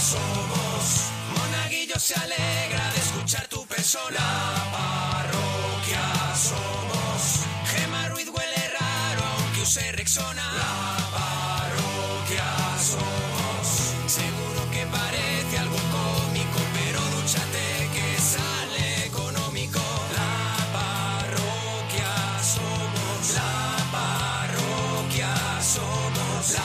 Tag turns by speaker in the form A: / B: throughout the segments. A: somos. Monaguillo se alegra de escuchar tu persona. La parroquia somos. Gema Ruiz huele raro aunque use Rexona. La parroquia somos. Seguro que parece algo cómico, pero dúchate que sale económico. La parroquia somos. La parroquia somos. La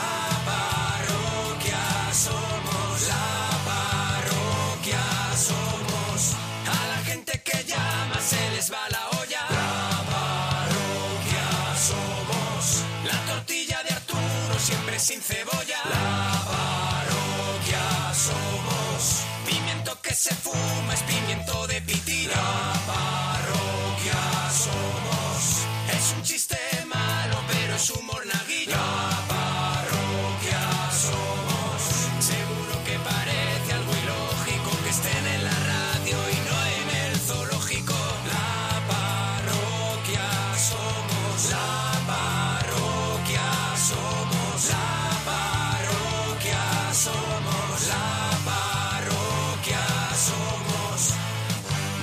A: parroquia somos la parroquia somos a la gente que llama se les va la olla la parroquia somos la tortilla de Arturo siempre sin cebolla la parroquia somos pimiento que se fuma es pimiento de pitina la parroquia somos es un chiste malo pero es un monaguillo la parroquia somos seguro que parece algo ilógico que estén en la radio y no en el zoológico la parroquia somos la parroquia somos la parroquia somos la parroquia somos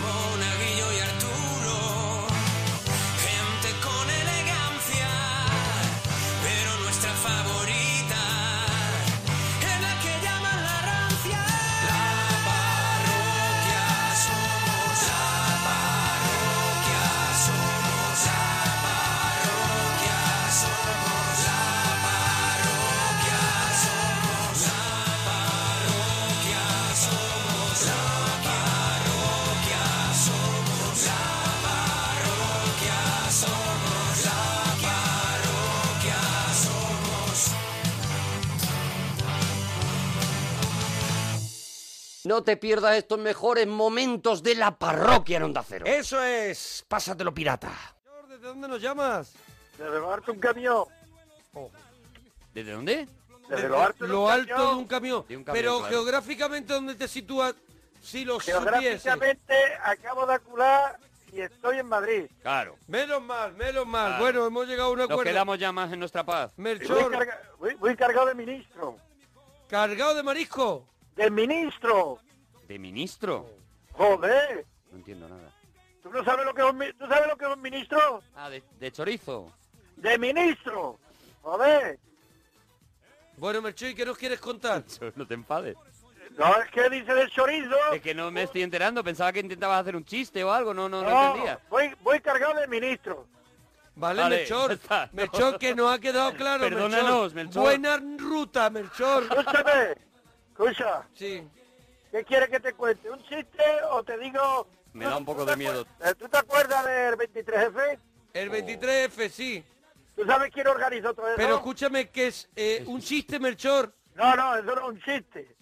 A: Monaguillo y Arturo gente con elegancia pero nuestra favorita es la que llaman la rancia. La parroquia somos, la parroquia somos, la parroquia somos, la parroquia somos, la parroquia somos, la parroquia somos, la parroquia somos, la parroquia somos.
B: No te pierdas estos mejores momentos de la parroquia en Onda Cero.
C: Eso es, pásatelo pirata.
D: ¿Desde dónde nos llamas? Desde lo alto de un camión.
B: ¿Desde dónde?
D: Desde lo alto de un camión.
B: De un camión,
D: Pero
B: claro.
D: geográficamente, ¿dónde te sitúas? Si lo supieses.
E: Geográficamente acabo de acular y estoy en Madrid.
B: Claro.
D: Menos mal, menos mal.
B: Claro.
D: Bueno, hemos llegado a un
B: Nos
D: acuerdo.
B: quedamos ya más en nuestra paz.
D: Melchor.
E: Voy, carga- voy- voy cargado de ministro.
D: ¿Cargado de marisco?
E: ¡Del ministro!
B: ¿De ministro?
E: ¡Joder!
B: No entiendo nada.
E: ¿Tú no sabes lo que es un, mi- ¿tú sabes lo que es un ministro?
B: Ah, de, de chorizo.
E: ¡De ministro! ¡Joder!
D: Bueno, Melchor, ¿y qué nos quieres contar?
B: No te enfades.
E: No, es que dice del chorizo.
B: Es que no me estoy enterando. Pensaba que intentabas hacer un chiste o algo. No, no, no,
E: No,
B: entendía.
E: voy, voy cargado de ministro.
D: Vale,
B: Vale,
D: Melchor.
B: ya está, no.
D: Melchor, que nos ha quedado claro.
B: Perdónanos, Melchor.
D: Buena ruta, Melchor.
E: Escúchame. Escucha.
D: Sí.
E: ¿Qué quieres que te cuente? ¿Un chiste o te digo...
B: Me da un poco de miedo.
E: Eh, ¿Tú te acuerdas del 23F?
D: El 23F, sí.
E: ¿Tú sabes quién organizó todo eso?
D: Pero escúchame que es eh, un chiste, Melchor. Oh,
E: No, no, eso no es un chiste.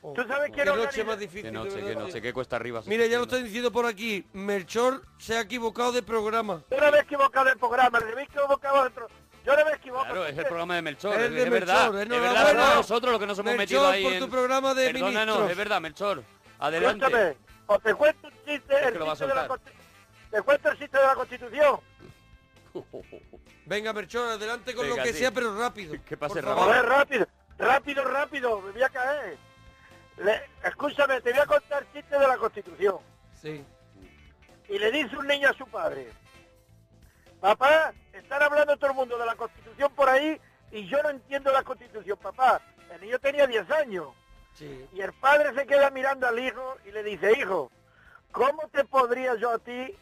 E: ¿Tú sabes
D: Qué
E: quién
D: noche
E: organizó?
D: más difícil.
B: Qué
D: de
B: noche,
D: verdad,
B: qué
D: tío.
B: noche, qué cuesta arriba.
D: Mira, ya lo estoy diciendo por aquí. Melchor se ha equivocado de programa.
E: Yo no me he equivocado del programa, le me he equivocado del pro- Yo no me equivoco.
B: Claro, es el programa de Melchor.
D: Es
B: Es,
D: de Melchor,
B: verdad. Es
D: enhorabuena.
B: verdad, somos nosotros los que nos hemos metido
D: Melchor,
B: ahí
D: por
B: en...
D: tu programa de
B: Perdónanos,
D: ministros.
B: es verdad, Melchor.
E: Escúchame,
B: Adelante.
E: o te cuento un chiste,
B: que
E: el
B: lo va a
E: chiste de la
B: soltar.
E: Consti- te cuento el chiste de la Constitución.
D: Venga, Melchor, adelante con
B: Venga,
D: lo que
B: sí.
D: sea, pero rápido.
B: Que pase
D: Por
B: rápido.
D: favor.
E: Joder, rápido, rápido, rápido, me voy a caer. Le- escúchame, te voy a contar el chiste de la Constitución.
D: Sí.
E: Y le dice un niño a su padre, papá, están hablando todo el mundo de la Constitución por ahí y yo no entiendo la Constitución, papá. El niño tenía 10 años.
D: Sí.
E: Y el padre se queda mirando al hijo y le dice, hijo, ¿cómo te podría yo a ti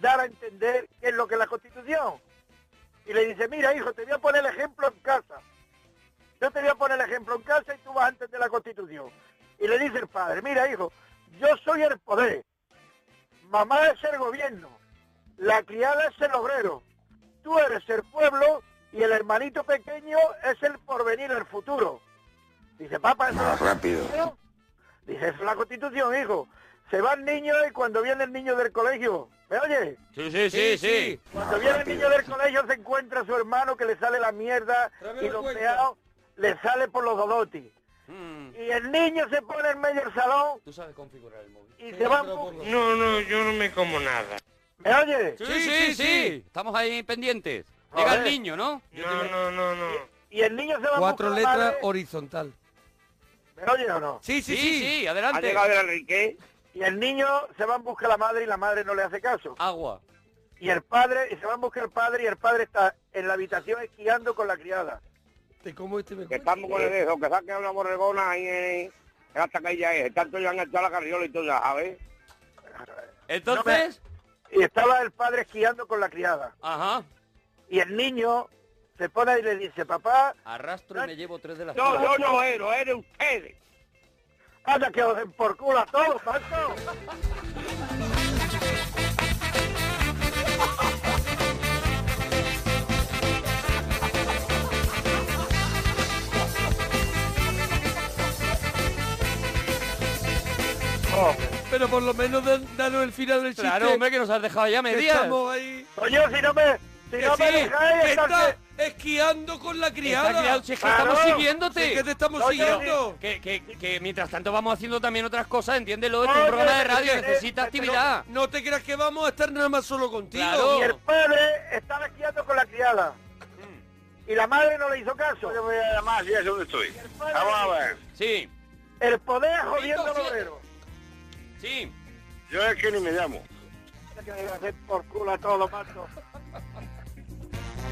E: dar a entender qué es lo que es la Constitución? Y le dice, mira, hijo, te voy a poner el ejemplo en casa. Yo te voy a poner el ejemplo en casa y tú vas a entender la Constitución. Y le dice el padre, mira, hijo, yo soy el poder. Mamá es el gobierno. La criada es el obrero. Tú eres el pueblo y el hermanito pequeño es el porvenir, el futuro. Dice, papá, eso es la Constitución". Dice, eso es la constitución, hijo. Se va el niño y cuando viene el niño del colegio, ¿me oye?
B: Sí, sí, sí, sí.
E: Cuando viene el niño del colegio se encuentra a su hermano que le sale la mierda
D: Tráeme
E: y
D: la
E: los
D: cuenta.
E: peados le sale por los dodotis.
B: Mm,
E: Y el niño se pone en medio del salón
B: Tú sabes configurar el móvil.
E: y
D: Sí,
E: se va...
D: pero por
E: ¿Me
D: lo-
F: No, no, yo no me como nada.
E: oye?
B: Sí,
D: Sí,
B: sí,
D: sí,
B: sí.
D: sí.
B: Estamos ahí pendientes. Llega el
E: Joder.
B: niño, ¿no?
F: No, no, no, no.
E: Y el niño se va a buscar a
D: Cuatro
E: la
D: letras
E: madre-
D: horizontal.
E: ¿Me oyen o no?
G: Sí, sí, Sí, sí. sí, adelante.
E: Ha llegado el Enrique. Y el niño se va en busca de la madre y la madre no le hace caso.
B: Agua.
E: Y el padre, y se va en busca del padre y el padre está en la habitación esquiando con la criada.
G: Te como este me
H: Que estamos con el eso, que saque una borregona ahí en, la taquilla esa. Tanto ya han echado la carriola y todo ya, ¿sabes?
E: Entonces... y estaba el padre esquiando con la criada.
B: Ajá.
E: Y el niño se pone y le dice, papá,
B: Arrastro y me llevo tres de las
E: No,
B: patas.
E: yo no ero, eres ustedes. Anda que os den por culo a todos, macho.
G: Pero por lo menos dan- danos el final del chiste.
B: Claro, hombre, que nos has dejado ya
G: que
B: medias.
G: Estamos ahí.
E: Coño, si no me, si
G: Que
E: no me
G: sí,
E: dejáis,
G: que
E: entonces-
G: está esquiando con la criada.
B: Está criado, si es que estamos siguiéndote.
G: Si es que te estamos
B: No,
G: siguiendo.
B: Que, que- que mientras tanto vamos haciendo también otras cosas, entiéndelo, esto es un
G: Oye,
B: programa de
G: pero
B: radio,
G: que-
E: este,
G: eh,
B: necesita
G: pero-
B: actividad.
G: No te creas que vamos a estar nada más solo contigo.
B: Claro.
E: Y el padre estaba esquiando con la criada. Y la madre no le hizo caso. Yo voy a llamar,
H: Así es donde estoy. Vamos a ver.
B: Sí,
E: El poder jodiendo al obrero.
B: sí.
H: Yo es que ni me llamo.
E: Anda Que me hacer por culo a todos, macho.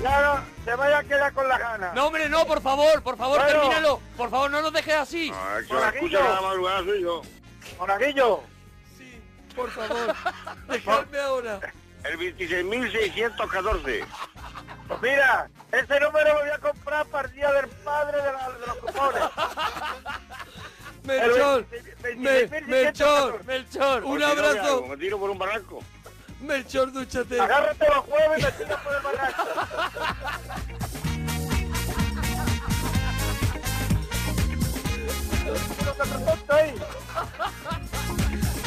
E: Claro, te vaya a quedar con la gana.
B: No, hombre, no, por favor, por favor,
E: Bueno.
B: termínalo. Por favor, no nos dejes así.
H: Ah, es que
E: Monaguillo.
H: la escucho cada madrugada soy yo.
E: Monaguillo,
G: Por favor, dejadme ahora.
H: El 26.614.
E: pues mira, ese número lo voy a comprar para el día del padre de, la- de los cupones.
G: Melchor,
E: El
G: Me-
E: 26.614.
G: Melchor, un
B: Melchor.
H: Porque no me hago,
G: abrazo.
H: Me tiro por un barranco.
G: Melchor, dúchate.
E: Agárrate los jueves y me tiras por el barranco. Pero que me tonto ahí.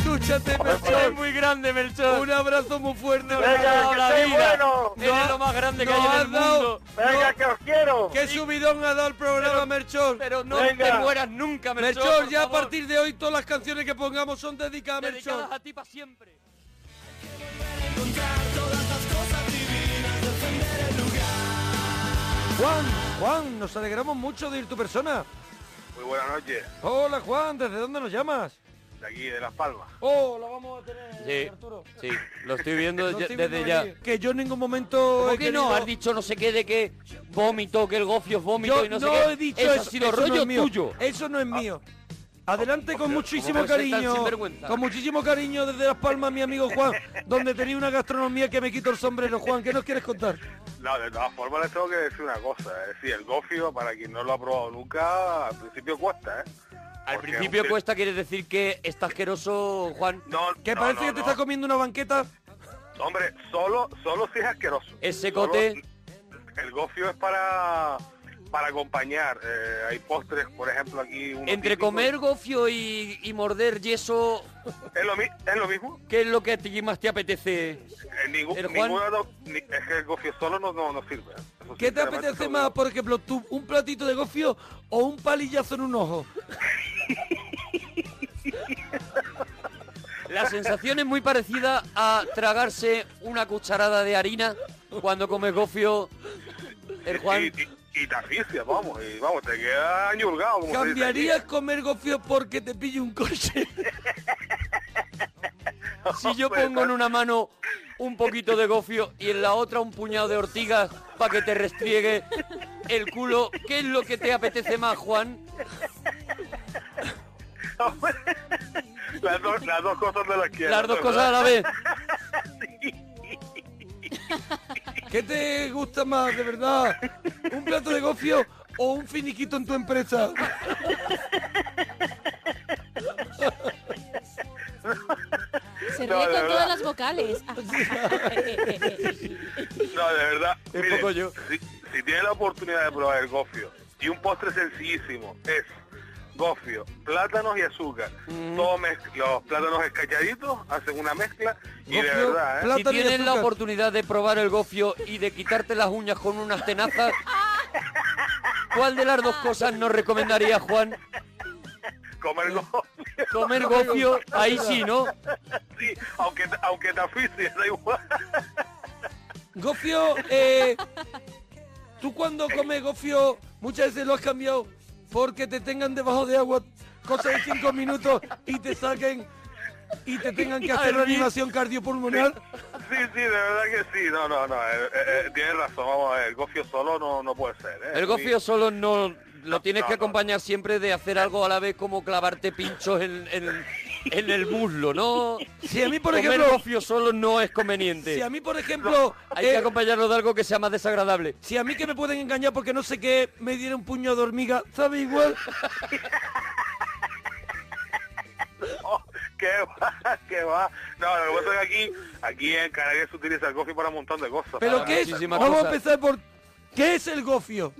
G: Dúchate,
B: Eres
G: Melchor.
B: muy grande, Melchor.
G: Un abrazo muy fuerte.
E: Venga,
B: la
E: que soy
B: vida.
E: bueno.
B: Eres
G: No,
B: lo más grande que
G: no
B: hay en el
G: has dado-
B: mundo.
E: Venga, que os quiero.
G: Qué subidón ha dado el programa, Melchor.
B: Pero no
E: Venga.
B: te mueras nunca, Melchor.
G: Melchor,
B: por
G: ya a
B: favor.
G: partir de hoy todas las canciones que pongamos son dedicadas a Melchor.
B: Dedicadas a ti para siempre.
G: Juan, Juan, nos alegramos mucho de ir tu persona.
H: Muy buenas noches.
G: Hola, Juan, ¿desde dónde nos llamas?
H: De aquí, de Las Palmas.
G: Oh, lo vamos a tener,
B: Sí.
G: Arturo.
B: Sí, lo estoy viendo
G: No
B: ya-
G: estoy
B: desde
G: viendo
B: ya.
G: venir. Que yo en ningún momento
B: ¿Por
G: he
B: qué no?
G: querido-
B: Has dicho no sé qué de que vómito, que el gofio es vómito
G: Yo
B: y
G: no,
B: no, sé qué.
G: he dicho
B: eso.
G: eso.
B: ha sido
G: eso no
B: rollo
G: es mío.
B: tuyo. Ah.
G: Eso no es mío. Adelante
H: Ah,
G: con muchísimo
B: ¿cómo eres tan
G: cariño.
B: sinvergüenza?
G: Con muchísimo cariño desde Las Palmas, mi amigo Juan, donde tenía una gastronomía que me quito el sombrero. Juan, ¿qué nos quieres contar?
H: No, de todas formas les tengo que decir una cosa. Es decir, el gofio, para quien no lo ha probado nunca, al principio cuesta, ¿eh?
B: Al
H: Porque
B: principio
H: usted-
B: cuesta, quieres decir que está asqueroso, Juan.
H: No,
G: Que
H: no,
G: parece
H: no,
G: que te
H: no.
G: está comiendo una banqueta.
H: Hombre, solo, solo si es asqueroso.
B: Es secote.
H: Solo- el gofio es para para acompañar. eh, hay postres, por ejemplo, aquí. uno
B: Entre
H: típico.
B: comer gofio y, y morder yeso,
H: Es lo, mi- es lo mismo.
B: ¿qué es lo que a ti más te apetece?
H: Eh, ningún-
B: ¿El Juan?
H: ninguna do- ni- es que el gofio solo no, no, no sirve. Eso
G: ¿Qué te
H: sinceramente
G: apetece
H: solo-
G: más, por ejemplo, tú, un platito de gofio o un palillazo en un ojo?
B: La sensación es muy parecida a tragarse una cucharada de harina cuando comes gofio. El Juan.
H: Y, y- y te asfixias, vamos, y vamos, te queda añurgado. como se dice aquí.
G: ¿Cambiarías comer gofio porque te pille un coche?
B: Si yo pongo en una mano un poquito de gofio y en la otra un puñado de ortigas para que te restriegue el culo, ¿qué es lo que te apetece más, Juan?
H: las, dos, las dos cosas de las que
B: Las dos cosas a la vez.
G: ¿Qué te gusta más, de verdad? ¿Un plato de gofio o un finiquito en tu empresa?
I: Se
H: No,
I: ríe
H: de
I: con
H: verdad.
I: todas las vocales.
H: No, de verdad.
B: Es
H: mire,
B: poco yo.
H: Si, si tienes la oportunidad de probar el gofio y un postre sencillísimo, es gofio, plátanos y azúcar.
B: Mm.
H: Todo mez- los plátanos escachaditos hacen una mezcla y de
G: Gofio,
H: verdad, ¿eh?
G: plátano
B: Si
G: y
B: tienes la
G: azúcar.
B: oportunidad de probar el gofio y de quitarte las uñas con unas tenazas, ¿cuál de las dos cosas nos recomendaría, Juan?
H: comer gofio.
B: Eh, Comer gofio, ahí sí, ¿no?
H: Sí, aunque, te- aunque te asfixies, da igual.
G: Gofio, eh, tú cuando comes gofio, muchas veces lo has cambiado porque te tengan debajo de agua cosa de cinco minutos y te saquen y te tengan que hacer
H: Además-
G: reanimación cardiopulmonar.
H: Sí, sí, de verdad que sí. No, no, no. eh, eh, eh, tienes razón. Vamos a ver, el gofio solo no, no puede ser. ¿eh?
B: El gofio solo no lo tienes
H: no,
B: que
H: no.
B: acompañar siempre de hacer algo a la vez como clavarte pinchos en, en- en el muslo, ¿no?
G: Si a mí, por
B: Comer
G: ejemplo-
B: gofio solo no es conveniente.
G: Si a mí, por ejemplo, eh,
B: hay que acompañarlo de algo que sea más desagradable.
G: Si a mí que me pueden engañar porque no sé qué, me dieron un puño de hormiga, ¿sabe igual?
H: ¿Qué va? ¿Qué va? No, lo que pasa es que aquí, aquí en Canarias se utiliza el gofio para un montón de cosas.
G: ¿Pero
H: Para
G: qué es?
H: muchísimas
G: Vamos a
H: cosas.
G: empezar por... ¿Qué es el gofio?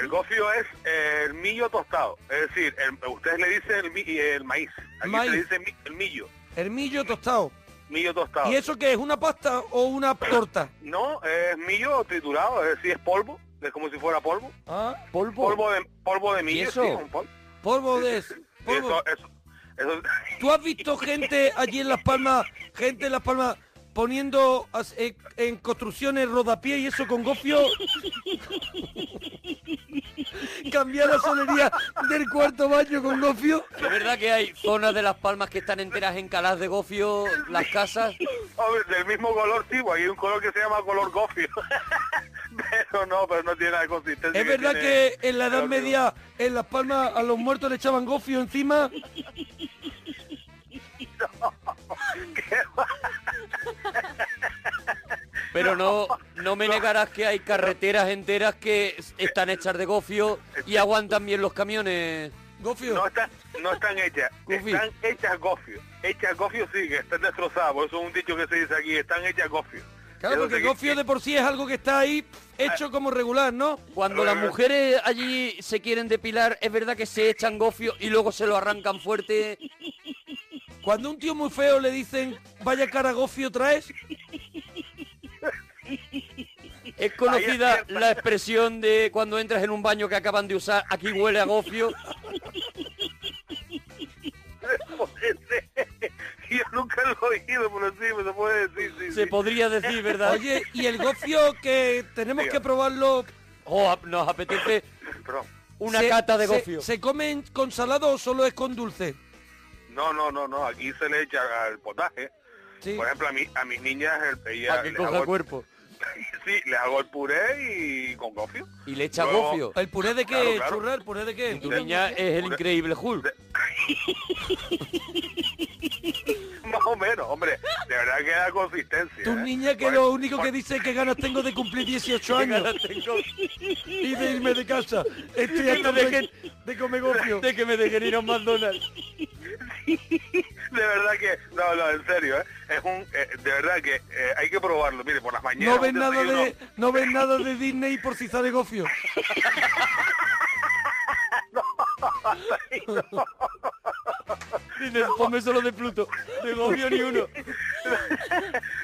H: El gofio es eh, el millo tostado. Es decir, el- ustedes le dicen el, mi- el maíz. Aquí
G: Maíz.
H: se le dice mi- el millo.
G: El millo tostado.
H: Millo tostado.
G: ¿Y eso qué es? ¿Una pasta o una torta?
H: No, es millo triturado, es decir, es polvo. Es como si fuera polvo.
G: ¿Ah?
B: ¿Polvo?
H: Polvo de, polvo de millo,
G: eso?
H: sí, un polvo.
G: Polvo de eso.
H: Y eso, eso, eso-
G: ¿Tú has visto gente allí en Las Palmas, gente en Las Palmas poniendo as- en, en construcciones rodapié y eso con gofio? Cambiar la solería del cuarto baño con gofio.
B: ¿Es verdad que hay zonas de Las Palmas que están enteras en calas de gofio las casas?
H: Hombre, del mismo color, sí, pues, hay un color que se llama color gofio. pero no, pero no tiene la consistencia.
G: Es verdad
H: tiene
G: que en la Edad
H: el hormigón.
G: Media en Las Palmas a los muertos le echaban gofio encima.
B: Pero no, no me negarás que hay carreteras enteras que s- están hechas de gofio y aguantan bien los camiones.
G: Gofio.
H: No, está- no están hechas, están hechas gofio. Hechas gofio sí, que están destrozadas, por eso es un dicho que se dice aquí, están hechas gofio.
G: Claro,
H: Eso
G: porque el
H: sí que-
G: gofio de por sí es algo que está ahí pff, hecho como regular, ¿no?
B: Cuando las mujeres allí se quieren depilar, es verdad que se echan gofio y luego se lo arrancan fuerte.
G: Cuando a un tío muy feo le dicen, vaya cara gofio traes,
B: Es conocida la expresión de cuando entras en un baño que acaban de usar, aquí huele a gofio.
H: Yo nunca lo he oído, pero sí, me se puede decir, sí,
B: Se
H: sí.
B: podría decir, ¿verdad?
G: Oye, y el gofio que tenemos que probarlo.
B: Oh, nos apetece
H: Perdón.
B: una cata de gofio.
G: Se, comen con salado o solo es con dulce?
H: No, no, no, no, aquí se le echa al potaje. Por ejemplo, a, mi, a mis niñas, el, ellas
B: Para que
H: les
B: coja
H: hago el-
B: cuerpo.
H: sí, les hago el puré y con gofio.
B: Y le echa
H: Luego-
B: gofio.
G: ¿El puré de qué,
H: Claro, claro.
G: churra? ¿El puré de qué?
B: Tu niña es el increíble Hulk.
H: Más o menos, hombre, de verdad que da consistencia.
G: Tu
H: ¿eh?
G: niña que
H: Por-
G: lo único que dice es que ganas tengo de cumplir 18
B: Qué
G: años
B: ganas tengo
G: y de irme de casa. Estoy
B: Que
G: hasta
B: me dejen-
G: de, de comer gofio.
B: de que me dejen ir a un McDonald's.
H: De verdad que, no, no, en serio, ¿eh? es un, eh, de verdad que eh, hay que probarlo, mire, por las mañanas.
G: No ves
H: un
G: nada de,
H: desayuno-
G: no ves nada de Disney por si sale gofio.
B: Dices, ponme solo de Pluto. De gofio ni uno.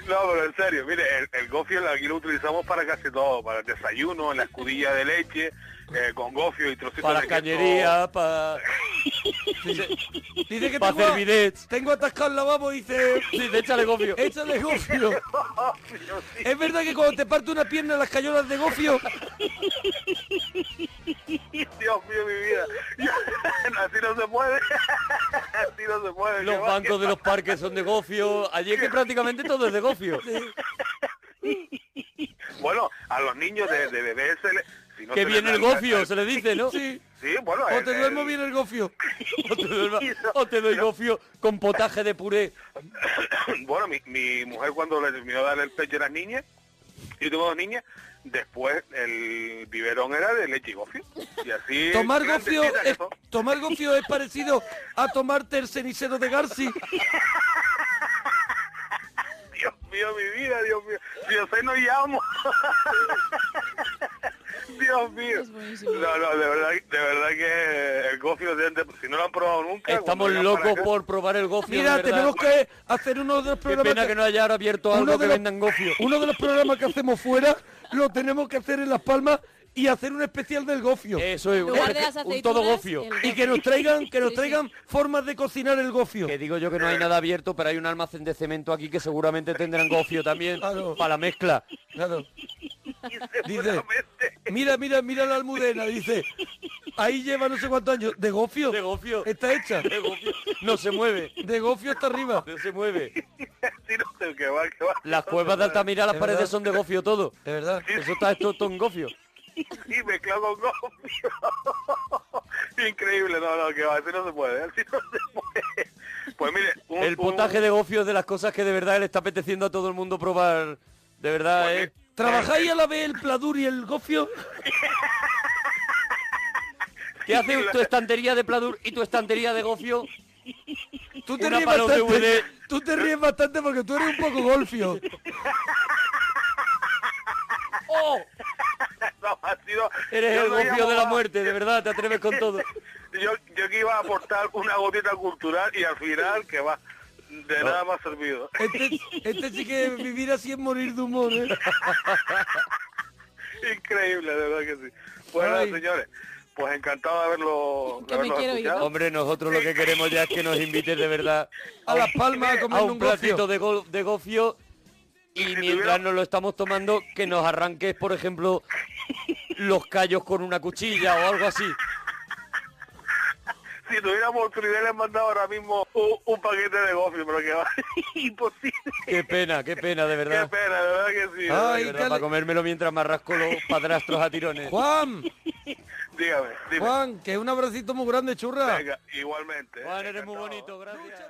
H: No, pero en serio, mire, el, el gofio aquí lo utilizamos para casi todo, para el desayuno, en la escudilla de leche, eh, con gofio y trocitos
B: Para
H: de
B: las
H: queso.
B: cañerías, para...
G: Dice que
B: Para
G: tengo,
B: hacer bidets.
G: tengo atascado el lavabo y dice,
B: Dice, échale gofio.
G: échale gofio.
H: Gofio, sí.
G: ¿Es verdad que cuando te parte una pierna las cayolas de gofio?
H: Dios mío, mi vida. Así no se puede. Así no se puede.
B: Los
H: ¿Qué va?
B: bancos de los parques son de gofio. Allí es que prácticamente todo es de gofio.
H: Bueno, a los niños de, de bebés se le... si no
B: Que
H: se le
B: viene
H: da-
B: el gofio, se le dice, ¿no?
G: Sí.
H: Sí, bueno. eh,
G: O
H: el-
G: te
H: el-
G: duermo bien el gofio.
B: O te, doy, o te doy gofio con potaje de puré.
H: bueno, mi, mi mujer cuando le terminó de dar el pecho a las niñas, yo tengo dos niñas, después el biberón era de leche y gofio. Y así...
G: Tomar
H: eran
G: gofio
H: tetitas que
G: es,
H: son-
G: tomar gofio es parecido a tomarte el cenicero de Garci.
H: Dios mío, mi vida, Dios mío. Si yo sé, no llamo. Dios mío.
E: Es buenísimo.
H: No, no, de verdad, de verdad que el gofio, de- de- si no lo han probado nunca... cuando
B: Estamos
H: vengan
B: locos
H: para acá-
B: por probar el gofio. de
G: Mira,
B: verdad.
G: tenemos que hacer uno de los
B: Qué
G: programas.
B: pena que no haya ahora abierto
G: uno
B: algo
G: de
B: que
G: los-
B: vendan gofio.
G: Uno de los programas que hacemos fuera lo tenemos que hacer en Las Palmas y hacer un especial del gofio.
B: Eso es,
E: En
B: un,
E: lugar de las
B: un todo
E: aceitunas,
B: gofio.
E: el-
G: Y que nos traigan, que nos
E: Sí, sí.
G: traigan formas de cocinar el gofio.
B: Que digo yo que no hay nada abierto, pero hay un almacén de cemento aquí que seguramente tendrán gofio también
G: Claro.
B: para la mezcla.
G: Claro.
H: Y
G: Dice-
H: seguramente-
G: Mira, mira, mira la almudena, dice. ahí lleva no sé cuántos años. De gofio. De gofio. Está hecha. De
B: gofio. No se mueve.
G: De gofio hasta arriba.
B: No se mueve.
H: que va, que va.
B: Las cuevas de Altamira, las
G: Es
B: paredes
G: verdad.
B: son de gofio todo.
G: De verdad.
B: Eso está esto todo en gofio.
H: Sí, mezclado con gofio. Increíble, no, no, que va, así no se puede, así no se puede. Pues mire, un-
B: El
H: un-
B: potaje de gofio es de las cosas que de verdad le está apeteciendo a todo el mundo probar. De verdad,
H: Pues
B: ¿eh?
G: ¿Trabajáis a la vez el pladur y el gofio?
B: ¿Qué hace tu estantería de pladur y tu estantería de gofio?
G: Tú te,
B: Una
G: ríes
B: para los
G: bastante,
B: DVD.
G: tú te ríes bastante porque tú eres un poco golfio.
B: ¡Oh!
H: no, ha sido-
B: Eres
H: yo
B: el
H: no
B: gofio
H: llamo
B: de la
H: a-
B: muerte, de verdad, te atreves con todo.
H: Yo, yo que iba a aportar una gotita cultural y al final, que va, de nada me ha servido.
G: Este, este sí que vivir así es morir de humor, ¿eh?
H: Increíble, de verdad que sí. Bueno,
G: Ay.
H: señores, pues encantado de haberlo, de
J: Que me
H: haberlos
J: quiero ir.
H: escuchado.
B: Hombre, nosotros lo que queremos ya es que nos invites de verdad
G: A las palmas a
B: a
G: comer un
B: un
G: gofio.
B: platito de, go- de gofio
H: Si
B: y
H: tuviera-
B: mientras nos lo estamos tomando, que nos arranques, por ejemplo, los callos con una cuchilla o algo así.
H: Si tuviera oportunidad, le he mandado ahora mismo un, un paquete de gofio, pero que va, imposible.
B: Qué pena, qué pena, de
H: Qué
B: verdad.
H: pena, de verdad que sí. de verdad
B: De
G: Ay,
B: verdad,
G: qué ale-
B: para comérmelo mientras me arrasco los padrastros a tirones.
G: Juan,
H: que- Dígame, dime.
G: Juan, que un abracito muy grande, churra.
H: Venga, igualmente. eh,
B: Juan, eres muy
H: encantado.
B: bonito, gracias.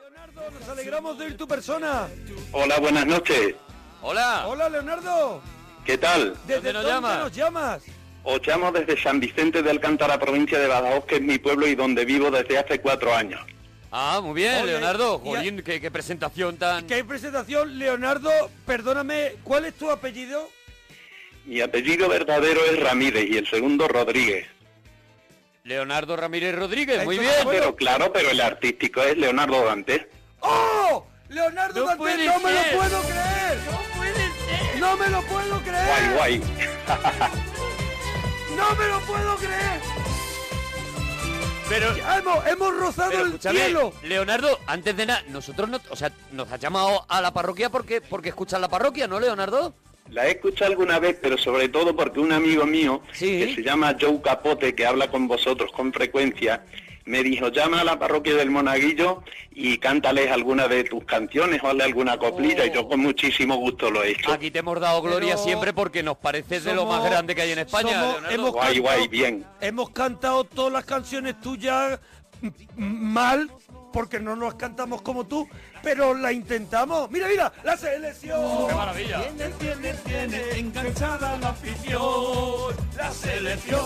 G: Leonardo, nos alegramos de oír tu persona.
K: Hola, buenas noches.
B: Hola,
G: Hola, Leonardo.
K: ¿Qué tal?
G: ¿Desde
B: ¿Dónde nos llamas?
G: nos llamas?
K: Os llamo desde San Vicente de Alcántara, provincia de Badajoz, que es mi pueblo y donde vivo desde hace cuatro años.
B: Ah, muy bien,
G: Oye,
B: Leonardo.
G: y a-
B: Jolín, qué, qué presentación tan...
G: Que hay presentación. Leonardo, perdóname, ¿cuál es tu apellido?
K: Mi apellido verdadero es Ramírez y el segundo Rodríguez.
B: Leonardo Ramírez Rodríguez, muy
G: Entonces,
B: bien.
G: bueno,
K: Pero claro, pero el artístico es Leonardo Dante.
G: ¡Oh! Leonardo
B: No
G: Dante,
B: puede
G: no me
B: ser.
G: lo puedo creer. No me lo puedo
K: Guay,
G: creer.
K: guay.
G: No me lo puedo creer.
B: Pero,
G: Hemos, hemos rozado
B: pero
G: el
B: escúchame,
G: cielo.
B: Leonardo, antes de nada, nosotros no... O sea, nos has llamado a la parroquia porque, porque escuchas la parroquia, ¿no, Leonardo?
K: La he escuchado alguna vez, pero sobre todo porque un amigo mío,
B: Sí.
K: que se llama Joe Capote, que habla con vosotros con frecuencia, me dijo, llama a la parroquia del Monaguillo y cántales alguna de tus canciones o hazle alguna coplilla. Y yo con muchísimo gusto lo he hecho.
B: Oh. Aquí te hemos dado gloria
G: Pero-
B: siempre porque nos pareces de lo
G: Somos-
B: más grande que hay en España,
G: somos-
B: Leonardo.
G: hemos
K: Guay,
G: cantado-
K: guay, bien.
G: Hemos cantado todas las canciones tuyas m- mal, porque no nos cantamos como tú, pero la intentamos. Mira, mira, la selección. ¡Qué maravilla! Tiene, tiene, tiene enganchada la afición, la selección.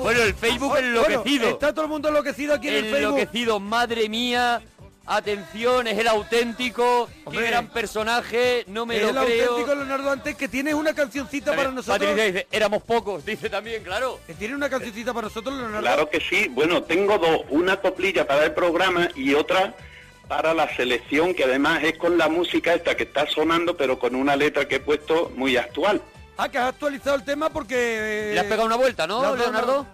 B: Bueno, el Facebook enloquecido.
G: está todo el mundo enloquecido aquí en el Facebook.
B: enloquecido, madre mía. Atención, es el auténtico.
G: Hombre.
B: qué gran personaje, no me
G: Es
B: lo
G: el
B: creo.
G: auténtico Leonardo antes que tiene una cancioncita
B: También,
G: para nosotros.
B: Patricia dice, éramos pocos, dice también, claro.
G: Que tiene una cancioncita para nosotros, Leonardo.
K: Claro que sí. Bueno, tengo dos, una coplilla para el programa y otra para la selección, que además es con la música esta que está sonando, pero con una letra que he puesto muy actual.
G: Ah, que has actualizado el tema porque. eh,
B: Le has pegado una vuelta,
G: le
B: ¿no,
G: has dado una-
B: Leonardo?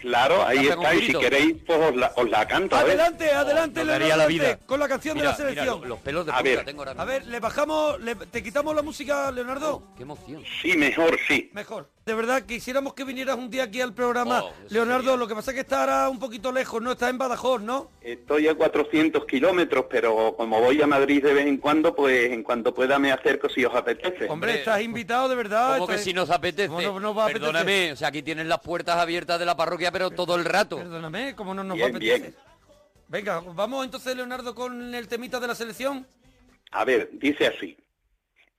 K: Claro, ahí
B: Hace con
K: está, y si
B: grito.
K: queréis, pues os la, os la canto. a ver.
G: Adelante, adelante,
B: Oh, no daría
G: Leonardo
B: la
G: Dante,
B: vida.
G: con la canción de la
B: mira,
G: selección.
B: lo- los pelos de
K: A
B: punta
K: ver.
B: tengo ahora
G: A
B: mismo.
G: ver, le bajamos, le- te quitamos la música, Leonardo.
B: Qué emoción.
K: Sí, mejor, sí.
G: Mejor. De verdad, quisiéramos que vinieras un día aquí al programa.
B: Oh, eso
G: Leonardo,
B: sería.
G: lo que pasa es que está ahora un poquito lejos, ¿no? Está en Badajoz, ¿no?
K: Estoy a 400 kilómetros, pero como voy a Madrid de vez en cuando, pues en cuanto pueda me acerco si os apetece.
G: Hombre, estás invitado, de verdad.
B: Como que
G: estás-
B: si nos apetece.
G: ¿Cómo no- no va a apetecer?
B: Perdóname, o sea, aquí tienes las puertas abiertas de la parroquia, pero todo el rato.
G: Perdóname, como no nos va a
K: Bien,
G: apetecer.
K: bien.
G: Venga, vamos entonces, Leonardo, con el temita de la selección.
K: A ver, Eh, dice así.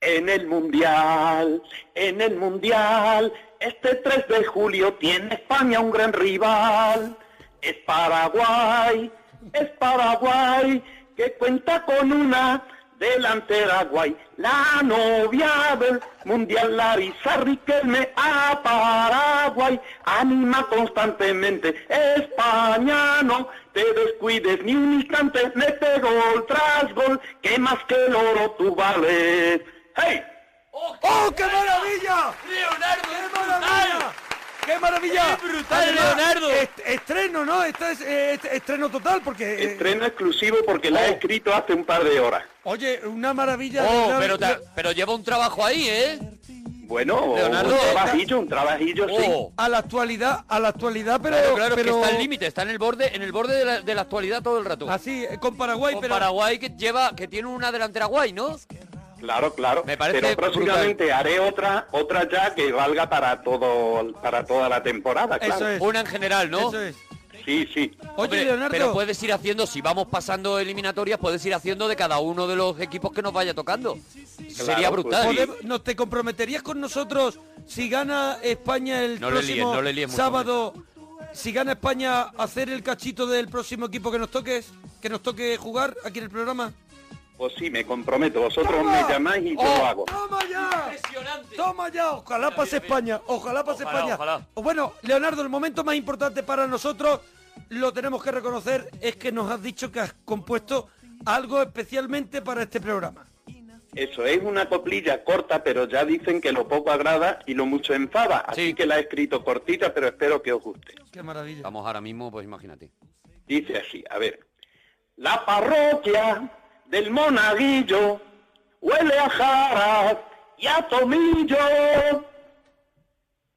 K: En el Mundial, en el Mundial, este 3 de julio tiene España un gran rival. Es Paraguay, es Paraguay, que cuenta con una delantera guay. La novia del Mundial, Larisa Riquelme, a Paraguay, anima constantemente. España, no te descuides ni un instante, mete gol tras gol, que más que el oro tú vales. ¡Hey!
G: ¡Oh, qué maravilla!
B: ¡Leonardo,
G: ¡Qué maravilla! ¡Qué maravilla!
B: ¡Qué Ah, brutal, Leonardo!
G: est- estreno, ¿no? Esta es eh, est- estreno total porque... eh,
K: Estreno exclusivo porque la he escrito hace un par de horas.
G: Oye, una maravilla. de
B: Oh,
G: verdad.
B: pero, ta- pero lleva un trabajo ahí, ¿eh?
K: Bueno,
G: Leonardo,
K: Oh, un
G: ¿está-
K: trabajillo, un trabajillo, sí.
G: A la actualidad, a la actualidad, pero...
B: Oh. Claro, claro, es que
G: pero-
B: está el límite, está en el borde, en el borde de la, de la actualidad todo el rato.
G: Así, con Paraguay,
B: con
G: pero-
B: Paraguay que lleva, que tiene una delantera guay, ¿no?
K: Claro, claro.
B: Me parece
K: Pero próximamente haré otra, otra ya que valga para todo, para toda la temporada, claro.
B: Una en general, ¿no?
K: Eso Sí, sí.
B: Hombre, Pero puedes ir haciendo, si vamos pasando eliminatorias, puedes ir haciendo de cada uno de los equipos que nos vaya tocando. Sería
K: pues
B: brutal.
G: Podem- ¿Nos te comprometerías con nosotros si gana España el
B: No le
G: próximo
B: líes, no le líes mucho,
G: sábado? Si gana España, hacer el cachito del próximo equipo que nos toques, que nos toque jugar aquí en el programa.
K: Pues sí, me comprometo. Vosotros me llamáis y yo lo hago.
G: ¡Toma ya! ¡Toma ya! ¡Oh! Ojalá pase España. Ojalá pase
K: Ojalá,
G: España.
K: ojalá.
G: O Bueno, Leonardo, el momento más importante para nosotros, lo tenemos que reconocer, es que nos has dicho que has compuesto algo especialmente para este programa.
K: Eso es una coplilla corta, pero ya dicen que lo poco agrada y lo mucho enfada. Así que la he escrito cortita, pero espero que os guste.
G: Qué maravilla.
B: Vamos ahora mismo, pues imagínate.
K: Dice así, a ver. La parroquia del monaguillo huele a jaras y a tomillo.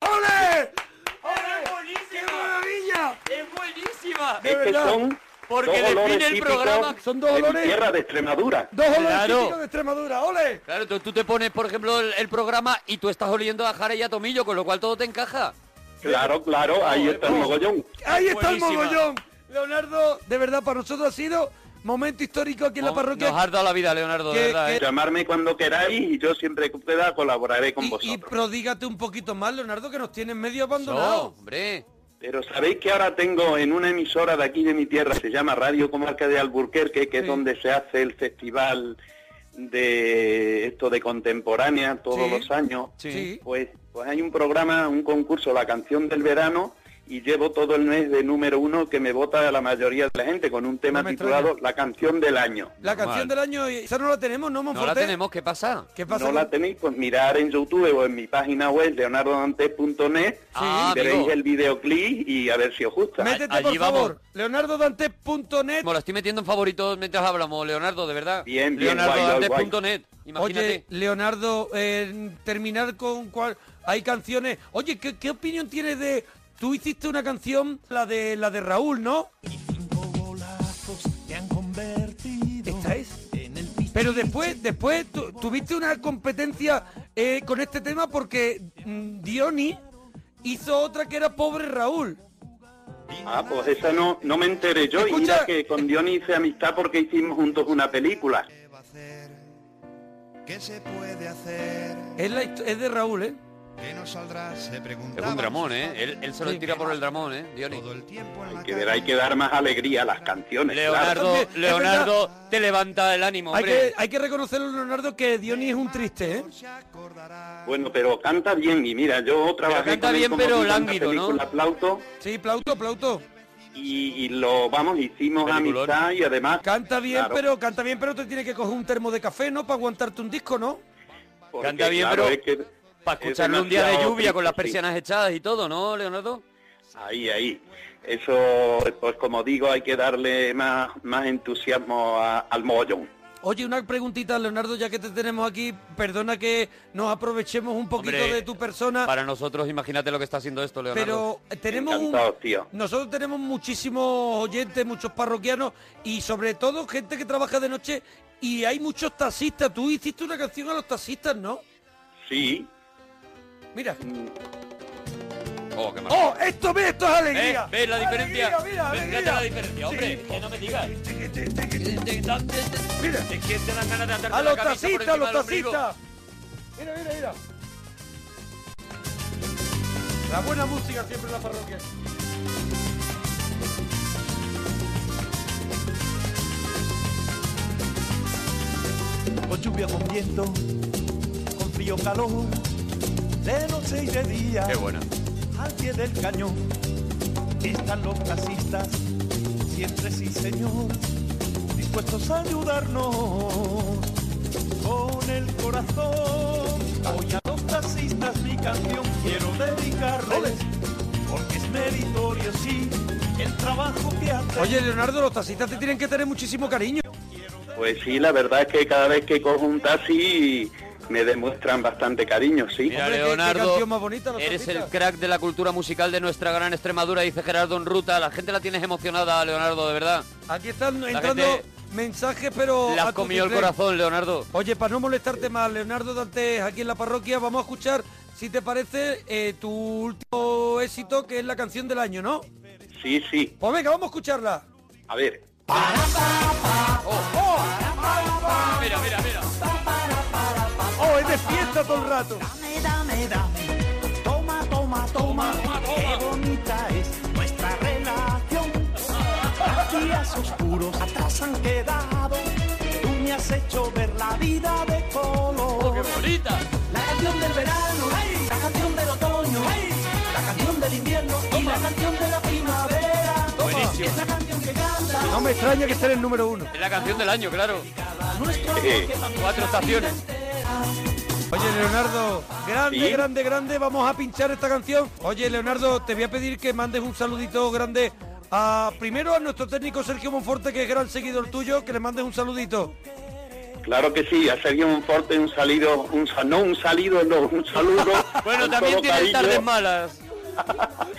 G: ¡Ole!
B: ¡Es buenísima! ¡Qué
G: maravilla!
B: ¡Es buenísima!
K: Es que son
B: Porque
K: dos olores
B: define el
K: típicos
B: programa.
G: Son dos
K: de mi
G: olores.
K: tierra de Extremadura.
G: Dos olores
B: Claro.
G: típicos de Extremadura, ole.
B: Claro, tú, tú te pones, por ejemplo, el, el programa y tú estás oliendo a Jara y a Tomillo, con lo cual todo te encaja.
K: Claro, claro, ahí está el mogollón.
G: Ahí está el
B: Buenísima.
G: mogollón. Leonardo, de verdad, para nosotros ha sido momento histórico aquí en la parroquia.
B: Oh, Nos has dado la vida, Leonardo, de
G: Que-
B: verdad. ¿eh?
K: Llamarme cuando queráis y yo siempre que pueda colaboraré con vosotros.
G: Y prodígate un poquito más, Leonardo, que nos tienes medio abandonado.
B: hombre.
K: Pero sabéis que ahora tengo en una emisora de aquí de mi tierra, se llama Radio Comarca de Alburquerque, que es donde se hace el festival de esto de contemporánea todos
L: Sí.
K: los años.
L: Sí.
K: Pues, pues hay un programa, un concurso, la canción del verano, y llevo todo el mes de número uno que me vota la mayoría de la gente con un tema titulado La canción del año.
G: La canción del año, y esa no la tenemos, ¿no, Monforte?
B: tenemos, ¿qué pasa?
G: ¿Qué pasa?
K: no
G: con-
K: la tenéis, pues mirar en YouTube o en mi página web leonardodantes.net
G: Ah,
K: y veréis
G: amigo.
K: el videoclip y a ver si os gusta.
G: Métete, por favor, leonardodantes.net.
B: Me lo estoy metiendo en favoritos mientras hablamos, Leonardo, de verdad.
K: Bien, bien, guay, guay, guay.
B: Leonardoantes.net, imagínate.
G: Oye, Leonardo, eh, terminar con cuál... Hay canciones... Oye, ¿qué, qué opinión tienes de... Tú hiciste una canción, la de la de Raúl, ¿no?
E: Te han convertido
G: ¿Esta es? Pero después, después tu- tuviste una competencia eh, con este tema porque mm, Dioni hizo otra que era Pobre Raúl.
K: Ah, pues esa no, no me enteré yo. Y mira que con Diony hice amistad porque hicimos juntos una película.
E: ¿Qué se puede hacer?
G: Es, la histo- es de Raúl, ¿eh?
E: ¿Qué nos saldrá? Se
B: Es
E: preguntaba.
B: un dramón, ¿eh? Él, él se lo tira por el dramón, ¿eh? Diony.
G: Ah.
K: Que verá, hay que dar más alegría a las canciones.
B: Leonardo,
K: claro.
B: Leonardo, te levanta el ánimo,
G: Hay que,
B: hombre.
G: hay que reconocerlo, Leonardo, que Dioni es un triste, ¿eh?
K: Bueno, pero canta bien. Y mira, yo trabajé
G: canta
K: con él
G: bien,
K: como
G: pero
K: tú en una
G: lánguido, ¿no?
K: película, Plauto.
G: Sí, Plauto, Plauto.
K: Y, y lo, vamos, hicimos
G: Peliculón.
K: amistad y además...
G: Canta bien,
K: Claro.
G: pero canta bien, pero te tiene que coger un termo de café, ¿no? Para aguantarte un disco, ¿no?
K: porque,
B: Canta bien,
K: claro,
B: pero
K: es que
B: para
K: es
B: escucharlo un día de
K: demasiado
B: lluvia con las
K: triste, sí.
B: persianas echadas y todo, ¿no, Leonardo?
K: Ahí, ahí. Eso, pues como digo, hay que darle más, más entusiasmo a- al mogollón.
G: Oye, una preguntita, Leonardo, ya que te tenemos aquí, perdona que nos aprovechemos un poquito
B: Hombre,
G: de tu persona.
B: Para nosotros, imagínate lo que está haciendo esto, Leonardo.
G: Pero tenemos un-
K: Encantados, tío.
G: nosotros tenemos muchísimos oyentes, muchos parroquianos y sobre todo gente que trabaja de noche y hay muchos taxistas. Tú hiciste una canción a los taxistas, ¿no?
K: Sí.
G: Mira.
B: Mm, Oh, qué maravilla.
G: ¡Oh, esto, ve, esto es alegría!
B: ¿Ves? ¿Ves Eh, la diferencia?
G: Alegría, mira,
B: ¿Ves? Fíjate
G: alegría.
B: la diferencia, hombre. Que no me digas. Mira. Es que te dan ganas de atarte
G: A
B: la
G: los
B: camisa por
G: taxistas, a
B: encima
G: los
B: del ombligo.
G: taxistas. Mira, mira, mira. La buena música siempre en la parroquia.
E: Con lluvia, con viento, con frío, calor, de noche y de día.
B: Qué buena.
E: Al pie del cañón están los taxistas, siempre sí señor, dispuestos a ayudarnos con el corazón. Hoy a los taxistas mi canción quiero dedicarles, porque es meritorio sí el trabajo que hacen.
G: Oye, Leonardo, los taxistas te tienen que tener muchísimo cariño.
K: Pues sí, la verdad es que cada vez que cojo un taxi
D: me demuestran bastante cariño, sí.
B: Mira, Leonardo, eres el crack de la cultura musical de nuestra gran Extremadura, dice Gerardo en ruta. La gente la tienes emocionada, Leonardo, de verdad.
G: Aquí están
B: La
G: entrando
B: gente-
G: mensajes, pero...
B: Le has
G: a tu
B: comido el
G: triple.
B: corazón, Leonardo.
G: Oye, para no molestarte más, Leonardo Dantes, aquí en la parroquia, vamos a escuchar, si te parece, eh, tu último éxito, que es la canción del año, ¿no?
D: Sí, sí.
G: Pues venga, vamos a escucharla.
D: A ver,
B: Mira, mira, mira.
G: ¡Oh, es de fiesta todo el rato!
A: Dame, dame, dame. Toma, toma, toma. Qué bonita es nuestra relación. Días oscuros atrás han quedado. Tú me has hecho ver la vida de color.
B: Bonita.
A: La canción del verano, la canción del otoño, la canción del invierno y la canción de la primavera.
B: Buenísimo.
A: Es la canción que canta
G: No me extraña que esté en el número uno.
B: Es la canción del año, claro.
A: nuestro amor
D: eh,
A: que también
B: Cuatro estaciones.
G: Oye, Leonardo, grande,
D: Sí.
G: grande, grande, vamos a pinchar esta canción. Oye, Leonardo, te voy a pedir que mandes un saludito grande a primero a nuestro técnico Sergio Monforte, que es gran seguidor tuyo, que le mandes un saludito.
D: claro que sí, a Sergio Monforte un salido, un sa- no un salido, no, un saludo.
B: Bueno,
D: con
B: también
D: todo
B: tienes
D: cariño.
B: tardes malas.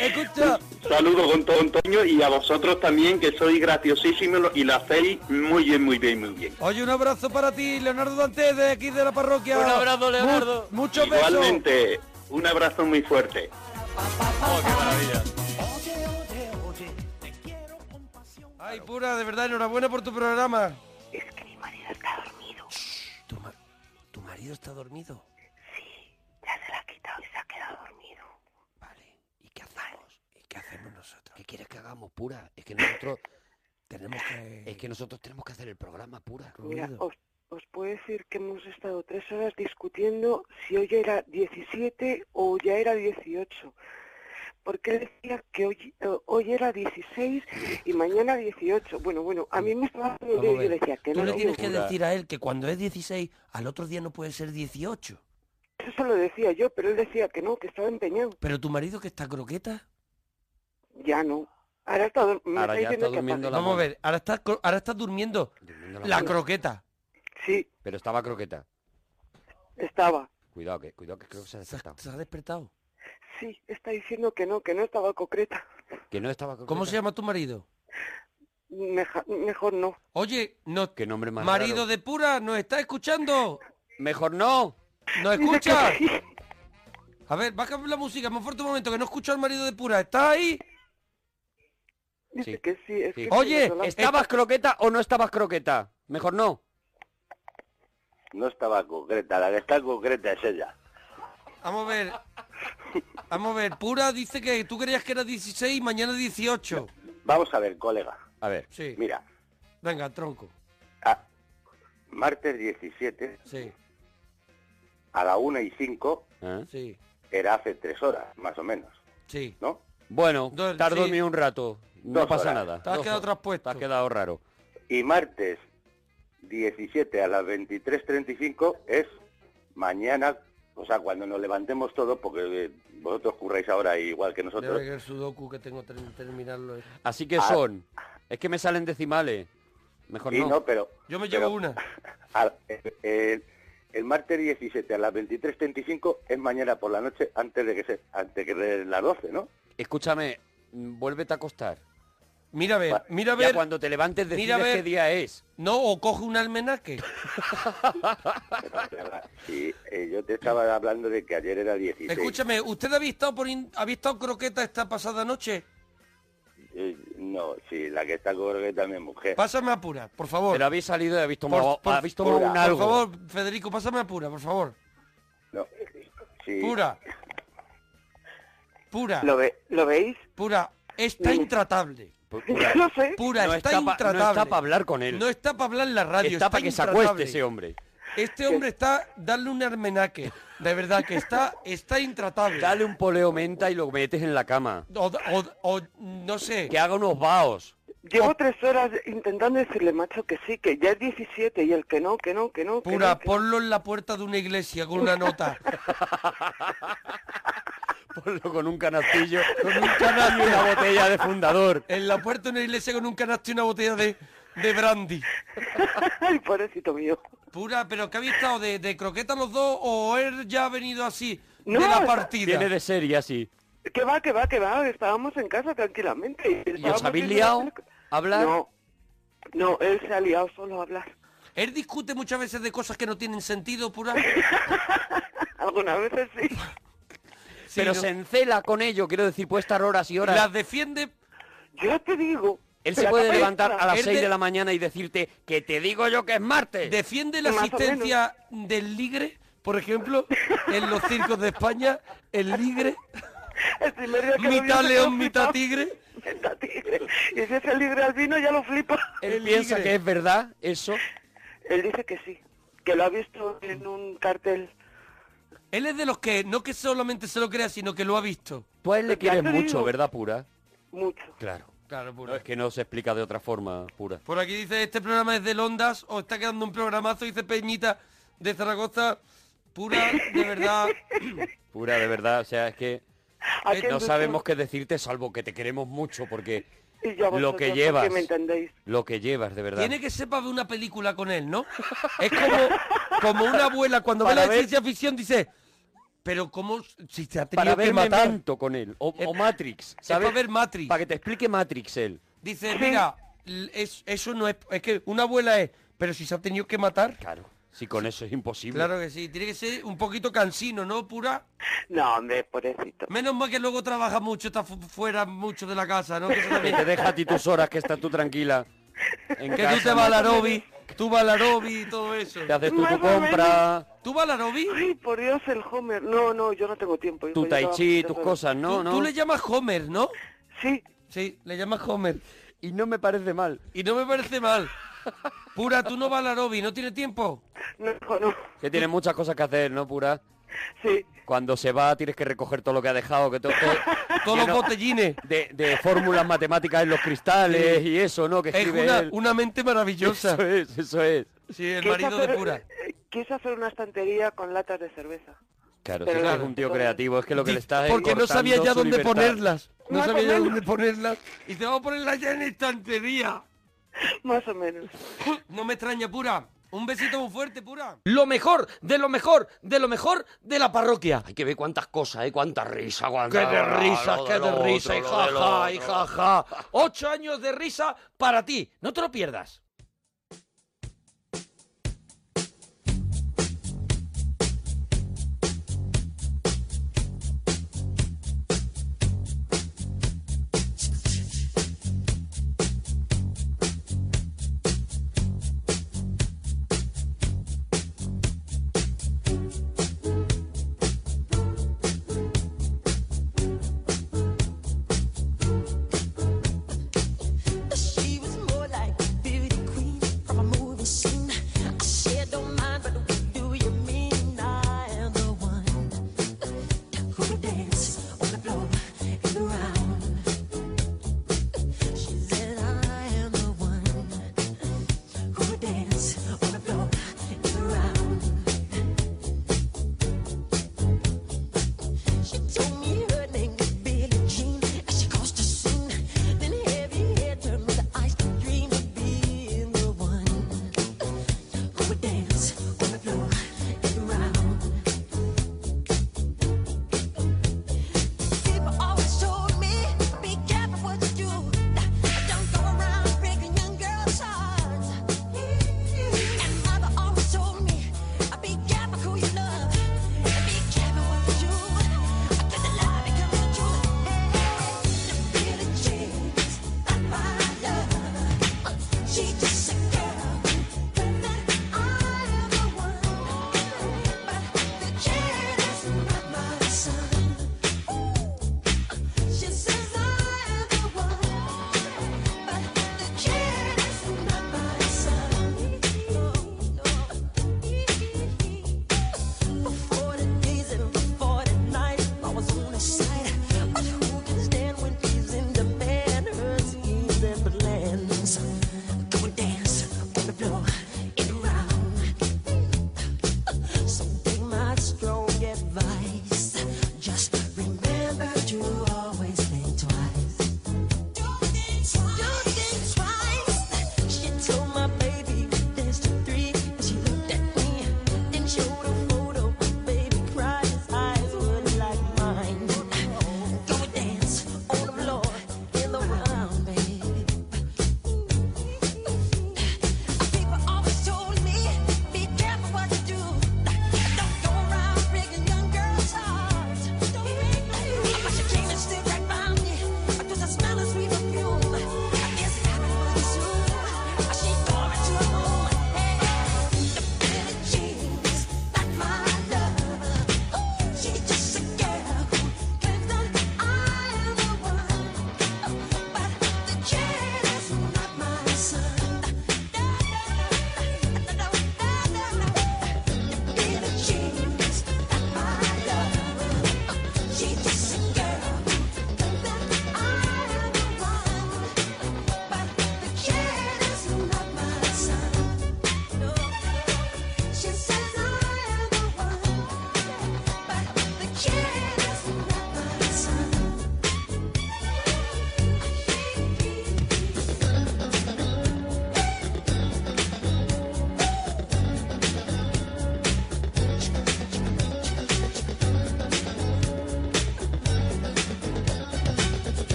G: Escucha,
D: Saludo con todo Antonio y a vosotros también, que sois graciosísimo y la hacéis muy bien, muy bien, muy bien.
G: oye, un abrazo para ti, Leonardo Dantes, de aquí de la parroquia.
B: Un abrazo, Leonardo.
G: Mu- muchos besos.
D: Igualmente, un abrazo muy fuerte.
G: Ay, pura, de verdad, enhorabuena por tu programa.
M: ¿Tu, ma- tu marido está dormido? Sí, ya se la ha quitado y se ha quedado dormido. Vale, ¿y qué hacemos? ¿Y qué hacemos nosotros? ¿Qué quieres que hagamos, pura? Es que nosotros tenemos que, es que nosotros tenemos que hacer el programa, pura.
N: Mira,
M: Ruido.
A: oh,
N: os, os puedo decir que hemos estado tres horas discutiendo si hoy era 17 o ya era 18. Porque él decía que hoy, eh, hoy era 16 y mañana 18. Bueno, bueno, a mí me estaba haciendo
M: Vamos
N: yo
M: a ver.
N: le decía que
M: Tú
N: no.
M: le
N: no,
M: tienes que
N: no,
M: decir a él que cuando es 16, al otro día no puede ser 18.
N: Eso se lo decía yo, pero él decía que no, que estaba empeñado.
M: Pero tu marido que está croqueta,
N: Ya no. Ahora está, dor- me
B: Ahora ya
N: está
B: está
N: diciendo que
B: durmiendo
N: apague.
B: la
G: Vamos a
B: mona.
G: ver, ahora estás cro- ahora estás durmiendo la croqueta.
N: Sí,
B: Pero estaba croqueta.
N: estaba.
B: Cuidado que, cuidado que creo que se ha
M: se ha,
B: despertado.
M: se ha despertado.
N: Sí, está diciendo que no, que no estaba concreta.
B: Que no estaba croqueta.
G: ¿Cómo se llama tu marido?
N: Meja- mejor no.
G: Oye, no,
B: Qué nombre más
G: marido
B: raro.
G: de pura, ¿nos está escuchando?
B: Mejor no.
G: ¿Nos
N: Dice que
G: escucha?
N: sí.
G: A ver, bájame la música, más fuerte un momento, que no escucho al marido de pura. ¿Está ahí?
N: Dice
B: Sí.
N: que sí. es
B: Sí.
N: que sí,
G: Oye,
N: Yolanda.
B: ¿Estabas croqueta o no estabas croqueta? Mejor no.
D: No estaba concreta, la que está concreta es ella.
G: Vamos a ver. Vamos a ver, pura dice que tú creías que era 16 y mañana 18.
D: Vamos a ver, colega.
B: A ver.
G: Sí.
D: Mira,
G: Venga, tronco.
D: a- martes 17
G: Sí,
D: a la 1 y 5
B: ¿Eh?
G: sí,
D: era hace tres horas, más o menos,
G: sí.
D: ¿no?
B: Bueno,
G: Dos-
B: tardó
G: sí.
B: ni un rato. No
D: Dos
B: pasa
D: horas.
B: nada.
G: Te has
B: Dos
G: quedado
B: horas.
G: traspuesto.
B: Te has quedado raro.
D: Y martes 17 a las 23.35 es mañana, o sea, cuando nos levantemos todos, porque eh, vosotros curráis ahora igual que
G: Debe
D: nosotros.
G: que el sudoku que tengo que terminarlo. Ah, es-
B: Así que son. Es que me salen decimales. Mejor
D: Sí,
B: no.
D: no, pero
G: Yo me llevo
D: Pero-
G: una.
D: al- el, el- el martes 17 a las 23.35 es mañana por la noche antes de que se, antes que de las 12, ¿no?
B: Escúchame, mm, vuélvete a acostar.
G: Mira a ver,
D: Va,
G: mira a
B: Ya
G: ver.
B: cuando te levantes decides
G: mira a ver.
B: qué día es.
G: No, o coge un almenaque.
D: Pero, sí, eh, yo te estaba hablando de que ayer era 16.
G: Escúchame, ¿usted había estado, poniendo, había estado croqueta esta pasada noche?
D: Eh, no, sí, la que está con que también mujer.
G: Pásame a pura, por favor.
B: Pero habéis salido y habéis tomado,
G: Por- por-
B: habéis tomado
D: por-
B: un
D: por
B: algo.
G: Por favor, Federico, pásame a pura, por favor.
D: No, sí.
G: Pura. Pura.
N: ¿Lo, ve- ¿Lo veis?
G: Pura. Está intratable.
B: Pu-
N: Yo lo sé.
G: Pura,
B: no
G: está,
B: está para
G: intratable.
B: hablar con él.
G: No está pa' hablar en la radio.
B: está para que se acueste
G: intratable.
B: ese hombre.
G: Este hombre está darle un almenaque. De verdad que está, está intratable.
B: Dale un poleo menta y lo metes en la cama.
G: O, o- o, no sé.
B: Que haga unos vaos.
N: Llevo tres horas intentando decirle, macho, que sí, que ya es 17 y el que no, que no, que no. que
G: Pura,
N: no, que no.
G: ponlo en la puerta de una iglesia con una nota.
B: Ponlo con un canastillo.
G: Con un canasto.
B: y una botella de fundador.
G: En la puerta de una iglesia con un canasto y una botella de, de brandy.
N: Ay, pobrecito mío.
G: Pura, pero ¿qué habéis estado? ¿De, de croqueta los dos o él ya ha venido así
N: No,
G: de la
N: está-
G: partida?
B: Viene de serie así.
N: Que va, que va, que va, estábamos en casa tranquilamente.
B: ¿Y os habéis liado? ¿Hablar?
N: No, no, él se ha liado solo a hablar.
G: Él discute muchas veces de cosas que no tienen sentido, pura.
N: Algunas veces sí.
B: Pero
G: ¿no?
B: se encela con ello, quiero decir, puede estar horas y horas.
G: Las defiende.
N: Yo te digo.
B: Él se puede levantar a las
G: Él
B: 6 de...
G: de-
B: la mañana y decirte que te digo yo que es martes.
G: Defiende la asistencia del ligre, por ejemplo, en los circos de España, el ligre, mitad león, mitad tigre.
N: Y si es el libre albino ya lo flipa.
B: Él piensa que es verdad eso.
N: Él dice que sí, que lo ha visto en un cartel.
G: Él es de los que no que solamente se lo crea, sino que lo ha visto.
B: Tú a Pues él le
G: Ya
B: quieres
G: te
B: mucho,
G: digo.
B: ¿verdad, Pura?
N: Mucho.
B: Claro.
G: Claro, Pura.
B: No, es que no se explica de otra forma, Pura.
G: Por aquí dice, este programa es del Ondas, o está quedando un programazo, dice Peñita de Zaragoza, pura, de verdad.
B: Pura, de verdad, o sea, es que
N: ¿A
B: eh,
N: quién
B: no
N: tú-
B: sabemos qué decirte salvo que te queremos mucho porque
N: Y yo
B: lo
N: a vosotros,
B: que
N: porque
B: llevas,
N: me entendéis.
B: lo que llevas, de verdad.
G: Tiene que sepa de una película con él, ¿no? Es como, como una abuela cuando ve
B: Para
G: la
B: ver-
G: ciencia ficción dice, pero cómo si te ha tenido
B: Para
G: que
B: verme
G: meter-".
B: tanto con él. O, o Matrix,
G: es
B: ¿sabes?
G: para ver Matrix.
B: Para que te explique Matrix él.
G: Dice, mira, l- es- eso no es, es que una abuela es, pero si se ha tenido que matar.
B: Claro. Si con eso es imposible.
G: Claro que sí, tiene que ser un poquito cansino, ¿no, pura?
N: No, hombre, pobrecito.
G: Menos mal que luego trabaja mucho, está fu- fuera mucho de la casa, ¿no? Que eso
B: Que
G: también-
B: te deja a ti tus horas, que estás tú tranquila. en
G: Que tú
B: casa.
G: te vas a la Robi, tú vas a la Robi y todo eso.
B: Te haces tú tu compra,
G: ¿Tú vas a la Robi?
N: Ay, por Dios, el Homer. No, no, yo no tengo tiempo. hijo,
B: tu
N: yo
B: tai
N: trabajo
B: chi,
N: muchas
B: tus
N: horas.
B: cosas, ¿no?
G: Tú-
B: ¿no?
G: Tú le llamas Homer, ¿no?
N: Sí,
G: Sí, le llamas Homer.
B: Y no me parece mal.
G: Y no me parece mal. Pura, tú no vas a la Robi, ¿no tiene tiempo?
N: no, no,
B: Que tiene muchas cosas que hacer, ¿no, Pura?
N: sí.
B: Cuando se va tienes que recoger todo lo que ha dejado, que todo... todo-
G: Todos los
B: lleno
G: botellines.
B: De, de fórmulas matemáticas en los cristales y eso, ¿no? Que
G: Es
B: escribe
G: una,
B: él.
G: una mente maravillosa.
B: Eso es, eso es.
G: Sí, el
N: Quise
G: marido de
N: hacer-
G: Pura.
N: eh, Quise hacer una estantería con latas de cerveza.
B: Claro,
N: Pero
B: sí,
N: claro,
B: es un tío creativo, es que lo que le estás es
G: Porque no
B: cortando
G: sabía ya
B: su
G: dónde
B: libertad.
G: ponerlas. No
N: Más o
G: sabía ya
N: menos.
G: dónde ponerlas. Y te vamos a ponerlas ya en estantería.
N: Más o menos.
G: No me extraña, Pura. Un besito muy fuerte, Pura. Lo mejor, de lo mejor, de lo mejor de la parroquia.
E: Hay que ver cuántas cosas, ¿eh? Cuánta risa,
G: ¡Qué
E: cuánta...
B: Ah,
G: de risas,
E: lo
G: qué
E: del
G: de
E: otro,
G: risa! ¡Y
E: lo del
G: jaja, y
E: otro.
G: jaja! Ocho años de risa para ti. No te lo pierdas.
O: She was more like beauty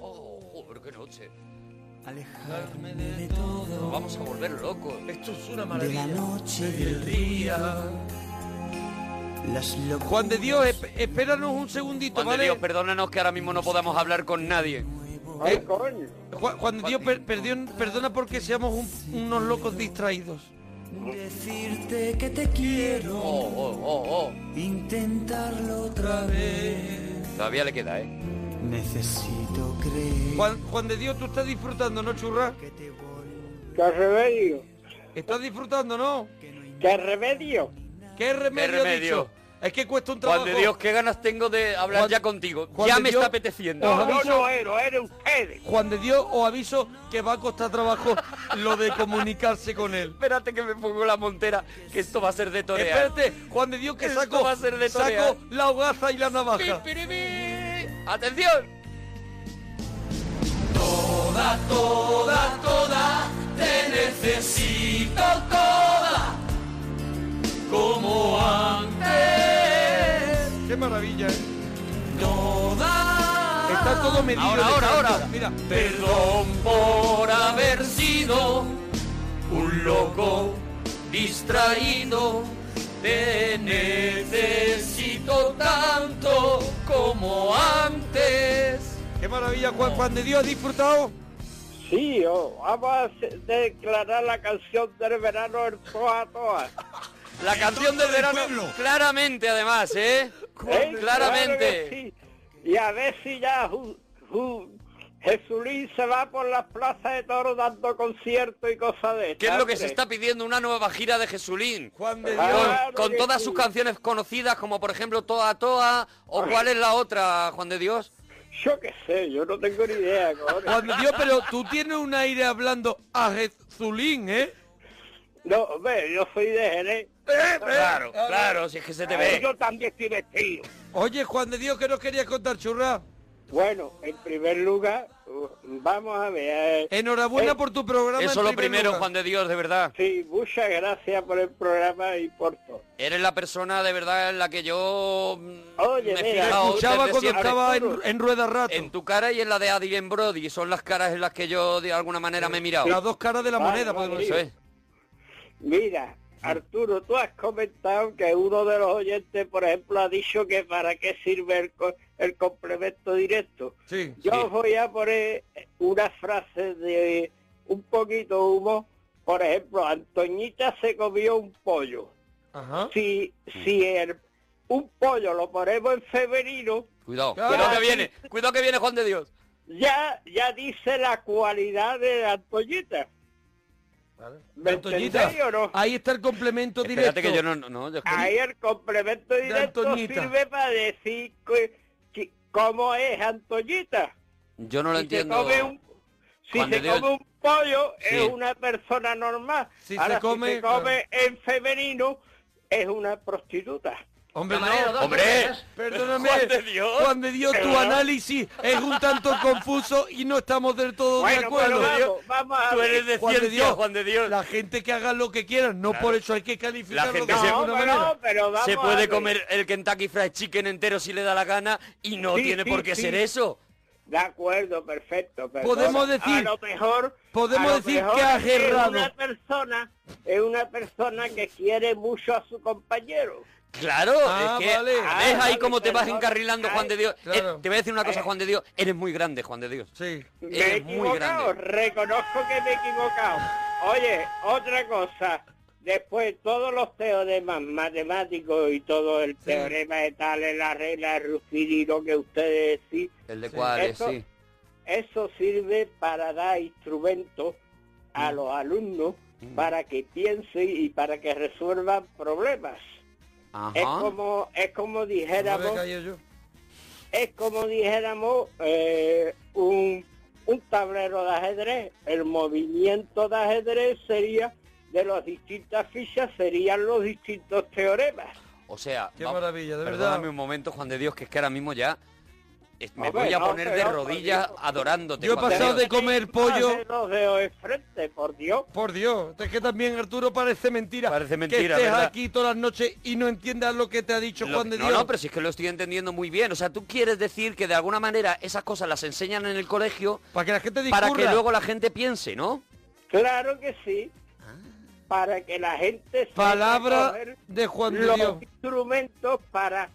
E: Oh,
B: Alejarme de todo. Vamos a volver locos. Esto es una
E: maravilla. De la noche y el día.
B: Juan de Dios, espéranos un segundito, Juan de Dios, perdónanos que ahora mismo no podamos hablar con nadie.
G: Eh, Juan, Juan de Dios, per- perdión- perdona porque seamos un- unos locos distraídos.
E: Decirte que te quiero.
G: Oh,
E: Intentarlo otra vez.
B: Todavía le queda, ¿eh?
E: Necesito creer.
G: Juan, Juan de Dios, tú estás disfrutando, ¿no, churra?
P: ¿Qué remedio?
G: Estás disfrutando, ¿no?
P: ¿Qué remedio?
G: ¿Qué remedio? ha
B: remedio?
G: dicho? Es que cuesta un trabajo.
B: Juan de Dios, qué ganas tengo de hablar ya contigo.
G: Juan
B: ya
G: de
B: me
G: Dios,
B: está apeteciendo.
G: os aviso-
B: eh,
P: eres ustedes.
G: Juan de Dios, os aviso que va a costar trabajo lo de comunicarse con él.
B: Espérate que me pongo la montera, que esto va a ser de torear.
G: Espérate, Juan de Dios, que
B: Esto
G: saco,
B: va a ser de torear.
G: saco la hogaza y la navaja.
B: ¡Atención!
E: Toda, toda, toda, te necesito toda, como antes.
G: Qué maravilla, ¿eh?
E: Toda.
G: Está todo medido.
E: Ahora,
G: de
E: ahora,
G: cara.
E: ahora.
G: Mira,
E: Perdón por haber sido un loco distraído. Te necesito tanto como antes.
G: Qué maravilla, Juan, Juan de Dios, ¿has disfrutado?
P: Sí, oh, vamos a hacer- declarar la canción del verano en toa toa.
B: La canción del verano. Claramente, además, ¿eh?
P: ¿Eh? Claro que
B: Claramente.
P: sí. Y a ver si ya Ju- Ju- Jesulín se va por las plazas de toros dando conciertos y cosas de estas.
B: ¿Qué es lo que se
P: hombre.
B: está pidiendo? Una nueva gira de Jesulín.
G: Juan de
B: Con,
P: Dios.
B: con
P: que
B: todas
P: sí.
B: sus canciones conocidas, como por ejemplo Toa Toa, o cuál es la otra, Juan de Dios.
P: Yo qué sé, yo no tengo ni idea, cojones.
G: Juan de Dios, pero tú tienes un aire hablando a Jezulín, ¿eh?
P: No, hombre, yo soy de Jerez.
E: Eh,
B: Claro, claro, si es que se te
P: Ay,
B: ve.
P: Yo también estoy vestido.
G: Oye, Juan de Dios, ¿qué nos querías contar, churra?
P: Bueno, en primer lugar, uh, vamos a ver. eh,
G: Enhorabuena
P: eh,
G: por tu programa.
B: Eso
G: en
B: lo
G: primer
B: primero,
G: lugar.
B: Juan de Dios, de verdad.
P: Sí, muchas gracias por el programa y por todo.
B: Eres la persona de verdad en la que yo mm,
P: Oye,
B: me he
P: mira,
B: fijado
G: Escuchaba
B: desde
G: cuando
B: siempre.
G: estaba en, en Rueda Rato.
B: En tu cara y en la de Adil en Brody. Son las caras en las que yo de alguna manera me he mirado.
G: Las dos caras de la
P: Vale,
G: moneda,
P: vale.
G: podemos
B: Eso
G: decir.
B: es.
P: Mira,
B: Ah.
P: Arturo, tú has comentado que uno de los oyentes, por ejemplo, ha dicho que para qué sirve el, co- el complemento directo.
G: Sí.
P: Yo
B: Sí.
P: voy a poner una frase de un poquito humo. Por ejemplo, Antoñita se comió un pollo.
G: Ajá.
P: Si, si el- un pollo lo ponemos en femenino,
B: Cuidado,
G: Claro.
B: cuidado que viene. Cuidado que viene, Juan de Dios.
P: ya, ya dice la cualidad de Antoñita. ¿Me
G: Antoñita,
P: entendéis o no?
G: ahí está el complemento directo.
B: Espérate que yo no... no, no, yo es que-
P: Ahí el complemento directo
G: Antoñita.
P: sirve para decir que- que- cómo es Antoñita.
B: Yo no lo
P: si
B: entiendo.
P: se come un, si
B: Juan de
P: se
B: Dios.
P: come un pollo
B: Sí.
P: es una persona normal.
G: Si se
P: Ahora,
G: come-
P: si se come en femenino es una prostituta.
G: Hombre,
Q: Camarero,
G: no.
Q: dos
B: ¡Hombre!
G: Perdóname,
B: Juan de Dios.
G: Juan de Dios, tu análisis es un tanto confuso y no estamos del todo de
P: Bueno,
G: acuerdo.
P: pero vamos, vamos a
B: Tú
P: ver.
B: eres de
G: Juan de
B: ciencia,
G: Dios.
B: Juan de Dios.
G: La gente que haga lo que quiera, no por eso hay que
B: La
G: calificarlo
B: gente
G: de
B: se-
G: alguna
P: No,
G: manera.
P: pero, pero vamos
B: Se
P: a
B: puede
P: ver.
B: comer el Kentucky Fried Chicken entero si le da la gana y no
P: Sí,
B: tiene
P: sí,
B: por qué
P: sí.
B: ser eso.
P: De acuerdo, perfecto. perdona.
G: Podemos decir-
P: A lo mejor.
G: podemos
P: a lo
G: decir
P: mejor
G: que ha
P: Es
G: gerrado.
P: una persona, es una persona que quiere mucho a su compañero.
B: Claro,
G: Ah,
B: es que
G: vale.
B: ves
P: Ah,
B: ahí
P: vale,
B: cómo te vas
P: perdón.
B: encarrilando, Juan de Dios. Eh,
G: Claro.
B: te voy a decir una cosa,
P: Eh.
B: Juan de Dios. Eres muy grande, Juan de Dios.
G: Sí.
P: Me he
B: Eres muy
P: equivocado,
B: grande.
P: reconozco que me he equivocado. Oye, otra cosa. Después, todos los teoremas matemáticos y todo el teorema de Tales, la regla de Ruffini, lo que ustedes decís,
B: El de
G: Sí.
B: cuáles,
P: Eso-
B: sí.
P: eso sirve para dar instrumentos a los alumnos para que piensen y para que resuelvan problemas. Es
B: Ajá.
P: como, es como
G: No había
P: dijéramos,
G: caído yo.
P: es como dijéramos eh, un, un tablero de ajedrez. El movimiento de ajedrez sería de las distintas fichas, serían los distintos teoremas.
B: O sea,
G: Qué
B: va-
G: maravilla, de
B: perdóname
G: verdad.
B: un momento, Juan de Dios, que es que ahora mismo ya es- me
P: Hombre,
B: voy a
P: no,
B: poner de
P: pero-
B: rodillas adorándote.
G: Yo he
B: Juan
G: pasado
B: Diego.
G: de comer pollo.
P: Hace Ah, los dedos de frente, por Dios.
G: Por Dios, es que también Arturo parece mentira. Parece
B: mentira,
G: Que estés
B: ¿verdad?
G: aquí todas las noches y no entiendas lo que te ha dicho
B: Lo-
G: Juan de
B: no,
G: Dios.
B: no, pero si es que lo estoy entendiendo muy bien. O sea, tú quieres decir que de alguna manera esas cosas las enseñan en el colegio
G: para que la gente
B: para que
P: discurra.
B: luego la gente piense, ¿no?
P: Claro que sí.
B: Ah.
P: Para que la gente sepa
B: Palabra
P: coger
G: de Juan de
P: los
G: Dios.
P: instrumentos para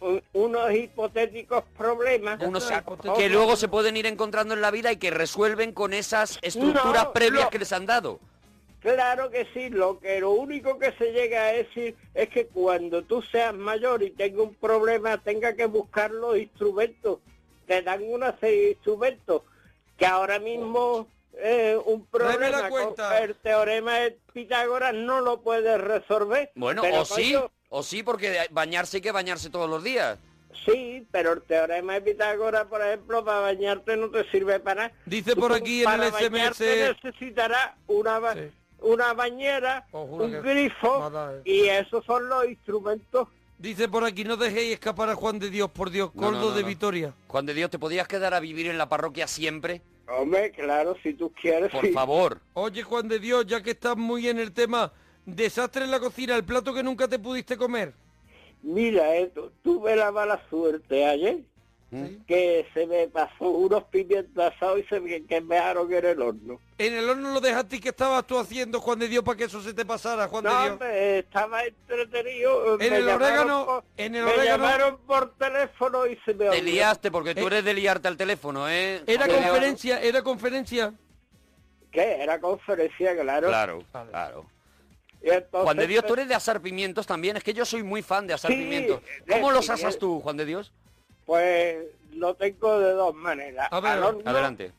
P: un- unos hipotéticos problemas
B: Unos
P: Otros-
B: que luego se pueden ir encontrando en la vida y que resuelven con esas estructuras
P: No,
B: previas
P: no.
B: que les han dado.
P: Claro que sí, lo que lo único que se llega a decir es que cuando tú seas mayor y tengas un problema, tenga que buscar los instrumentos. Te dan una serie de instrumentos que ahora mismo eh, un problema con el teorema de Pitágoras no lo puedes resolver.
B: Bueno,
P: Pero,
B: o sí,
P: coño,
B: o sí, porque bañarse hay que bañarse todos los días.
P: Sí, pero el teorema de Pitágoras, por ejemplo, para bañarte no te sirve para nada.
G: Dice
P: Tú
G: por aquí en
P: para
G: el SMS.
P: bañarte necesitarás una, ba- una bañera,
G: juro
P: un
G: que-
P: grifo
G: Nada, eh.
P: y esos son los instrumentos.
G: Dice por aquí, no dejéis escapar a Juan de Dios, por Dios,
B: No, no,
G: Coldo
B: no,
G: de
B: no.
G: Vitoria.
B: Juan de Dios, ¿te podías quedar a vivir en la parroquia siempre?
P: Hombre, claro, si tú quieres.
B: Por favor.
G: Oye, Juan de Dios, ya que estás muy en el tema, desastre en la cocina, el plato que nunca te pudiste comer.
P: Mira, eh, tu- tuve la mala suerte ayer que se me pasó unos pimientos asados y se me quemaron en el horno.
G: En el horno lo dejaste y que estabas tú haciendo, Juan de Dios, para que eso se te pasara, Juan de
P: No,
G: Dios.
P: hombre, eh, estaba entretenido.
G: En
P: me
G: el
P: llamaron
G: orégano,
P: por-
G: en el
P: me
G: orégano.
P: llamaron por teléfono y se me
B: Te
P: olvidó.
B: liaste, porque tú eres de liarte al teléfono, ¿eh?
P: Era
B: Juan de Dios.
G: Eh. Conferencia, era conferencia.
P: ¿Qué? Era conferencia, claro.
B: Claro, claro.
P: Y entonces-
B: Juan de Dios, tú eres de asar pimientos también. Es que yo soy muy fan de asar
P: Sí,
B: pimientos.
P: eh,
B: ¿Cómo los
P: sí,
B: asas
P: eh.
B: tú, Juan de Dios?
P: Pues lo tengo de dos maneras.
B: A ver,
P: al horno,
B: adelante.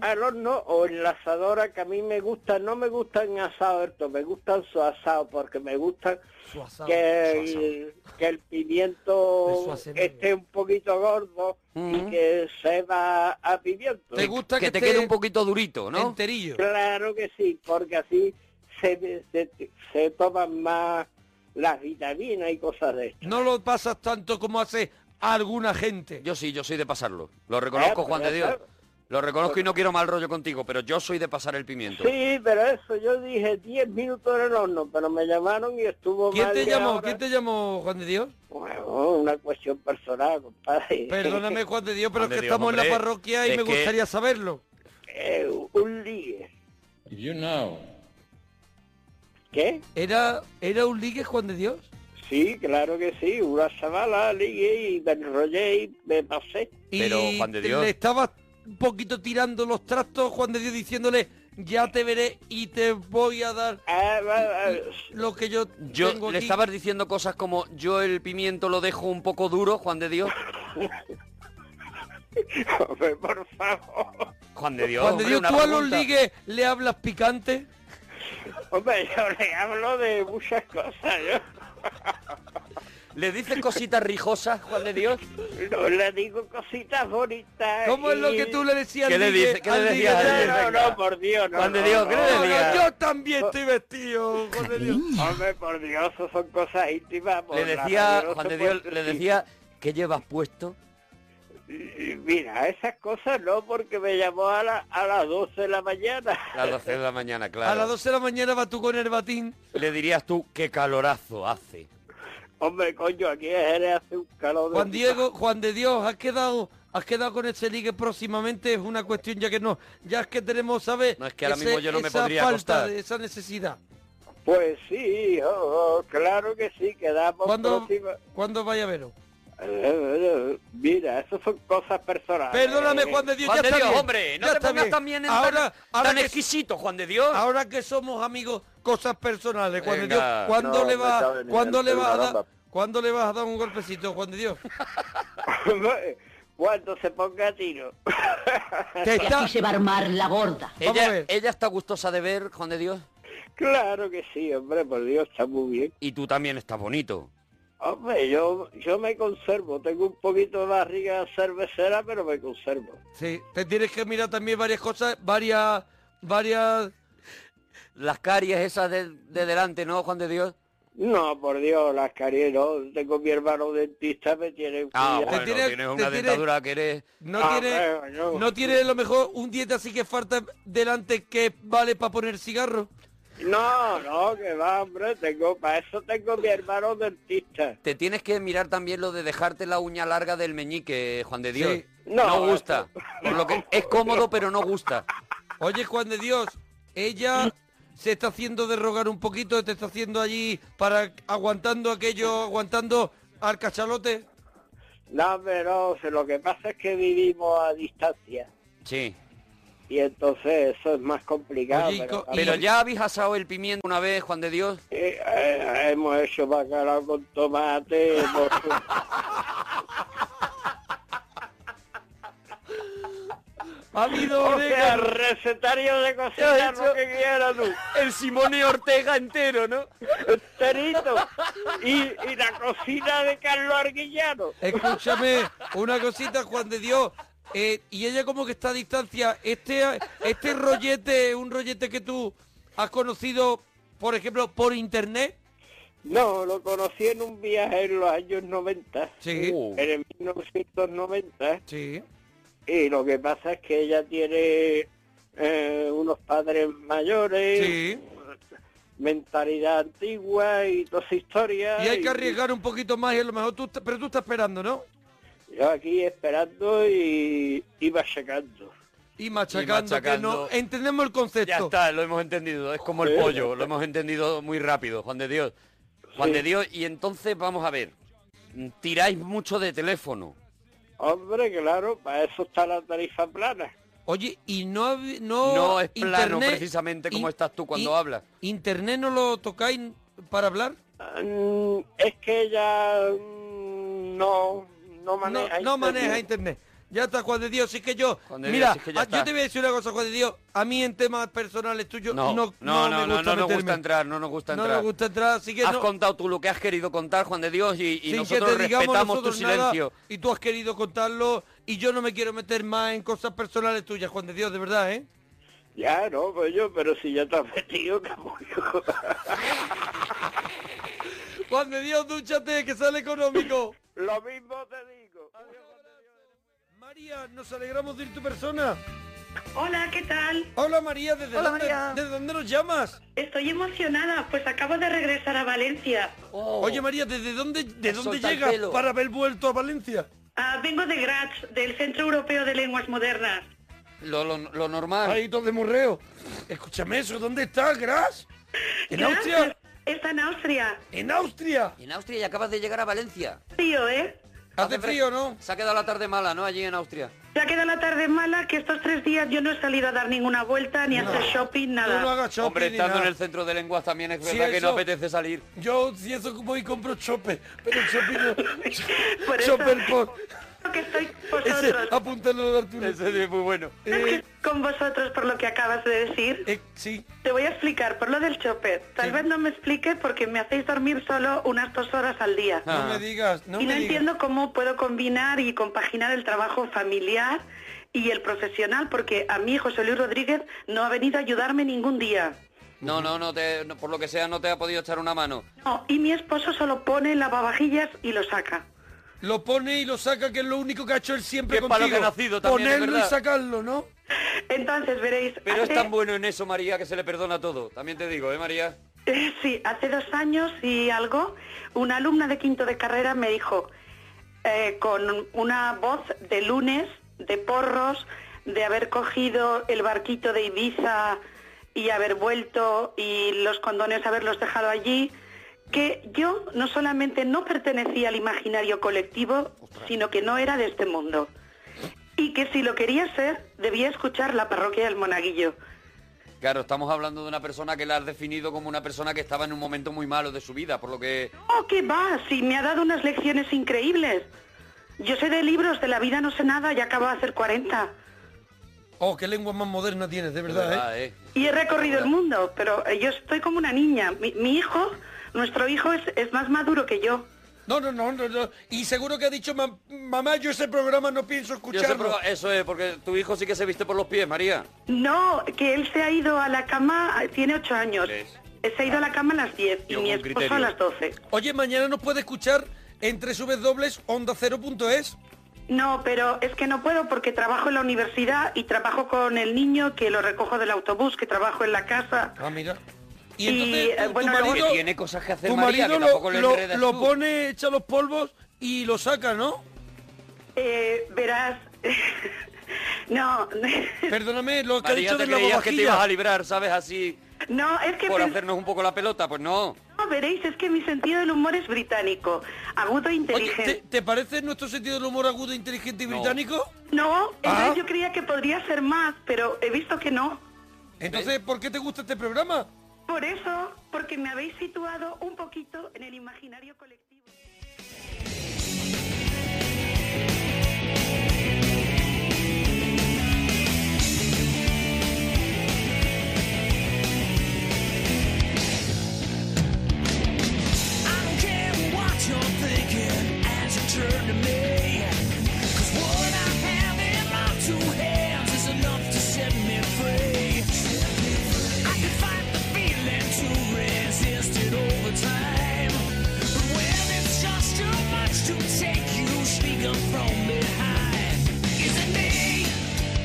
P: al horno o en la asadora, que a mí me gusta, no me gustan asados, estos, me gustan su asado, porque me gustan
G: Su asado.
P: que,
G: Su
P: el, que el pimiento esté un poquito gordo y que se va a pimiento.
B: ¿Te gusta que, te quede un poquito durito, no?
G: Enterillo.
P: Claro que sí, porque así se, se, se toman más las vitaminas y cosas de esto.
G: No lo pasas tanto como hace alguna gente.
B: Yo sí, yo soy de pasarlo. Lo reconozco,
P: Eh,
B: Juan de
P: ya
B: Dios.
P: sabes.
B: Lo reconozco y no quiero mal rollo contigo, pero yo soy de pasar el pimiento.
P: Sí, pero eso, yo dije 10 minutos en el horno, pero me llamaron y estuvo
G: ¿Quién
P: más
G: te
P: de
G: llamó?
P: ahora.
G: ¿Quién te llamó, Juan de Dios?
P: Bueno, una cuestión personal, compadre.
G: Perdóname, Juan de Dios, pero
P: Juan de
G: es que
P: Dios,
G: estamos en la
P: hombre,
G: parroquia y
P: es
G: me
P: que-
G: gustaría saberlo.
P: Eh, un ligue.
E: You know.
P: ¿Qué?
G: ¿Era, ¿Era un ligue, Juan de Dios?
P: Sí, claro que sí, una chavala ligue y me enrollé y me pasé.
B: Pero, Juan de Dios.
G: Le estabas un poquito tirando los trastos, Juan de Dios, diciéndole, ya te veré y te voy a dar lo que yo,
B: Yo
G: tengo
B: le
G: aquí.
B: estabas diciendo cosas como yo el pimiento lo dejo un poco duro, Juan de Dios.
P: por favor.
B: Juan de Dios.
G: Juan de
B: hombre,
G: Dios,
B: una
G: ¿tú a los
B: pregunta.
G: ligues le hablas picante?
P: Hombre, yo le hablo de muchas cosas, yo
B: ¿Le dices cositas rijosas, Juan de Dios?
P: no le digo cositas bonitas.
G: ¿Cómo es lo
P: y-
G: que tú le decías
B: ¿Qué
G: al
B: le
G: ligue?
B: dices? ¿Qué le
G: al ligue?
B: decías al ligue?
P: No, no, por Dios, no.
B: Juan de
P: no,
B: Dios, ¿qué le
P: no, Oh,
B: decías?
G: Yo también estoy vestido, Juan de Dios.
P: Hombre, por Dios, eso son cosas íntimas. por
B: Le
P: la
B: decía,
P: radio no
B: Juan
P: se
B: de Dios,
P: puede
B: le
P: decir.
B: decía, ¿qué llevas puesto?
P: Mira, esas cosas no, porque me llamó a, la- a las 12 de la mañana.
B: A las 12 de la mañana,
G: A las
B: claro.
G: 12 de la mañana vas tú con el batín.
B: Le dirías tú, qué calorazo hace.
P: Hombre, coño, aquí en Jerez hace un calor. de-
G: Juan Diego, Juan de Dios, has quedado, has quedado con ese ligue próximamente, es una cuestión ya que no, ya es que tenemos, ¿sabes? No, es
B: que ahora mismo yo no me podría
G: falta
B: acostar.
G: de esa necesidad.
P: Pues sí, oh, oh, claro que sí, quedamos
G: ¿Cuándo,
P: próxima-
G: ¿cuándo vaya a verlo?
P: Eh, eh, Mira, eso son cosas personales.
G: Perdóname, Juan de Dios,
B: Eh, Juan
G: ya
B: de
G: está
B: Dios,
G: bien,
B: hombre, no
G: ya
B: te
G: está
B: pongas
G: bien.
B: también en
G: ahora,
B: tan-
G: ahora
B: tan
G: que-
B: exquisito, Juan de Dios.
G: Ahora que somos amigos, cosas personales, Juan de Dios,
B: Venga.
G: ¿cuándo
B: No,
G: le
B: me
G: vas,
B: cabe ni
G: cuándo
B: el-
G: le
B: el
G: vas a dar,
B: baramba.
G: cuándo le vas a dar un golpecito, Juan de Dios?
P: Cuando se ponga a tiro.
B: Aquí se va a armar
P: la gorda.
B: Ella, ella está gustosa de ver, Juan de Dios.
P: Claro que sí, hombre, por Dios, está muy bien.
B: Y tú también estás bonito.
P: Hombre, yo, yo me conservo, tengo un poquito de barriga cervecera, pero me conservo.
G: Sí, te tienes que mirar también varias cosas, varias, varias
B: Las caries esas de, de delante, ¿no, Juan de Dios?
P: No, por Dios, las caries no. Tengo mi hermano dentista, me tiene...
B: Ah,
P: cuidado.
B: bueno, tienes una dentadura que eres...
G: No
B: Ah,
G: tiene,
B: claro, yo-
G: no tiene a lo mejor un diente así que falta delante que vale para poner cigarro.
P: No, no, que va, hombre, tengo, para eso tengo mi hermano dentista.
B: Te tienes que mirar también lo de dejarte la uña larga del meñique, Juan de Dios.
G: Sí.
B: No,
G: No,
P: eh,
B: gusta. Por lo que es cómodo, pero no gusta.
G: Oye, Juan de Dios, ella se está haciendo derrogar un poquito, te está haciendo allí para aguantando aquello, aguantando al cachalote.
P: No, pero lo que pasa es que vivimos a distancia
B: Sí.
P: y entonces eso es más complicado. pero
B: Pero,
P: también-
B: ya habéis asado el pimiento una vez, Juan de Dios.
P: Eh, eh, hemos hecho bacalao con tomate, hemos-
B: Ha habido
P: o sea, recetario de cocinar lo que quieras tú.
B: El Simone Ortega entero, ¿no?
P: Enterito. Y, y la cocina de Carlos Arguillano.
G: Escúchame, una cosita, Juan de Dios. eh, y ella como que está a distancia. Este, este rollete, un rollete que tú has conocido, por ejemplo, por internet.
P: No, lo conocí en un viaje en los años 90.
G: Sí.
P: En el 1990.
G: Sí.
P: Y lo que pasa es que ella tiene eh, unos padres mayores. Mentalidad antigua y toda esa historia.
G: Y hay que arriesgar un poquito más y a lo mejor tú, estás- pero tú estás esperando, ¿no?
P: Yo aquí esperando y iba checando.
G: Y machacando,
B: machacando.
G: que no entendemos el concepto.
B: Ya está, lo hemos entendido. Es como el
P: eh.
G: Sí.
B: pollo, lo hemos entendido muy rápido, Juan de Dios. Juan
P: Sí.
B: de Dios, y entonces vamos a ver. Tiráis mucho de teléfono.
P: Hombre, claro, para eso está la tarifa plana.
G: Oye, y no hab- no
B: No es plano,
G: precisamente como
B: estás tú cuando hablas.
G: Internet no lo tocáis para hablar.
P: Mm, es que ella mm, no no maneja
G: No, no
P: internet.
G: maneja internet. Ya está, Juan de Dios, sí que yo...
B: de
G: mira,
B: Dios, sí que ya
G: ah,
B: está.
G: yo te voy a decir una cosa, Juan de Dios. A mí en temas personales tuyos no,
B: No, no, no, no,
G: me
B: no,
G: gusta
B: nos
G: meterme.
B: gusta entrar, no nos gusta
G: No
B: entrar.
G: nos gusta entrar, así que
B: Has
G: no-
B: contado tú lo que has querido contar, Juan de Dios, y, y
G: Sin que
B: nosotros
G: te digamos
B: respetamos
G: nosotros
B: tu
G: nada,
B: silencio.
G: y tú has querido contarlo y yo no me quiero meter más en cosas personales tuyas, Juan de Dios, de verdad, ¿eh?
P: ya no coño pero si ya te has metido cabrón.
G: Juan de Dios, dúchate, que sale económico.
P: Lo mismo te digo.
G: María, nos alegramos de ir tu persona.
R: Hola, ¿qué tal?
G: Hola María, ¿desde,
R: Hola,
G: dónde,
R: María.
G: ¿desde dónde nos llamas?
R: Estoy emocionada, pues acabo de regresar a Valencia.
G: Oh. Oye María, ¿desde dónde, de dónde
R: Solta el
G: llegas
R: pelo.
G: para haber vuelto a Valencia?
R: Ah, vengo de Graz, del Centro Europeo de Lenguas Modernas.
B: Lo, lo- lo normal.
G: Ahí todo de morreo. Escúchame eso, ¿dónde estás, Gras? ¿En
R: Graz
G: Austria?
R: Está en Austria.
G: ¿En Austria?
B: En Austria y acabas de llegar a Valencia.
R: Tío, ¿eh?
B: Hace frío, ¿no? Se ha quedado la tarde mala, ¿no? Allí en Austria.
R: Se ha quedado la tarde mala que estos tres días yo no he salido a dar ninguna vuelta ni a hacer shopping, nada.
B: Hombre,
G: ni
B: estando
G: nada.
B: en el centro de lenguas también es
G: Sí,
B: verdad que no
G: eso.
B: apetece salir.
G: Yo si eso voy y compro chope, pero chope no.
R: Por eso-
G: Chopper por.
R: Que estoy
G: Ese,
R: vosotros.
G: apúntalo de Arturo.
B: Ese es muy bueno.
R: Es que estoy con vosotros por lo que acabas de decir.
G: Eh. sí.
R: Te voy a explicar por lo del chopper. Tal vez no me explique porque me hacéis dormir solo unas dos horas al día.
B: Ah.
G: No me digas, no
R: y no
G: me digas.
R: entiendo cómo puedo combinar y compaginar el trabajo familiar y el profesional, porque a mí José Luis Rodríguez no ha venido a ayudarme ningún día.
B: No, no, no, te, no, por lo que sea no te ha podido echar una mano.
R: No, y mi esposo solo pone el lavavajillas y lo saca.
G: Lo pone y lo saca, que es lo único que ha hecho él siempre
B: Que es
G: contigo.
B: para lo que ha nacido también, es
G: Ponerlo y
B: verdad.
G: sacarlo, ¿no?
R: Entonces veréis.
B: Pero es
R: hace-
B: tan bueno en eso, María, que se le perdona todo. También te digo, ¿eh, María?
R: Eh, Sí, hace dos años y algo, una alumna de quinto de carrera me dijo, eh, con una voz de lunes, de porros, de haber cogido el barquito de Ibiza y haber vuelto y los condones haberlos dejado allí, que yo no solamente no pertenecía al imaginario colectivo, sino que no era de este mundo. Y que si lo quería ser, debía escuchar la parroquia del monaguillo.
B: Claro, estamos hablando de una persona que la has definido como una persona que estaba en un momento muy malo de su vida, por lo que...
R: Oh, qué va, sí, me ha dado unas lecciones increíbles. Yo sé de libros, de la vida no sé nada, ya acabo de hacer 40.
G: Oh, qué lengua más moderna tienes, de verdad, ¿eh?
R: Y he recorrido el mundo, pero eh, yo estoy como una niña. Mi, mi hijo, nuestro hijo es, es más maduro que yo.
G: No, no, no, no, no. Y seguro que ha dicho, "Mam- mamá, yo ese programa no pienso
B: Yo eh. sé,
G: escucharlo.
B: pero eso es, porque tu hijo sí que se viste por los pies, María.
R: No, que él se ha ido a la cama, eh, tiene ocho años. Se ha ido a la cama a las 10 y mi esposo a las 12.
G: Oye, mañana nos puede escuchar en www.onda0.es.
R: No, pero es que no puedo porque trabajo en la universidad y trabajo con el niño que lo recojo del autobús, que trabajo en la casa.
G: Ah, mira.
R: Y,
G: Y entonces,
R: eh,
G: tu-
R: bueno,
G: tu
R: luego-
G: marido,
S: Tiene cosas que hacer
G: tu
S: María,
G: marido
S: que
G: lo,
S: tampoco lo,
G: lo-
S: enredas
G: lo
S: tú.
G: pone, echa los polvos y lo saca, ¿no?
R: Eh, verás. no.
G: Perdóname, lo que ha
B: María,
G: dicho
B: te
G: de la
B: creías que te ibas a
G: vajilla.
B: librar, ¿sabes? Así,
R: No, es que
B: por
R: pen-
B: hacernos un poco la pelota, pues no.
R: no, veréis, es que mi sentido del humor es británico, agudo e inteligente.
G: ¿Te, te parece nuestro sentido del humor agudo, inteligente y británico? Ah.
R: No, entonces yo creía que podría ser más, pero he visto que no.
G: Entonces, ¿por qué te gusta este programa?
R: Por eso, porque me habéis situado un poquito en el imaginario colectivo.
A: I don't care what you're thinking as you turn to me. 'Cause what I have in my two hands is enough to set me free. I can fight the feeling to resist it over time. But when it's just too much to take, you sneak up from behind. Is it me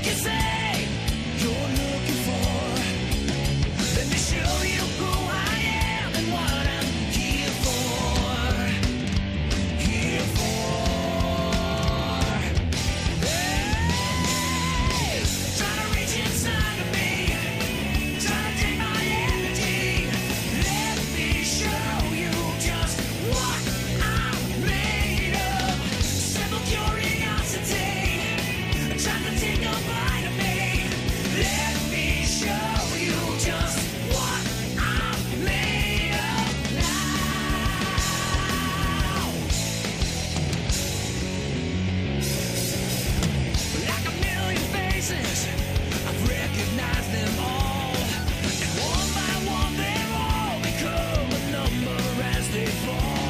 A: you say you're looking for? Let me show you who I am and what I'm here for. Here for. Hey, try to reach inside of me. Try to take my energy. Let me show you just what I'm made of. Simple curiosity. Try to take a bite of me. Let me show you just what I'm made of now. Like a million faces, I've recognized them all. And one by one, they've all become a number as they fall.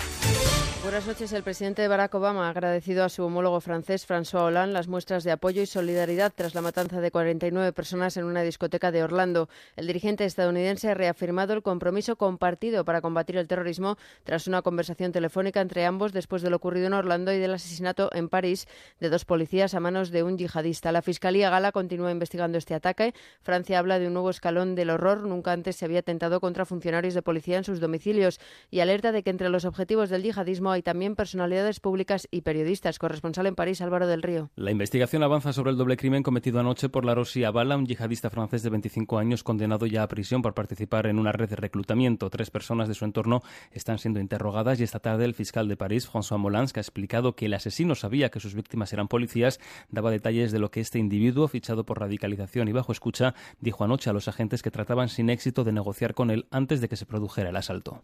T: Buenas noches. El presidente Barack Obama ha agradecido a su homólogo francés François Hollande las muestras de apoyo y solidaridad tras la matanza de 49 personas en una discoteca de Orlando. El dirigente estadounidense ha reafirmado el compromiso compartido para combatir el terrorismo tras una conversación telefónica entre ambos después de lo ocurrido en Orlando y del asesinato en París de dos policías a manos de un yihadista. La Fiscalía Gala continúa investigando este ataque. Francia habla de un nuevo escalón del horror. Nunca antes se había atentado contra funcionarios de policía en sus domicilios y alerta de que entre los objetivos del yihadismo hay también personalidades públicas y periodistas. Corresponsal en París, Álvaro del Río.
U: La investigación avanza sobre el doble crimen cometido anoche por la Rossi Abala, un yihadista francés de 25 años condenado ya a prisión por participar en una red de reclutamiento. Tres personas de su entorno están siendo interrogadas y esta tarde el fiscal de París, François Molins, que ha explicado que el asesino sabía que sus víctimas eran policías, daba detalles de lo que este individuo, fichado por radicalización y bajo escucha, dijo anoche a los agentes que trataban sin éxito de negociar con él antes de que se produjera el asalto.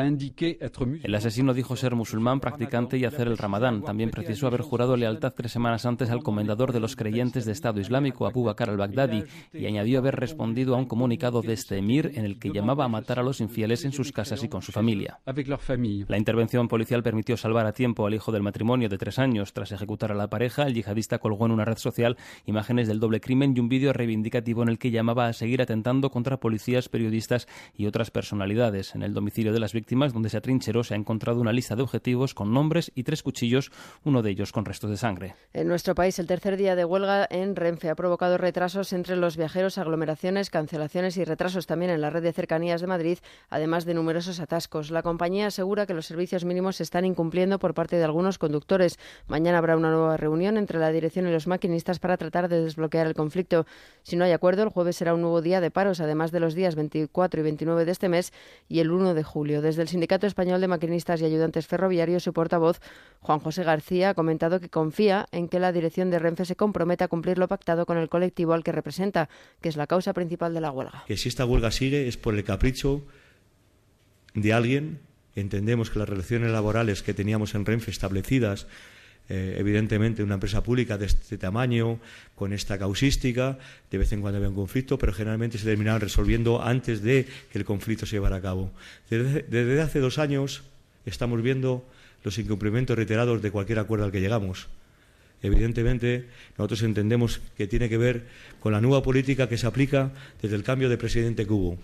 U: El asesino dijo ser musulmán, practicante y hacer el ramadán. También precisó haber jurado lealtad tres semanas antes al comendador de los creyentes de Estado Islámico, Abu Bakr al-Baghdadi, y añadió haber respondido a un comunicado de este emir en el que llamaba a matar a los infieles en sus casas y con su familia. La intervención policial permitió salvar a tiempo al hijo del matrimonio de tres años. Tras ejecutar a la pareja, el yihadista colgó en una red social imágenes del doble crimen y un vídeo reivindicativo en el que llamaba a seguir atentando contra policías, periodistas y otras personalidades. En el domicilio de las víctimas, donde se atrincheró, se ha encontrado una lista de objetivos con nombres y tres cuchillos, uno de ellos con restos de sangre.
T: En nuestro país, el tercer día de huelga en Renfe ha provocado retrasos entre los viajeros, aglomeraciones, cancelaciones y retrasos también en la red de cercanías de Madrid, además de numerosos atascos. La compañía asegura que los servicios mínimos se están incumpliendo por parte de algunos conductores. Mañana habrá una nueva reunión entre la dirección y los maquinistas para tratar de desbloquear el conflicto. Si no hay acuerdo, el jueves será un nuevo día de paros, además de los días 24 y 29 de este mes y el 1 de julio. Desde el Sindicato Español de Maquinistas y Ayudantes Ferroviarios, su portavoz, Juan José García, ha comentado que confía en que la dirección de Renfe se comprometa a cumplir lo pactado con el colectivo al que representa, que es la causa principal de la huelga.
V: que si esta huelga sigue es por el capricho de alguien. Entendemos que las relaciones laborales que teníamos en Renfe establecidas eh, evidentemente una empresa pública de este tamaño, con esta causística, de vez en cuando había un conflicto, pero generalmente se terminaban resolviendo antes de que el conflicto se llevara a cabo. Desde, desde hace dos años estamos viendo los incumplimientos reiterados de cualquier acuerdo al que llegamos. Evidentemente, nosotros entendemos que tiene que ver con la nueva política que se aplica desde el cambio de presidente que hubo.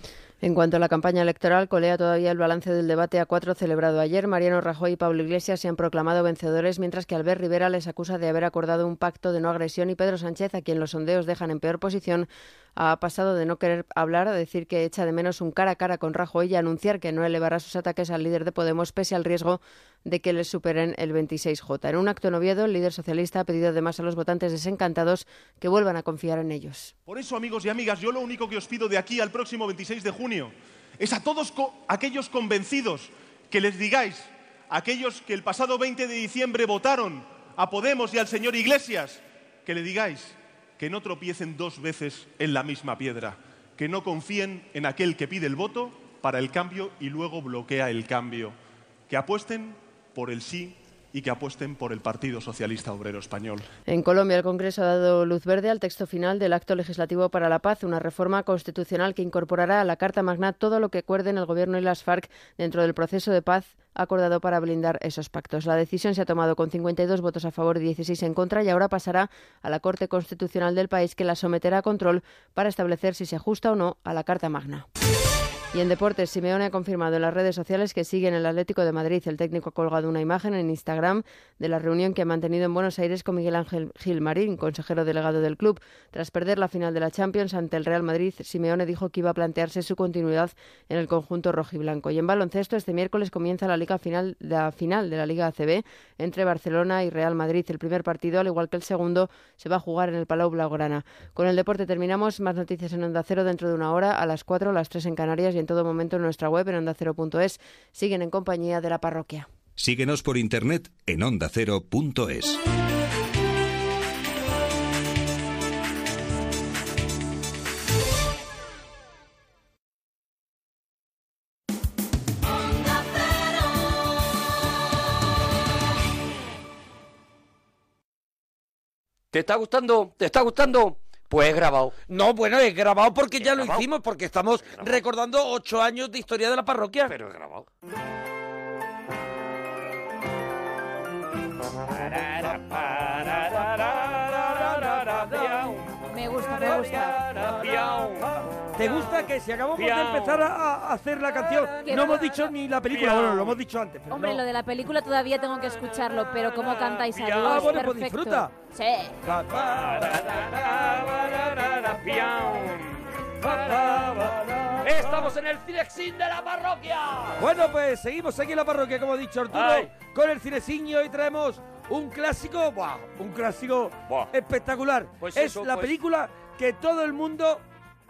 T: En cuanto a la campaña electoral, colea todavía el balance del debate a cuatro celebrado ayer. Mariano Rajoy y Pablo Iglesias se han proclamado vencedores, mientras que Albert Rivera les acusa de haber acordado un pacto de no agresión y Pedro Sánchez, a quien los sondeos dejan en peor posición, ha pasado de no querer hablar a decir que echa de menos un cara a cara con Rajoy y a anunciar que no elevará sus ataques al líder de Podemos pese al riesgo de que les superen el 26J. En un acto en Oviedo, el líder socialista ha pedido además a los votantes desencantados que vuelvan a confiar en ellos.
W: Por eso, amigos y amigas, yo lo único que os pido de aquí al próximo 26 de junio es a todos co- aquellos convencidos que les digáis, a aquellos que el pasado 20 de diciembre votaron a Podemos y al señor Iglesias, que le digáis que no tropiecen dos veces en la misma piedra, que no confíen en aquel que pide el voto para el cambio y luego bloquea el cambio, que apuesten por el sí y que apuesten por el Partido Socialista Obrero Español.
T: En Colombia, el Congreso ha dado luz verde al texto final del Acto Legislativo para la Paz, una reforma constitucional que incorporará a la Carta Magna todo lo que acuerden el Gobierno y las FARC dentro del proceso de paz acordado para blindar esos pactos. La decisión se ha tomado con 52 votos a favor y 16 en contra y ahora pasará a la Corte Constitucional del país que la someterá a control para establecer si se ajusta o no a la Carta Magna. Y en deportes, Simeone ha confirmado en las redes sociales que sigue en el Atlético de Madrid. El técnico ha colgado una imagen en Instagram de la reunión que ha mantenido en Buenos Aires con Miguel Ángel Gil Marín, consejero delegado del club. Tras perder la final de la Champions ante el Real Madrid, Simeone dijo que iba a plantearse su continuidad en el conjunto rojiblanco. Y en baloncesto, este miércoles comienza la liga final, la final de la Liga ACB entre Barcelona y Real Madrid. El primer partido, al igual que el segundo, se va a jugar en el Palau Blaugrana. Con el deporte terminamos. Más noticias en Onda Cero dentro de una hora, a las 4, a las 3 en Canarias y en todo momento en nuestra web en ondacero.es. Siguen en compañía de la parroquia.
K: Síguenos por internet en ondacero.es.
B: ¿Te está gustando? ¿Te está gustando? Pues es grabado.
G: No, bueno, es grabado porque ya lo hicimos, porque estamos recordando ocho años de historia de la parroquia. Pero es grabado.
P: Me gusta, me gusta.
G: ¿Te gusta que si acabamos de empezar a, a hacer la canción?
I: Que
G: No
I: no-
G: hemos dicho ni la película, bueno, lo hemos dicho antes. Pero
I: Hombre,
G: no.
I: lo de la película todavía tengo que escucharlo, pero cómo cantáis a Dios,
G: Ah, bueno, pues
I: perfecto.
G: disfruta.
I: Sí.
B: Estamos en el Cinexin de la parroquia.
G: Bueno, pues seguimos aquí en la parroquia, como ha dicho Arturo,
B: Ay.
G: con el cineciño y traemos un clásico, ¡buah! un clásico espectacular.
B: Pues
G: es
B: eso,
G: la
B: pues-
G: película que todo el mundo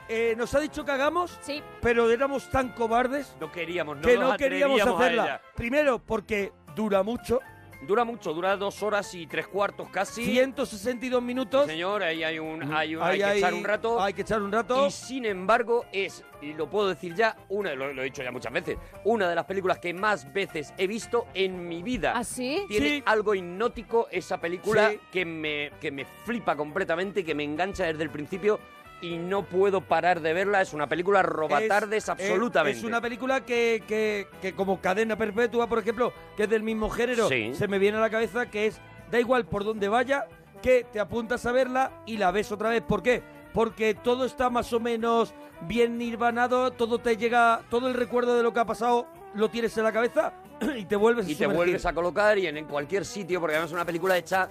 G: eh, nos ha dicho que hagamos, pero éramos tan cobardes
B: No queríamos, Pues
G: que
B: no nos
G: no queríamos
B: atrevíamos a
G: hacerla.
B: ella.
G: Primero, porque dura mucho.
B: Dura mucho, dura dos horas y tres cuartos casi.
G: 162 minutos.
B: señor, ahí hay un, hay un-
G: Ahí
B: hay que
G: hay-
B: echar un rato.
G: Hay que echar un rato.
B: Y sin embargo es, y lo puedo decir ya, una, lo, lo he dicho ya muchas veces, una de las películas que más veces he visto en mi vida.
I: ¿Ah, sí?
B: Tiene
I: Sí.
B: algo hipnótico esa película
I: Sí.
B: que, me, que me flipa completamente, que me engancha desde el principio y no puedo parar de verla. Es una película robatardes
G: Es- eh,
B: absolutamente.
G: Es una película que, que- que como cadena perpetua, por ejemplo, que es del mismo género,
B: Sí.
G: se me viene a la cabeza que es, da igual por donde vaya, que te apuntas a verla y la ves otra vez. ¿Por qué? Porque todo está más o menos bien nirvanado, todo te llega, todo el recuerdo de lo que ha pasado lo tienes en la cabeza y te vuelves a
B: y te
G: sumergir.
B: vuelves a colocar y en, en cualquier sitio, porque además es una película hecha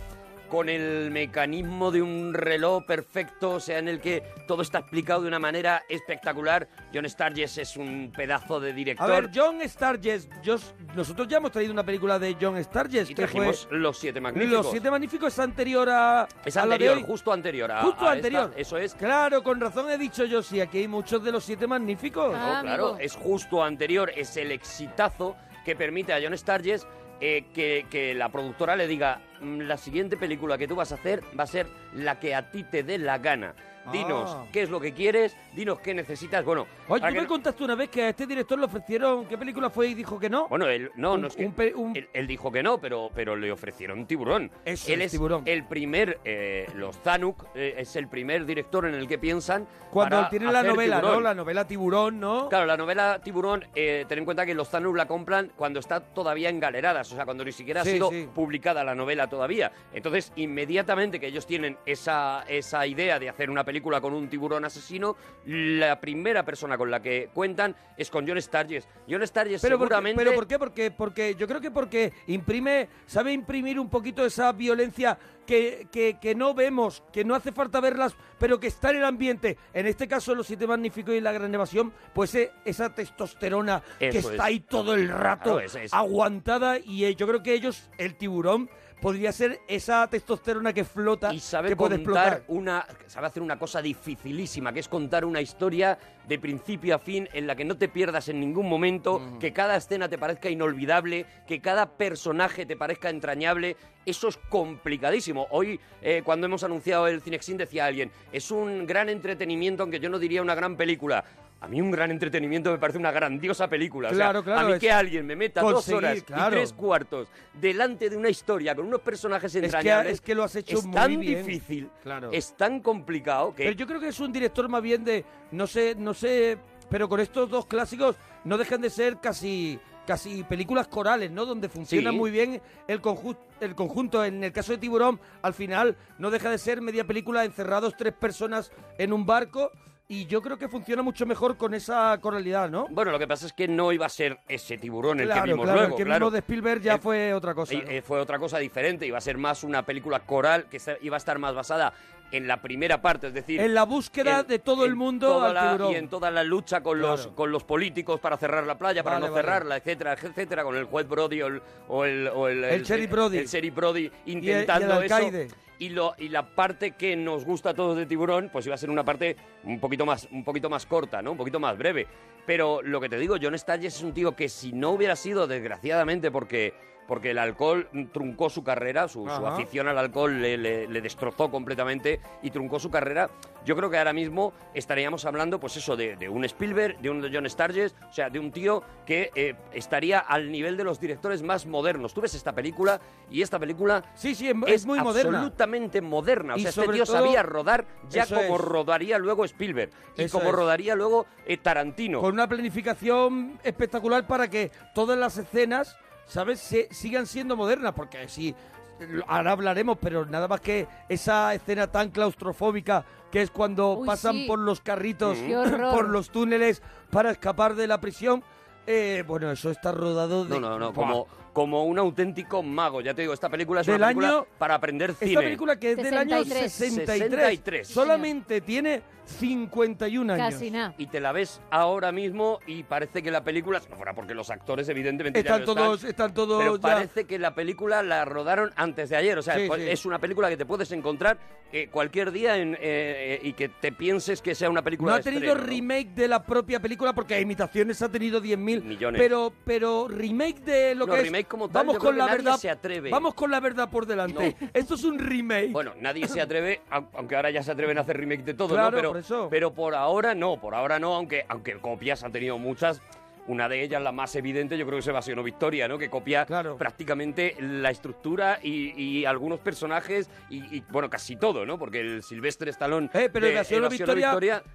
B: con el mecanismo de un reloj perfecto, o sea, en el que todo está explicado de una manera espectacular. John Sturges es un pedazo de
G: A
B: director.
G: ver, John Sturges, yo- nosotros ya hemos traído una película de John Sturges. que fue-
B: Trajimos Los Siete Magníficos.
G: Los Siete Magníficos es anterior a.
B: Es
G: a la de
B: anterior,
G: hoy.
B: justo anterior. a-
G: Justo
B: a
G: anterior.
B: esta. eso es.
G: Claro, con razón he dicho yo, sí, aquí hay muchos de los Siete Magníficos.
B: No, claro, es justo anterior, es el exitazo que permite a John Sturges eh, que, que la productora le diga "Mm, la siguiente película que tú vas a hacer va a ser la que a ti te dé la gana. dinos
G: Ah.
B: qué es lo que quieres, dinos qué necesitas. Bueno,
G: Oye,
B: para
G: tú
B: que
G: me contaste una vez que a este director le ofrecieron. ¿Qué película fue y dijo que no?
B: Bueno, él, no,
G: Un-
B: no es que-
G: un pe- un-
B: él, él dijo que no, pero, pero le ofrecieron un tiburón.
G: Eso, el
B: él es
G: tiburón.
B: el primer, eh, los Zanuck, eh, es el primer director en el que piensan.
G: Cuando
B: para
G: tiene la
B: hacer
G: novela, ¿no?
B: Tiburón.
G: La novela Tiburón, ¿no?
B: Claro, la novela Tiburón, eh, ten en cuenta que los Zanuck la compran cuando está todavía en galeradas, o sea, cuando ni siquiera
G: Sí,
B: ha sido
G: sí.
B: publicada la novela todavía. Entonces, inmediatamente que ellos tienen esa, esa idea de hacer una película con un tiburón asesino, la primera persona con la que cuentan es con John Sturges. John Sturges
G: Pero por,
B: seguramente...
G: pero ¿por qué? Porque, porque yo creo que porque imprime, sabe imprimir un poquito esa violencia que, que, que no vemos, que no hace falta verlas, pero que está en el ambiente. En este caso, Los Siete Magníficos y La Gran Evasión, pues eh, esa testosterona que
B: Eso
G: está
B: es.
G: ahí todo el rato,
B: Claro, es- es-
G: aguantada, y eh, yo creo que ellos, el tiburón, podría ser esa testosterona que flota,
B: sabe
G: que puede
B: contar
G: explotar.
B: una sabe hacer una cosa dificilísima que es contar una historia de principio a fin en la que no te pierdas en ningún momento que cada escena te parezca inolvidable que cada personaje te parezca entrañable eso es complicadísimo hoy eh, cuando hemos anunciado el Cinexin decía alguien es un gran entretenimiento aunque yo no diría una gran película a mí un gran entretenimiento me parece una grandiosa película. O sea,
G: Claro, claro,
B: A mí
G: es
B: que alguien me meta dos
G: conseguir,
B: horas
G: claro.
B: y tres cuartos delante de una historia con unos personajes
G: Es que-
B: entrañables.
G: es que lo has hecho
B: es
G: muy
B: tan
G: bien.
B: difícil.
G: Claro.
B: Es tan complicado que.
G: Pero yo creo que es un director más bien de. No sé, no sé. Pero con estos dos clásicos no dejan de ser casi. Casi películas corales, ¿no? Donde funciona
B: Sí.
G: muy bien el, conju- el conjunto. En el caso de Tiburón, al final no deja de ser media película encerrados tres personas en un barco. Y yo creo que funciona mucho mejor con esa coralidad, ¿no?
B: Bueno, lo que pasa es que no iba a ser ese tiburón el
G: claro,
B: que vimos
G: claro,
B: luego.
G: el que
B: claro.
G: vimos de Spielberg ya fue otra cosa.
B: Eh,
G: ¿no?
B: eh, Fue otra cosa diferente. Iba a ser más una película coral que se- iba a estar más basada en la primera parte, es decir.
G: En la búsqueda
B: en-
G: de todo el mundo
B: toda
G: al
B: la-
G: tiburón.
B: y en toda la lucha con los
G: Claro.
B: con los políticos para cerrar la playa, para
G: Vale,
B: no
G: vale.
B: cerrarla, etcétera, etcétera, con el juez Brody o el o el, o el,
G: El sheriff Brody.
B: el sheriff Brody
G: el- y el
B: intentando
G: alcaide.
B: eso. Y, lo, y la parte que nos gusta a todos de Tiburón, pues iba a ser una parte un poquito más, un poquito más corta, ¿no? Un poquito más breve. Pero lo que te digo, John Stalles es un tío que si no hubiera sido, desgraciadamente, porque, porque el alcohol mm, truncó su carrera, su, su
G: Ajá.
B: afición al alcohol le, le- le destrozó completamente y truncó su carrera, yo creo que ahora mismo estaríamos hablando, pues eso, de, de un Spielberg, de un John Sturges, o sea, de un tío que eh, estaría al nivel de los directores más modernos. Tú ves esta película y esta película
G: Sí, sí, es, es muy moderna.
B: absolutamente moderna. O
G: Y
B: sea, este
G: sobre
B: tío
G: todo-
B: sabía rodar ya
G: Eso
B: como
G: es.
B: rodaría luego Spielberg y
G: Eso
B: como
G: es.
B: rodaría luego eh, Tarantino.
G: Con una planificación espectacular para que todas las escenas, ¿sabes?, se, sigan siendo modernas, porque sí, lo- ahora hablaremos, pero nada más que esa escena tan claustrofóbica que es cuando
B: Uy,
G: pasan
B: sí.
G: por los carritos,
B: Qué horror.
G: por los túneles para escapar de la prisión. eh, bueno, eso está rodado de...
B: No, no, no,
G: Buah.
B: como, como un auténtico mago. Ya te digo, esta película es
G: Del
B: una película
G: año-
B: para aprender cine.
G: Esta película que es del año
B: 63.
G: 63,
B: 63.
G: solamente tiene 51 años.
B: Y te la ves ahora mismo y parece que la película, si no fuera porque los actores evidentemente ya
G: Están
B: no
G: todos- están todos
B: pero
G: ya-
B: parece que la película la rodaron antes de ayer, o sea,
G: Sí,
B: pues
G: sí.
B: es una película que te puedes encontrar eh, cualquier día en, eh, eh, y que te pienses que sea una película
G: No
B: de
G: ha tenido
B: estreno, ¿no?
G: remake de la propia película porque imitaciones ha tenido 10.000
B: Millones.
G: Pero, pero remake de lo
B: No,
G: que es.
B: remake como tal,
G: vamos
B: yo
G: con
B: creo
G: la
B: que nadie
G: verdad.
B: se atreve.
G: Vamos con la verdad por delante. Esto es un remake.
B: Bueno, nadie se atreve, au- aunque ahora ya se atreven a hacer remake de todo,
G: Claro,
B: ¿no? Pero
G: por eso.
B: pero por ahora no, por ahora no, aunque, aunque copias ha tenido muchas. Una de ellas, la más evidente, yo creo que es Evasión o Victoria, ¿no? Que copia prácticamente la estructura y, y algunos personajes y, y, bueno, casi todo, ¿no? Porque el Silvestre Stallone
G: Eh, pero
B: de
G: Evasión o Victoria,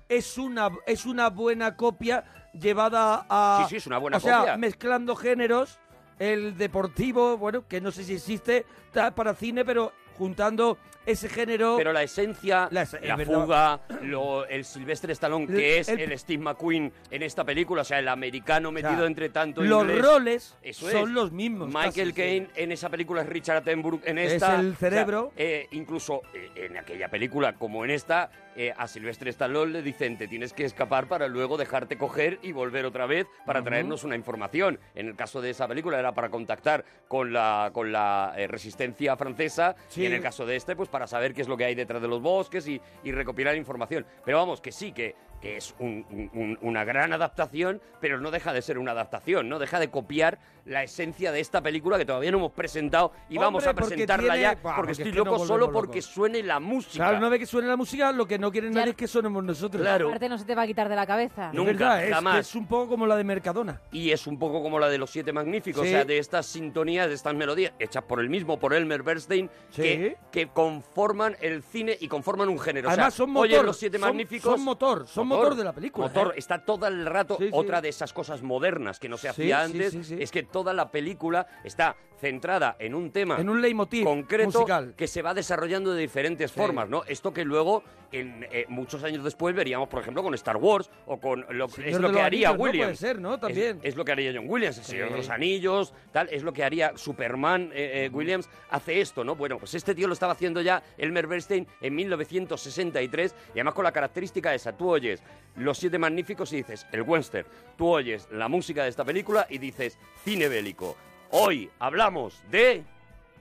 G: es una es una buena copia llevada a.
B: Sí, sí, es una buena
G: o sea,
B: copia.
G: mezclando géneros, el deportivo, bueno, que no sé si existe ta- para cine, pero juntando ese género.
B: Pero la esencia, la,
G: es verdad.
B: fuga, lo- el Silvestre Stallone, que
G: El-
B: es
G: el-
B: el, Steve McQueen en esta película, o sea, el americano metido entre tanto
G: los
B: inglés.
G: roles
B: Eso
G: son
B: es.
G: los mismos,
B: Michael
G: casi, sí.
B: Caine en esa película es Richard Attenborough, en
G: Es
B: esta...
G: el
B: o sea,
G: cerebro.
B: eh, incluso eh, en aquella película, como en esta, eh, a Silvestre Stallone le dicen, te tienes que escapar para luego dejarte coger y volver otra vez para
G: Ujú.
B: traernos una información. En el caso de esa película era para contactar con la, con la eh, resistencia francesa
G: Sí.
B: y en el caso de este, pues para saber qué es lo que hay detrás de los bosques y, y recopilar información. Pero vamos, que sí, que que es un- un- un- una gran adaptación, pero no deja de ser una adaptación, no deja de copiar la esencia de esta película que todavía no hemos presentado y vamos
G: Hombre,
B: a
G: porque
B: presentarla
G: tiene-
B: ya,
G: Buah, porque
B: porque
G: es
B: estoy
G: que nos
B: loco solo
G: volvemos locos.
B: porque suene la música.
G: Claro, una vez que suene la música, lo que no quiere nadie es que sonemos nosotros.
B: Claro.
I: Aparte no se te va a quitar de la cabeza.
G: Es
B: Nunca,
G: verdad, es que
B: jamás.
G: es un poco como la de Mercadona.
B: Y es un poco como la de los Siete Magníficos,
G: Sí.
B: o sea, de estas sintonías, de estas melodías, hechas por el mismo, por Elmer Bernstein, que, que conforman el cine y conforman un género. O sea,
G: Además, son
B: oye,
G: motor,
B: los Siete
G: son-
B: Magníficos...
G: son motor, son motor de la película,
B: Motor,
G: ¿eh?
B: está todo el rato
G: Sí, sí.
B: otra de esas cosas modernas que no
G: Sí,
B: se hacía
G: sí,
B: antes,
G: sí, sí.
B: es que toda la película está centrada en un tema...
G: En un leitmotiv
B: concreto
G: musical.
B: que se va desarrollando de diferentes formas, ¿no? Esto que luego, en, eh, muchos años después, veríamos, por ejemplo, con Star Wars o con lo, es
G: de
B: lo que
G: los
B: haría
G: Anillos, ¿no?
B: Williams.
G: Puede ser, ¿no?
B: Es-
G: También.
B: es lo que haría John Williams, el Señor
G: Sí.
B: de los Anillos, tal, es lo que haría Superman eh, eh, Williams, hace esto, ¿no? Bueno, pues este tío lo estaba haciendo ya Elmer Bernstein en 1963 y además con la característica esa, tú oyes Los Siete Magníficos y dices, el western, tú oyes la música de esta película y dices, cine bélico. Hoy hablamos de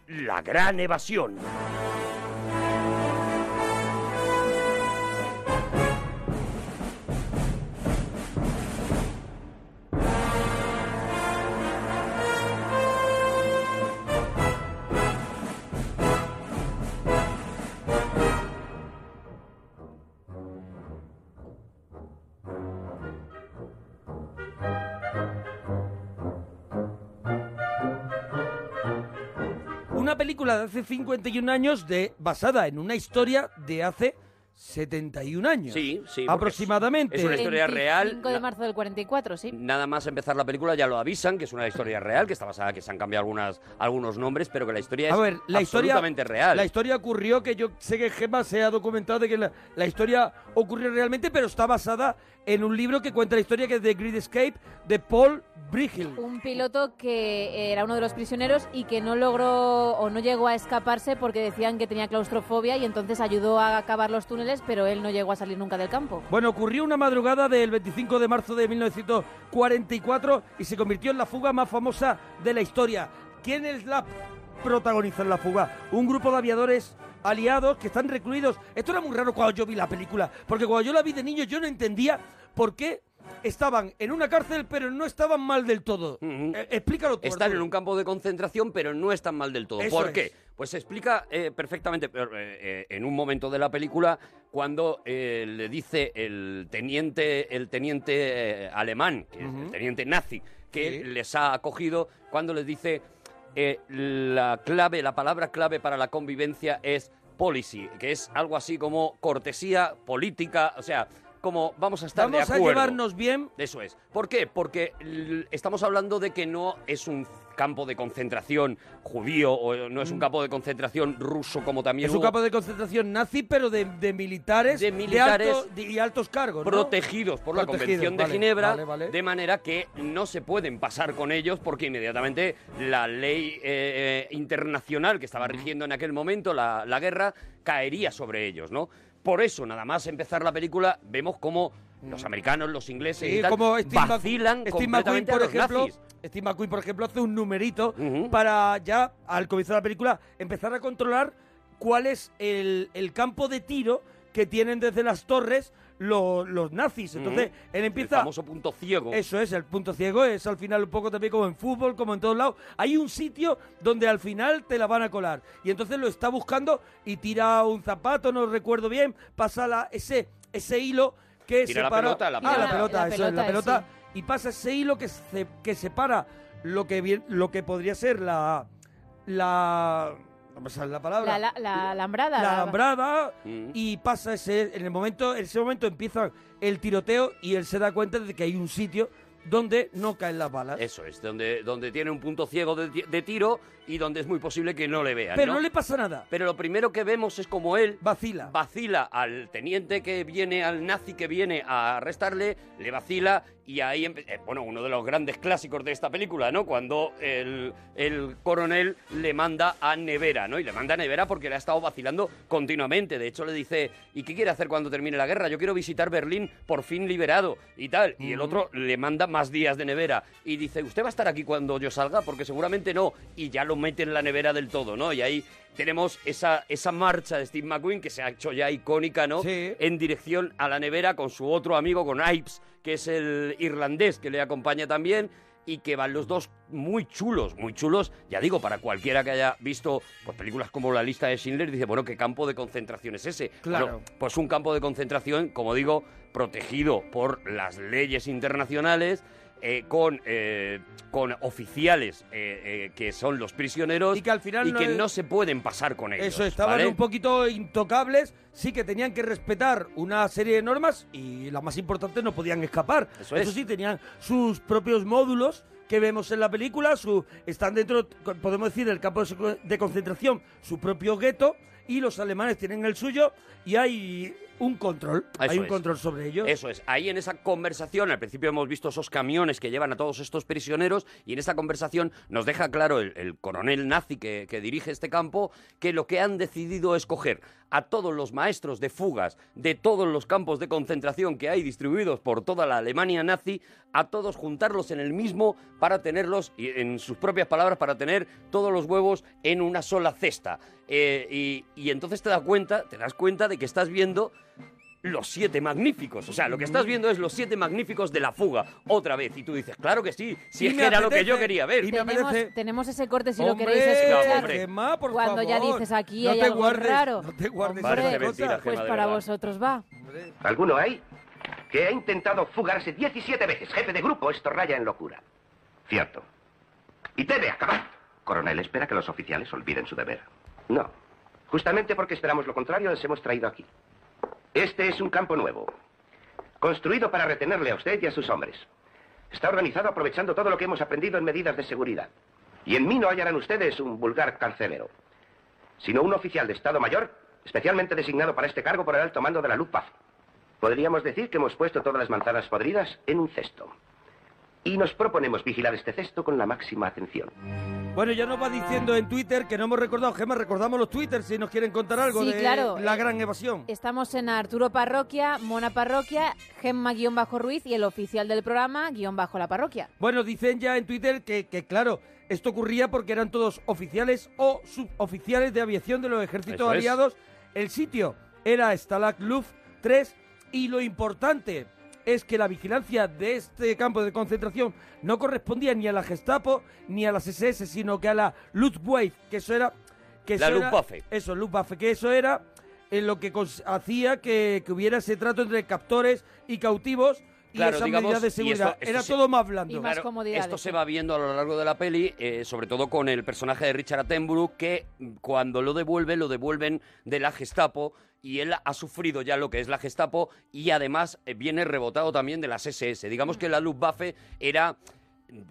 B: la gran evasión.
G: Una película de hace 51 años de, basada en una historia de hace 71 años.
B: Sí, sí, porque es-
G: Aproximadamente.
B: es una historia real,
I: 5 de marzo del 44, sí.
B: Nada más empezar la película ya lo avisan, que es una historia real, que está basada, que se han cambiado algunas, algunos nombres, pero que la historia es
G: A ver, la historia,
B: absolutamente real.
G: La historia ocurrió, que yo sé que Gemma se ha documentado de que la, la historia ocurrió realmente, pero está basada en un libro que cuenta la historia que es The Great Escape de Paul Brighel.
I: Un piloto que era uno de los prisioneros y que no logró o no llegó a escaparse porque decían que tenía claustrofobia y entonces ayudó a acabar los túneles, pero él no llegó a salir nunca del campo.
G: Bueno, ocurrió una madrugada del 25 de marzo de 1944 y se convirtió en la fuga más famosa de la historia. ¿Quién es la protagoniza en la fuga? Un grupo de aviadores aliados que están recluidos. Esto era muy raro cuando yo vi la película, porque cuando yo la vi de niño yo no entendía por qué estaban en una cárcel pero no estaban mal del todo. Eh, explícalo tú.
B: Están en
G: Arturo.
B: un campo de concentración, pero no están mal del todo.
G: Eso
B: ¿Por
G: es.
B: qué? Pues se explica eh, perfectamente pero, eh, eh, en un momento de la película cuando eh, le dice el teniente, el teniente eh, alemán, que es el teniente nazi, que les ha acogido, cuando les dice eh, la clave, la palabra clave para la convivencia es policy, que es algo así como cortesía política, o sea, como vamos a estar de
G: Vamos a
B: acuerdo.
G: llevarnos bien.
B: Eso es. ¿Por qué? Porque l- estamos hablando de que no es un campo de concentración judío o eh, no es un campo de concentración ruso como también
G: Mm. Es un
B: hubo,
G: campo de concentración nazi, pero de, de militares, de
B: militares
G: alto- de- y altos cargos. ¿no?
B: protegidos por la
G: Protegidos,
B: Convención de
G: vale,
B: Ginebra,
G: vale, vale.
B: de manera que no se pueden pasar con ellos porque inmediatamente la ley eh, eh, internacional que estaba rigiendo en aquel momento la, la guerra caería sobre ellos, ¿no? Por eso, nada más empezar la película, vemos cómo los americanos, los ingleses
G: Mm. Sí,
B: y tal,
G: como Steve Mc-
B: vacilan
G: Steve McQueen,
B: completamente a
G: por
B: los
G: ejemplo,
B: nazis.
G: Steve McQueen, por ejemplo, hace un numerito para ya, al comienzo de la película, empezar a controlar cuál es el, el campo de tiro que tienen desde las torres lo- los nazis. Entonces,
B: Ujú.
G: él empieza...
B: El famoso punto ciego.
G: Eso es, el punto ciego es al final un poco también como en fútbol, como en todos lados. Hay un sitio donde al final te la van a colar. Y entonces lo está buscando y tira un zapato, no recuerdo bien, pasa la, ese, ese hilo que
B: Tira la
G: separa...
B: pelota, la
G: Ah, la
B: pelota.
G: pelota,
B: La
G: eso es, la
B: pelota,
G: pelota. Y pasa ese hilo que, se- que separa lo que, bien- lo que podría ser la... la no me sale la palabra
I: La, la- la alambrada.
G: la
I: la-
G: alambrada
B: Mm.
G: y pasa ese en el momento en ese momento empieza el tiroteo y él se da cuenta de que hay un sitio donde no caen las balas
B: Eso es, donde, donde tiene un punto ciego de, ti- de tiro y donde es muy posible que no le vean.
G: pero
B: ¿no?
G: no le pasa nada
B: Pero lo primero que vemos es como él
G: vacila.
B: Vacila al teniente que viene, al nazi que viene a arrestarle, le vacila Y ahí, empe- eh, bueno, uno de los grandes clásicos de esta película, ¿no? Cuando el, el coronel le manda a Nevera, ¿no? Y le manda a Nevera porque le ha estado vacilando continuamente. De hecho, le dice, ¿y qué quiere hacer cuando termine la guerra? Yo quiero visitar Berlín por fin liberado y tal. Y el
G: Ujú.
B: otro le manda más días de nevera y dice, ¿usted va a estar aquí cuando yo salga? Porque seguramente no. Y ya lo mete en la nevera del todo, ¿no? Y ahí tenemos esa, esa marcha de Steve McQueen que se ha hecho ya icónica, ¿no? En dirección a la nevera con su otro amigo, con Ives, que es el irlandés que le acompaña también. Y que van los dos muy chulos, muy chulos. Ya digo, para cualquiera que haya visto pues, películas como La lista de Schindler, dice, bueno, ¿qué campo de concentración es ese?
G: Claro.
B: Bueno, pues un campo de concentración, como digo, protegido por las leyes internacionales, eh, con, eh, con oficiales eh, eh, que son los prisioneros y que al final
G: no
B: que
G: es-
B: no se pueden pasar con ellos.
G: Eso, estaban
B: ¿vale?
G: un poquito intocables, sí que tenían que respetar una serie de normas y las más importantes no podían escapar.
B: Eso es.
G: sí, tenían sus propios módulos que vemos en la película, su, están dentro, co- podemos decir, del campo de secu- de concentración, su propio gueto, y los alemanes tienen el suyo, y hay un control,
B: Eso
G: hay un
B: es.
G: control sobre ellos.
B: Eso es. Ahí en esa conversación, al principio hemos visto esos camiones que llevan a todos estos prisioneros y en esta conversación nos deja claro el, el coronel nazi que, que dirige este campo que lo que han decidido es coger a todos los maestros de fugas de todos los campos de concentración que hay distribuidos por toda la Alemania nazi, a todos juntarlos en el mismo para tenerlos, y en sus propias palabras, para tener todos los huevos en una sola cesta. Eh, y, y entonces te das cuenta, te das cuenta de que estás viendo los siete magníficos. O sea, lo que estás viendo es los siete magníficos de la fuga, otra vez. Y tú dices, claro que sí, si
G: Y
B: es
G: me
B: que era lo que
G: apetece,
B: yo quería ver.
I: Tenemos, tenemos ese corte si
B: Hombre,
I: lo queréis
B: no,
I: escuchar.
B: hombre.
G: Gemma, por
I: Cuando ya
G: favor,
I: dices aquí
G: no
I: hay
G: te
I: algo
G: guardes,
I: raro.
G: no te guardes
I: Hombre,
G: esas cosas. Parece mentira,
I: pues
G: Gemma, de
I: para
G: verdad.
I: vosotros va.
X: ¿Alguno hay? Que ha intentado fugarse 17 veces. Jefe de grupo, esto raya en locura. Cierto. Y debe acabar. Coronel, espera que los oficiales olviden su deber. No. Justamente porque esperamos lo contrario, les hemos traído aquí. Este es un campo nuevo. Construido para retenerle a usted y a sus hombres. Está organizado aprovechando todo lo que hemos aprendido en medidas de seguridad. Y en mí no hallarán ustedes un vulgar carcelero, sino un oficial de Estado Mayor especialmente designado para este cargo por el alto mando de la Luftwaffe. Podríamos decir que hemos puesto todas las manzanas podridas en un cesto. Y nos proponemos vigilar este cesto con la máxima atención.
G: Bueno, ya nos va diciendo en Twitter que no hemos recordado, Gemma, recordamos los Twitter si nos quieren contar algo
I: Sí,
G: de
I: claro,
G: la
I: eh,
G: gran evasión.
I: Estamos en Arturo Parroquia, Mona Parroquia, Gemma-Ruiz y el oficial del programa, guión bajo la parroquia.
G: Bueno, dicen ya en Twitter que, que, claro, esto ocurría porque eran todos oficiales o suboficiales de aviación de los ejércitos
B: Eso es.
G: aliados. El sitio era Stalag Luft 3 y lo importante es que la vigilancia de este campo de concentración no correspondía ni a la Gestapo ni a las SS, sino que a la Luftwaffe, que eso era... Que
B: La
G: eso era-
B: Luftwaffe.
G: eso, Luftwaffe, que eso era eh, lo que cons- hacía que, que hubiera ese trato entre captores y cautivos y
B: Claro,
G: esa
B: digamos,
G: medida de
B: y esto-
G: seguridad.
B: esto
G: era
B: se-
G: todo más blando.
B: Claro, Esto se va viendo a lo largo de la peli, eh, sobre todo con el personaje de Richard Attenborough, que mm, cuando lo devuelve, lo devuelven de la Gestapo y él ha sufrido ya lo que es la Gestapo y además eh, viene rebotado también de las SS. Digamos que la Luftwaffe era,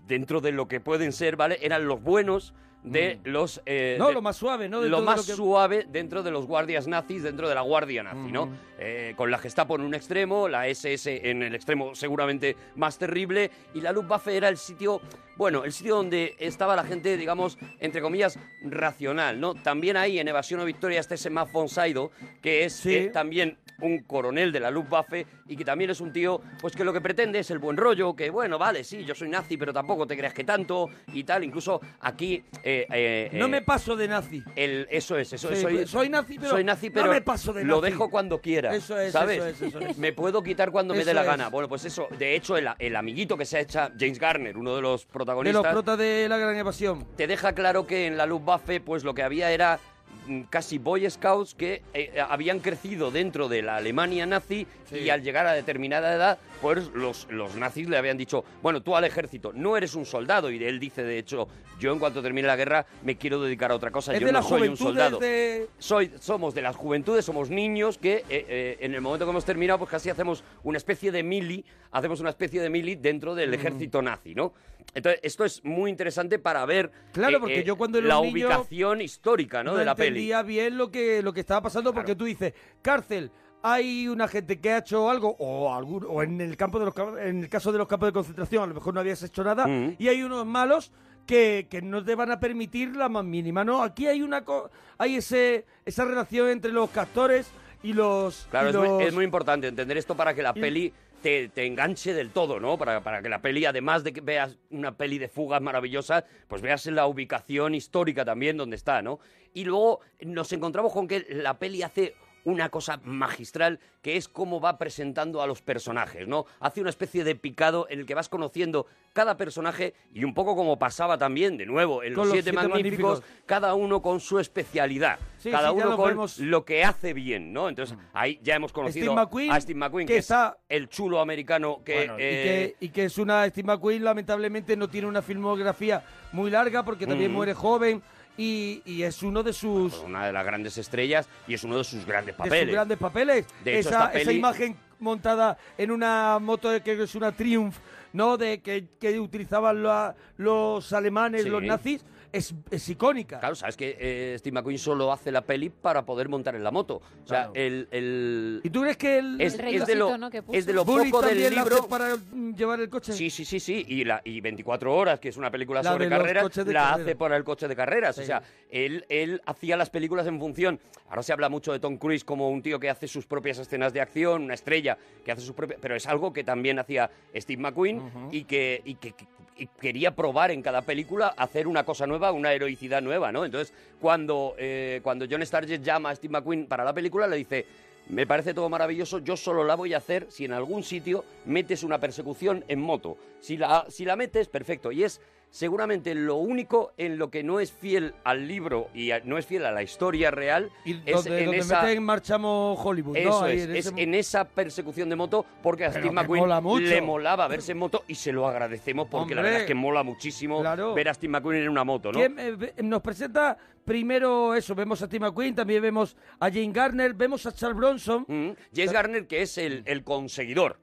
B: dentro de lo que pueden ser, ¿vale? Eran los buenos de los... eh,
G: Mm. No,
B: de-
G: lo más suave, ¿no? Dentro
B: Lo
G: de
B: más
G: lo que-
B: suave dentro de los guardias nazis, dentro de la guardia nazi, ¿no?
G: Ujú.
B: Eh, con la Gestapo en un extremo, la SS en el extremo seguramente más terrible, y la Luftwaffe era el sitio, bueno, el sitio donde estaba la gente, digamos, entre comillas, racional, ¿no? También ahí en Evasión o Victoria está ese Matt von Sydow, que es eh, también un coronel de la Luftwaffe y que también es un tío, pues que lo que pretende es el buen rollo, que bueno, vale, sí, yo soy nazi, pero tampoco te creas que tanto y tal, incluso aquí... eh, eh,
G: No
B: eh,
G: me paso de nazi.
B: el, eso es, eso es.
G: Sí,
B: Soy,
G: soy nazi, pero
B: soy nazi,
G: no
B: pero
G: me paso de
B: Lo
G: nazi.
B: dejo cuando quiera.
G: Eso es,
B: ¿sabes?
G: eso es, eso es.
B: Me puedo quitar cuando me dé
G: Eso
B: la
G: es.
B: gana. Bueno, pues eso. De hecho, el, el amiguito que se ha hecho James Garner, uno de los
G: De
B: protagonistas,
G: los protas de la gran evasión.
B: te deja claro que en la Luftwaffe, pues lo que había era mm, casi Boy Scouts que eh, habían crecido dentro de la Alemania nazi y al llegar a determinada edad, pues los, los nazis le habían dicho, bueno, tú al ejército no eres un soldado y él dice, de hecho, yo en cuanto termine la guerra me quiero dedicar a otra cosa,
G: es
B: yo
G: de
B: no
G: las
B: soy un
G: juventudes
B: soldado
G: de...
B: soy, somos de las juventudes, somos niños que eh, eh, en el momento que hemos terminado, pues casi hacemos una especie de mili, hacemos una especie de mili dentro
G: Mm.
B: del ejército nazi, ¿no? Entonces, esto es muy interesante para ver eh,
G: Claro, porque yo cuando era
B: la
G: un niño
B: ubicación histórica ¿no?
G: No
B: de la peli.
G: entendía bien lo que, lo que estaba pasando porque tú dices, cárcel, hay una gente que ha hecho algo, o, algún, o en, el campo de los, cam- en el caso de los campos de concentración, a lo mejor no habías hecho nada,
B: Mm.
G: y hay unos malos que, que no te van a permitir la más mínima. No, aquí hay una co- hay ese, esa relación entre los castores y los...
B: Claro,
G: y
B: es muy-
G: los-
B: es, muy, importante entender esto para que la
G: y-
B: peli te, te enganche del todo, ¿no? Para, para que la peli, además de que veas una peli de fugas maravillosa, pues veas la ubicación histórica también donde está, ¿no? Y luego nos encontramos con que la peli hace una cosa magistral que es cómo va presentando a los personajes, ¿no? Hace una especie de picado en el que vas conociendo cada personaje y un poco como pasaba también, de nuevo, en
G: Con
B: los, siete, magníficos, cada uno con su especialidad,
G: Sí,
B: cada
G: sí, ya
B: uno
G: lo
B: con
G: vemos.
B: lo que hace bien, ¿no? Entonces ahí ya hemos conocido
G: Mm. Steve McQueen,
B: a Steve McQueen, que,
G: que está-
B: es el chulo americano que...
G: Bueno, y,
B: eh,
G: que, y que es una Steve McQueen, lamentablemente no tiene una filmografía muy larga porque también
B: Mm. pues
G: muere joven y, y es uno de sus, de
B: Una de las grandes estrellas y es uno de sus grandes
G: sus
B: papeles.
G: grandes papeles.
B: De hecho,
G: esa,
B: esta
G: esa
B: peli-
G: imagen montada en una moto de que es una Triumph, ¿no? De que, que utilizaban la- los alemanes,
B: Sí.
G: los nazis, es, es icónica.
B: Claro, sabes que eh, Steve McQueen solo hace la peli para poder montar en la moto. O sea,
G: Claro.
B: el, el-
G: ¿Y tú crees que el,
B: Es- El es de lo- relojito, ¿no? que puso. es de lo
G: Bullitt
B: poco del
G: también la hace
B: libro-
G: para mm, llevar el coche?
B: Sí, sí, sí, sí. Y, la, y 24 horas, que es una película
G: La
B: sobre
G: de los
B: carreras, la
G: coches de carreras.
B: hace para el coche de carreras. O
G: Sí.
B: sea, él, él hacía las películas en función. Ahora se habla mucho de Tom Cruise como un tío que hace sus propias escenas de acción, una estrella que hace sus propias. Pero es algo que también hacía Steve McQueen
G: Ujú.
B: y que. y que- que- y quería probar en cada película hacer una cosa nueva, una heroicidad nueva, ¿no? Entonces, cuando, eh, cuando John Stargett llama a Steve McQueen para la película, le dice, me parece todo maravilloso, yo solo la voy a hacer si en algún sitio metes una persecución en moto. Si la, si la metes, perfecto. Y es seguramente lo único en lo que no es fiel al libro y a- no es fiel a la historia real. es
G: donde,
B: en
G: donde
B: esa-
G: meten marchamos Hollywood, Pues ¿no?
B: eso
G: Ahí
B: es,
G: en
B: es
G: ese mo-
B: en esa persecución de moto porque a
G: Pero
B: Steve
G: que
B: McQueen
G: mola mucho.
B: le molaba verse en moto y se lo agradecemos porque la
G: Hombre.
B: verdad es que mola muchísimo
G: Claro.
B: ver a Steve McQueen en una moto, ¿no?
G: ¿Quién, eh, ve- nos presenta primero eso, vemos a Tim McQueen, también vemos a Jane Garner, vemos a Charles Bronson.
B: James Mm, Garner, que es el, el conseguidor.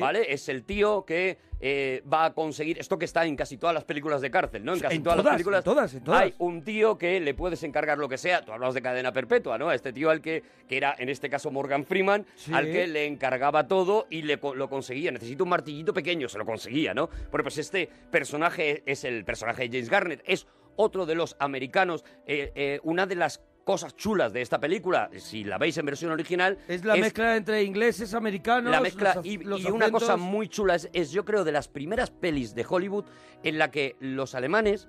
B: ¿Vale? Es el tío que eh, va a conseguir esto que está en casi todas las películas de cárcel, ¿no? En casi
G: en
B: todas, las
G: todas,
B: películas.
G: en todas, en todas.
B: Hay un tío que le puedes encargar lo que sea. Tú hablabas de cadena perpetua, ¿no? A este tío al que, que era, en este caso, Morgan Freeman,
G: Sí.
B: al que le encargaba todo y le, co- lo conseguía. Necesito un martillito pequeño, se lo conseguía, ¿no? Bueno, pues este personaje es el personaje de James Garner. Es otro de los americanos. Eh, eh, una de las cosas chulas de esta película, si la veis en versión original,
G: Es la mezcla entre ingleses, americanos.
B: la mezcla
G: los ac-
B: y,
G: los
B: y una cosa
G: acentos.
B: muy chula es, es, yo creo, de las primeras pelis de Hollywood en la que los alemanes,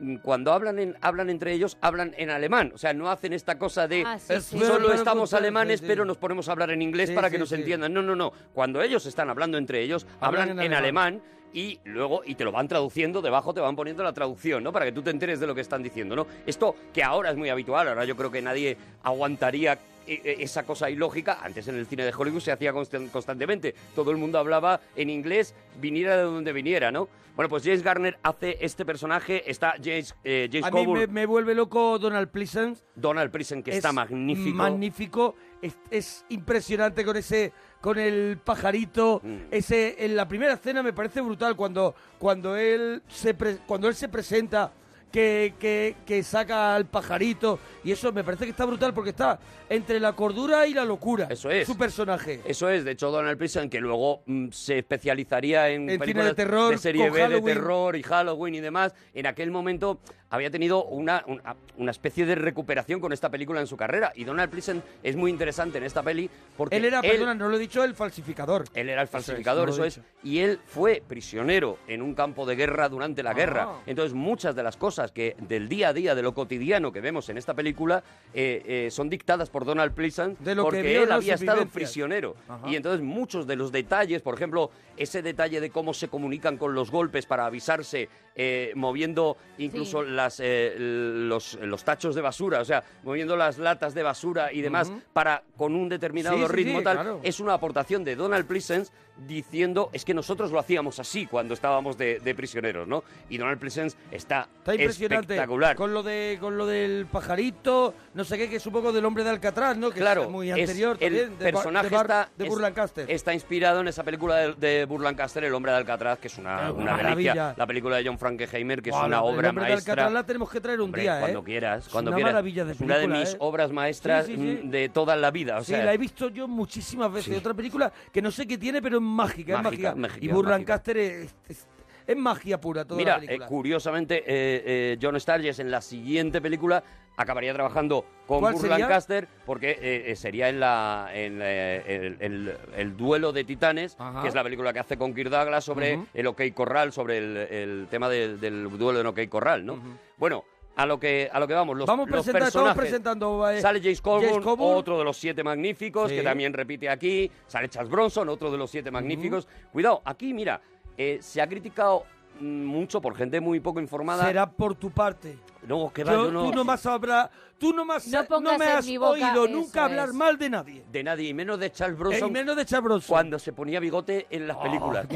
B: mm, cuando hablan, en- hablan entre ellos, hablan en alemán. O sea, no hacen esta cosa de
G: Ah, sí, sí. Pero-
B: solo
G: pero
B: estamos
G: con-
B: alemanes,
G: sí, sí.
B: pero nos ponemos a hablar en inglés
G: Sí,
B: para que
G: sí,
B: nos
G: sí.
B: entiendan. No, no, no. Cuando ellos están hablando entre ellos, hablan,
G: Hablan en
B: en alemán. y luego y te lo van traduciendo debajo te van poniendo la traducción no para que tú te enteres de lo que están diciendo no esto que ahora es muy habitual ahora yo creo que nadie aguantaría e- e- esa cosa ilógica antes en el cine de Hollywood se hacía constan- constantemente todo el mundo hablaba en inglés viniera de donde viniera no bueno pues James Garner hace este personaje está James eh, James
G: A mí
B: Coburn,
G: me, me vuelve loco Donald Pleasence.
B: Donald Prison que está
G: Es
B: magnífico
G: Magnífico. Es, es impresionante con ese con el pajarito
B: Mm.
G: ese en la primera escena me parece brutal cuando cuando él se pre- cuando él se presenta que, que, que saca al pajarito y eso me parece que está brutal porque está entre la cordura y la locura
B: Eso es.
G: su personaje
B: Eso es, de hecho Donald Pleasant, que luego mm, se especializaría en,
G: En cine
B: películas
G: de terror,
B: serie
G: con
B: B,
G: Halloween.
B: de terror y Halloween y demás, en aquel momento había tenido una, una, una especie de recuperación con esta película en su carrera. Y Donald Pleasant es muy interesante en esta peli porque
G: él era perdona no lo he dicho el falsificador
B: él era el falsificador,
G: no
B: eso
G: lo he
B: es. Y él fue prisionero en un campo de guerra durante la guerra.
G: Ah.
B: Entonces, muchas de las cosas que del día a día, de lo cotidiano que vemos en esta película, eh, eh, son dictadas por Donald Pleasant
G: lo que
B: porque
G: vio
B: él
G: en
B: había
G: sus
B: estado
G: vivencias.
B: prisionero.
G: Ajá.
B: Y entonces, muchos de los detalles, por ejemplo, ese detalle de cómo se comunican con los golpes para avisarse, eh, moviendo incluso
G: Sí.
B: las, eh, los, los tachos de basura, o sea, moviendo las latas de basura y demás,
G: Ujú.
B: para con un determinado
G: Sí, sí,
B: ritmo
G: sí,
B: tal,
G: claro.
B: es una aportación de Donald Pleasence diciendo es que nosotros lo hacíamos así cuando estábamos de, de prisioneros, ¿no? Y Donald Pleasence está,
G: Está impresionante.
B: espectacular.
G: Con lo de con lo del pajarito, no sé qué, que es un poco del hombre de Alcatraz, ¿no? Que
B: claro,
G: es muy
B: es-
G: anterior
B: el
G: también, de,
B: personaje
G: Bar- de, Bar-
B: está
G: de
B: es-
G: Burr Lancaster.
B: está inspirado en esa película de, de Burr Lancaster, El hombre de Alcatraz, que es
G: una
B: una, una delicia.
G: maravilla.
B: La película de John Frankenheimer, que
G: Guau,
B: es una
G: el
B: obra
G: hombre de
B: maestra.
G: Alcatraz Quizás la tenemos que traer un
B: Hombre,
G: día, ¿eh?
B: cuando quieras,
G: Es
B: cuando
G: una
B: quieras.
G: maravilla de
B: es una de
G: película,
B: mis
G: ¿eh?
B: obras maestras
G: Sí, sí, sí.
B: mm, de toda la vida. O
G: sí,
B: sea,
G: la he visto yo muchísimas veces.
B: Sí.
G: Otra película que no sé qué tiene, pero es mágica, es
B: Mágica,
G: mágica.
B: mágica,
G: y Burlan
B: mágica.
G: Caster es, es- es magia pura toda
B: Mira,
G: la película.
B: eh, curiosamente, eh, eh, John Sturges en la siguiente película acabaría trabajando con
G: ¿Cuál
B: Burt
G: sería?
B: Lancaster porque eh, eh, sería en la en, eh, el, el- el duelo de titanes,
G: Ajá.
B: que es la película que hace con Kirk Douglas sobre
G: Ujú.
B: el OK Corral, sobre el, el tema del, del duelo en OK Corral, ¿no? Bueno, a lo que a lo que vamos, los,
G: Vamos
B: los
G: presentando, estamos
B: personajes.
G: presentando. eh,
B: Sale James Coburn,
G: James Coburn.
B: otro de los siete magníficos,
G: Sí.
B: que también repite aquí. Sale Charles Bronson, otro de los siete magníficos. Cuidado, aquí, mira, eh, se ha criticado mm, mucho por gente muy poco informada.
G: Será por tu parte.
B: No, que va,
G: Yo-
B: yo no-
G: Tú no más habla- tú no más- no
B: pongas
G: me
B: en
G: has
B: mi boca,
G: oído
B: eso
G: nunca hablar
B: es.
G: mal de nadie.
B: De nadie, y menos de Charles Bronson.
G: y menos de Charles Bronson. Oh,
B: Cuando se ponía bigote en las películas.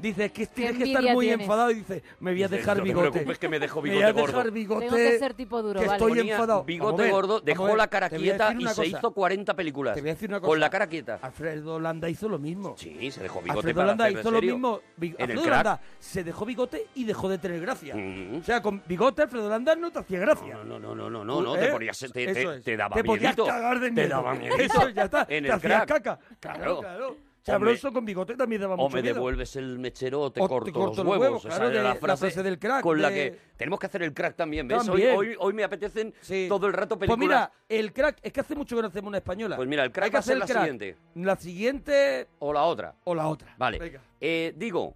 G: Dice, es que tienes que estar
I: envidia
G: muy
I: tienes.
G: enfadado y dice, me voy a
B: Dice,
G: dejar
B: "No te
G: bigote.
B: preocupes que me dejo
G: voy a
B: bigote gordo".
G: dejar bigote.
I: Tengo que ser tipo duro,
G: que
I: vale.
G: estoy
B: Ponía
G: enfadado. Vamos a
B: Bigote
G: ver,
B: gordo,
G: vamos
B: dejó
G: a ver,
B: la cara
G: te voy a
B: quieta
G: decir
B: y
G: una
B: se
G: cosa.
B: hizo 40 películas.
G: Te voy a decir una cosa.
B: Con la cara quieta.
G: Alfredo Landa hizo lo mismo.
B: Sí, se dejó bigote
G: Alfredo
B: para
G: Landa
B: hacerlo
G: hizo lo
B: serio.
G: mismo. Bi-
B: En el
G: Alfredo
B: crack.
G: Landa se dejó bigote y dejó de tener gracia. O sea, con bigote Alfredo Landa no te hacía gracia.
B: No, no, no, no, no, no,
G: ¿Eh?
B: te ponías, te, te,
G: Eso es.
B: te daba
G: Te podías
B: miedito.
G: cagar de
B: Te
G: miedo.
B: daba miedito.
G: Eso ya está.
B: En
G: te
B: el
G: hacías
B: crack.
G: caca. Claro,
B: Claro.
G: claro.
B: Hombre.
G: Chabroso con bigote también daba
B: O
G: mucho
B: me
G: miedo.
B: devuelves el mechero o te,
G: O te
B: corto,
G: corto
B: los
G: los
B: huevos.
G: huevos,
B: O sea,
G: claro,
B: era
G: de-
B: la
G: la
B: frase,
G: frase del crack,
B: Con la
G: de-
B: que tenemos que hacer el crack también. ¿Ves? Hoy-
G: También.
B: Hoy, hoy me apetecen
G: Sí.
B: todo el rato
G: Pues
B: películas.
G: mira, el crack, es que hace mucho que no hacemos una española.
B: Pues mira, el crack
G: Hay que
B: va a ser
G: hacer el
B: la
G: crack.
B: siguiente.
G: La siguiente
B: O la otra.
G: o la otra.
B: Vale.
G: Venga.
B: Eh, digo,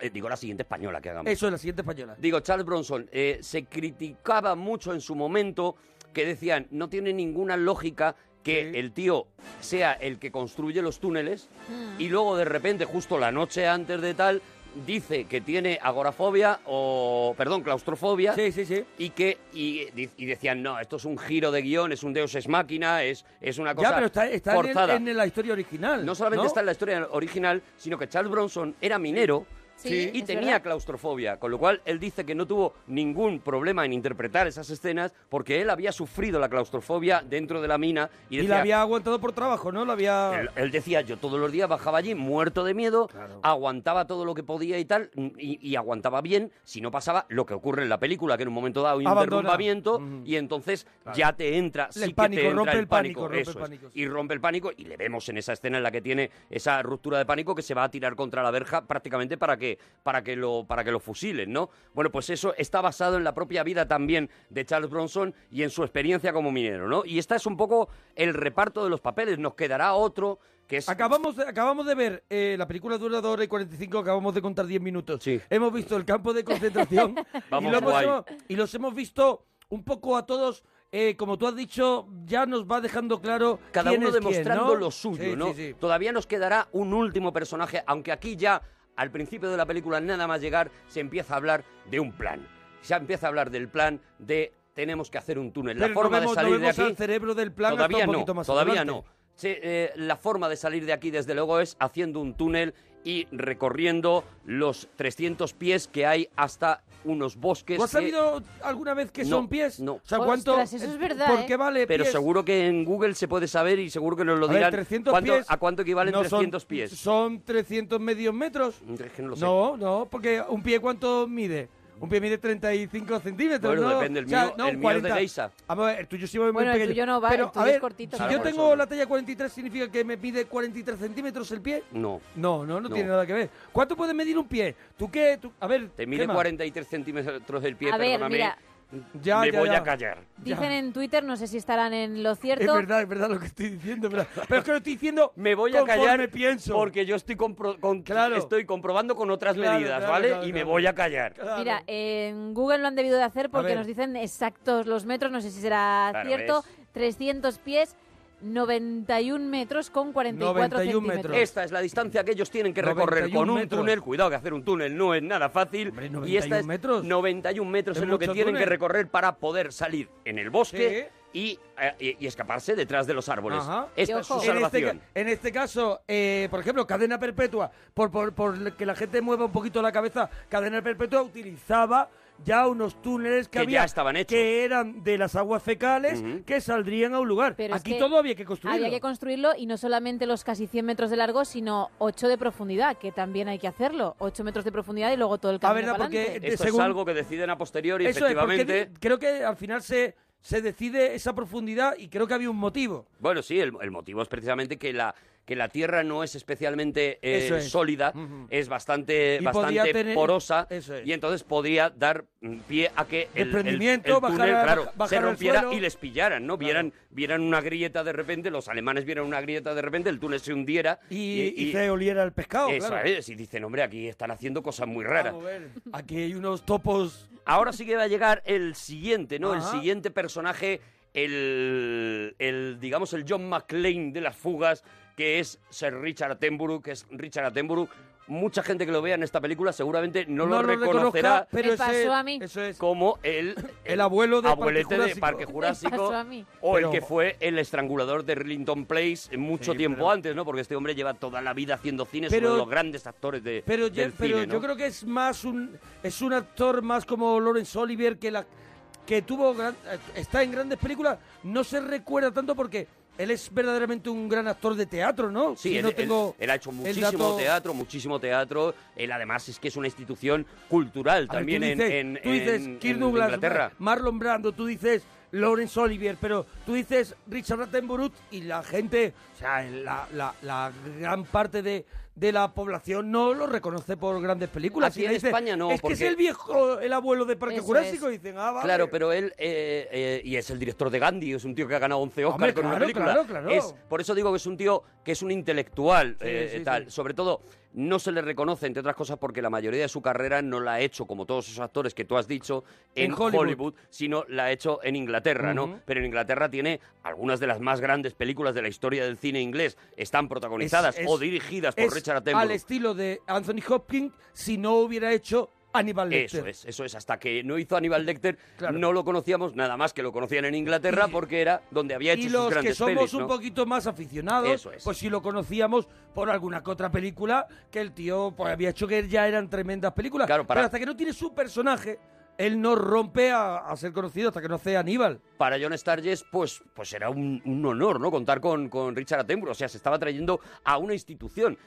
B: eh, digo la siguiente española que hagamos.
G: Eso es la siguiente española.
B: Digo, Charles Bronson, eh, se criticaba mucho en su momento que decían, no tiene ninguna lógica que el tío sea el que construye los túneles
O: Mm.
B: y luego de repente, justo la noche antes de tal, dice que tiene agorafobia o, perdón, claustrofobia.
G: Sí, sí, sí.
B: Y que y, di- y decían, no, esto es un giro de guión, es un deus ex máquina, es, es una cosa
G: ya, pero está, está en el-
B: forzada.
G: en, la historia original.
B: No solamente
G: ¿no?
B: está en la historia original, sino que Charles Bronson era minero
G: Sí,
B: y
G: es
B: tenía
G: verdad.
B: claustrofobia, con lo cual él dice que no tuvo ningún problema en interpretar esas escenas porque él había sufrido la claustrofobia dentro de la mina
G: Y,
B: y, decía,
G: la había aguantado por trabajo, ¿no? La había...
B: él, él decía, yo todos los días bajaba allí muerto de miedo, aguantaba todo lo que podía y tal, y, y aguantaba bien, si no pasaba lo que ocurre en la película, que en un momento dado hay un
G: Abandona.
B: derrumbamiento y entonces ya te entra, sí que
G: pánico,
B: te entra
G: rompe el pánico, rompe el
B: eso es.
G: pánico,
B: Y rompe el pánico y le vemos en esa escena en la que tiene esa ruptura de pánico que se va a tirar contra la verja prácticamente para que, para que, lo, para que lo fusilen, ¿no? Bueno, pues eso está basado en la propia vida también de Charles Bronson y en su experiencia como minero, ¿no? Y esta es un poco el reparto de los papeles, nos quedará otro que es...
G: Acabamos de, acabamos de ver, eh, la película dura 2 horas y 45, acabamos de contar 10 minutos. Hemos visto el campo de concentración y,
B: Vamos,
G: lo hemos-
B: guay.
G: y los hemos visto un poco a todos, eh, como tú has dicho, ya nos va dejando claro
B: cada
G: quién
B: uno
G: es quién,
B: demostrando
G: ¿no?
B: lo suyo,
G: Sí,
B: ¿no?
G: sí, sí.
B: Todavía nos quedará un último personaje, aunque aquí ya, al principio de la película, nada más llegar, se empieza a hablar de un plan. Se empieza a hablar del plan de tenemos que hacer un túnel.
G: Pero
B: la forma
G: no vemos, no
B: de salir de
G: vemos
B: aquí.
G: al cerebro del plan hasta
B: todavía
G: un
B: no,
G: poquito más
B: todavía
G: adelante.
B: no. Se- eh, la forma de salir de aquí, desde luego, es haciendo un túnel y recorriendo los 300 pies que hay hasta unos bosques.
G: ¿Tú has
B: que-
G: sabido alguna vez que
B: No,
G: son pies?
B: no.
G: O sea, ¿cuánto?
I: Ostras, eso es verdad,
G: ¿Por
I: ¿eh?
G: qué vale
B: Pero
G: pies?
B: seguro que en Google se puede saber y seguro que nos lo
G: A ver,
B: dirán.
G: 300
B: ¿Cuánto-
G: pies
B: ¿A cuánto equivalen
G: no son-
B: 300 pies? Mm,
G: ¿Son 300 medios metros?
B: Es que no lo sé.
G: No, no, porque un pie cuánto mide? Un pie mide 35 centímetros,
B: Bueno,
G: ¿no?
B: depende, el
G: O sea,
B: mío-
G: no,
B: el mío es de
G: 40.
B: Geisa.
G: Vamos a ver, el tuyo sí va muy
I: Bueno, el
G: pequeño.
I: tuyo no va,
G: Pero,
I: el tuyo
G: a
I: es
G: ver,
I: cortito,
G: si
I: ¿no?
G: yo
I: Claro, por
G: tengo la talla 43, ¿significa que me mide 43 centímetros el pie?
B: No.
G: No, no, no,
B: No.
G: tiene nada que ver. ¿Cuánto puede medir un pie? ¿Tú qué? Tú- a ver,
B: Te mide
G: Gemma.
B: 43 centímetros del pie,
I: A ver,
B: perdóname.
I: mira.
G: Ya,
B: me
G: ya,
B: voy
G: ya.
B: a callar.
I: Dicen en Twitter, no sé si estarán en lo cierto.
G: Es verdad, es verdad lo que estoy diciendo, es verdad. Pero es que lo estoy diciendo
B: Me voy a
G: conforme
B: callar
G: pienso.
B: porque yo estoy, compro- con-
G: Claro.
B: estoy comprobando con otras
G: Claro,
B: medidas,
G: claro,
B: ¿vale?
G: claro,
B: y me
G: claro.
B: voy a callar.
I: Mira, en Google lo han debido de hacer porque
B: ver.
I: nos dicen exactos los metros, no sé si será
B: Claro,
I: cierto,
B: ¿ves?
I: 300 pies, 91 metros con 44 centímetros.
B: Esta es la distancia que ellos tienen que recorrer
G: 91
B: con un
G: metros.
B: túnel. Cuidado que hacer un túnel no es nada fácil. y esta
G: 91
B: es 91 metros
G: Es
B: es lo que
G: mucho
B: tienen que
G: túnel.
B: recorrer para poder salir en el bosque y, eh, y, y escaparse detrás de los árboles.
G: Ajá.
B: Esta es su
G: En este
B: salvación.
G: ca- En este, caso, eh, por ejemplo, cadena perpetua, por, por, por que la gente mueva un poquito la cabeza, cadena perpetua utilizaba ya unos túneles que,
B: Que
G: había
B: ya estaban hechos.
G: que eran de las aguas fecales que saldrían a un lugar.
I: es
G: Aquí
I: que
G: todo había que construirlo.
I: Había que construirlo y no solamente los casi 100 metros de largo, sino 8 de profundidad, que también hay que hacerlo. 8 metros de profundidad y luego todo el camino para adelante.
B: Esto
G: Eh, según-
B: es algo que deciden a posteriori,
G: Eso es, porque
B: efectivamente.
G: di- creo que al final se, se decide esa profundidad y creo que había un motivo.
B: Bueno, sí, el, el motivo es precisamente que la que la tierra no es especialmente eh,
G: Eso es.
B: sólida, es bastante,
G: Y podía
B: bastante
G: tener-
B: porosa
G: Eso es.
B: y entonces podría dar mm, pie a que el- el,
G: Desprendimiento,
B: el
G: bajar
B: túnel,
G: a-
B: claro,
G: baja- bajar
B: se
G: al
B: rompiera
G: suelo.
B: y les pillaran, ¿no? Vieran, vieran una grieta de repente, los alemanes vieran una grieta de repente, el túnel se hundiera
G: Y, y se oliera el pescado,
B: eso
G: claro.
B: es, y dicen, hombre, aquí están haciendo cosas muy raras.
G: Vamos a ver, Aquí hay unos topos.
B: Ahora sí que va a llegar el siguiente, ¿no? El
G: Ajá.
B: siguiente personaje, el, el, digamos, el John McClane de las fugas, que es Sir Richard Attenborough, que es Richard Attenborough. Mucha gente que lo vea en esta película seguramente
G: No
B: no, lo,
G: lo reconozca,
B: reconocerá
G: pero Me ese- pasó a mí.
B: como el,
G: El abuelo de Parque
B: abuelete de
G: Jurásico.
B: Parque
G: Me
B: Jurásico
G: pasó a mí.
B: o
G: Pero-
B: el que fue el estrangulador de Rinton Place eh, mucho
G: Sí,
B: tiempo
G: pero-
B: antes, ¿no? Porque este hombre lleva toda la vida haciendo cine, es
G: Pero-
B: uno de los grandes actores de,
G: Pero, yo,
B: del
G: pero
B: cine, ¿no?
G: yo creo que es más un es un actor más como Lawrence Olivier que la que tuvo gran- eh, está en grandes películas no se recuerda tanto porque él es verdaderamente un gran actor de teatro, ¿no?
B: Sí,
G: Si
B: él,
G: no
B: él-
G: tengo
B: él ha hecho
G: el
B: muchísimo
G: dato-
B: teatro, muchísimo teatro. Él además es que es una institución
G: A
B: cultural
G: ver,
B: también
G: tú
B: en-
G: dices,
B: en,
G: tú dices
B: en-
G: Kirk
B: en
G: Douglas,
B: Inglaterra.
G: Mar- Marlon Brando, tú dices Lawrence Olivier, pero tú dices Richard Attenborough y la gente, o sea, la, la- la gran parte de, de la población no lo reconoce por grandes películas.
B: Aquí
G: Y le
B: en
G: dice,
B: España no,
G: Es que
B: porque-
G: es el viejo, el abuelo de Parque
B: Eso
G: Jurásico,
B: es.
G: y dicen, ah, vale.
B: Claro, pero él, eh, eh, y es el director de Gandhi, es un tío que ha ganado 11 Oscars
G: Hombre,
B: con una
G: claro,
B: película.
G: claro, claro.
B: Es- por eso digo que es un tío que es un intelectual,
G: Sí,
B: eh,
G: sí,
B: tal.
G: sí.
B: Sobre todo, no se le reconoce, entre otras cosas, porque la mayoría de su carrera no la ha hecho, como todos esos actores que tú has dicho, en,
G: En Hollywood.
B: sino la ha hecho en Inglaterra,
G: Ujú.
B: ¿no? Pero en Inglaterra tiene algunas de las más grandes películas de la historia del cine inglés. Están protagonizadas
G: Es- es-
B: o dirigidas por
G: es
B: Richard Attenborough.
G: Al estilo de Anthony Hopkins, si no hubiera hecho Aníbal Lecter.
B: Eso es, eso es. Hasta que no hizo Aníbal Lecter, no lo conocíamos, nada más que lo conocían en Inglaterra porque era donde había hecho
G: y
B: sus
G: los que
B: grandes
G: somos
B: pelis,
G: un
B: ¿no?
G: poquito más aficionados,
B: Eso es.
G: pues si lo conocíamos por alguna que otra película que el tío pues, había hecho que ya eran tremendas películas.
B: para-
G: Pero hasta que no tiene su personaje, él no rompe a, a ser conocido hasta que no sea Aníbal.
B: Para John Starges, pues, pues era un, un honor, ¿no? Contar con, con Richard Attenborough. O sea, se estaba trayendo a una institución.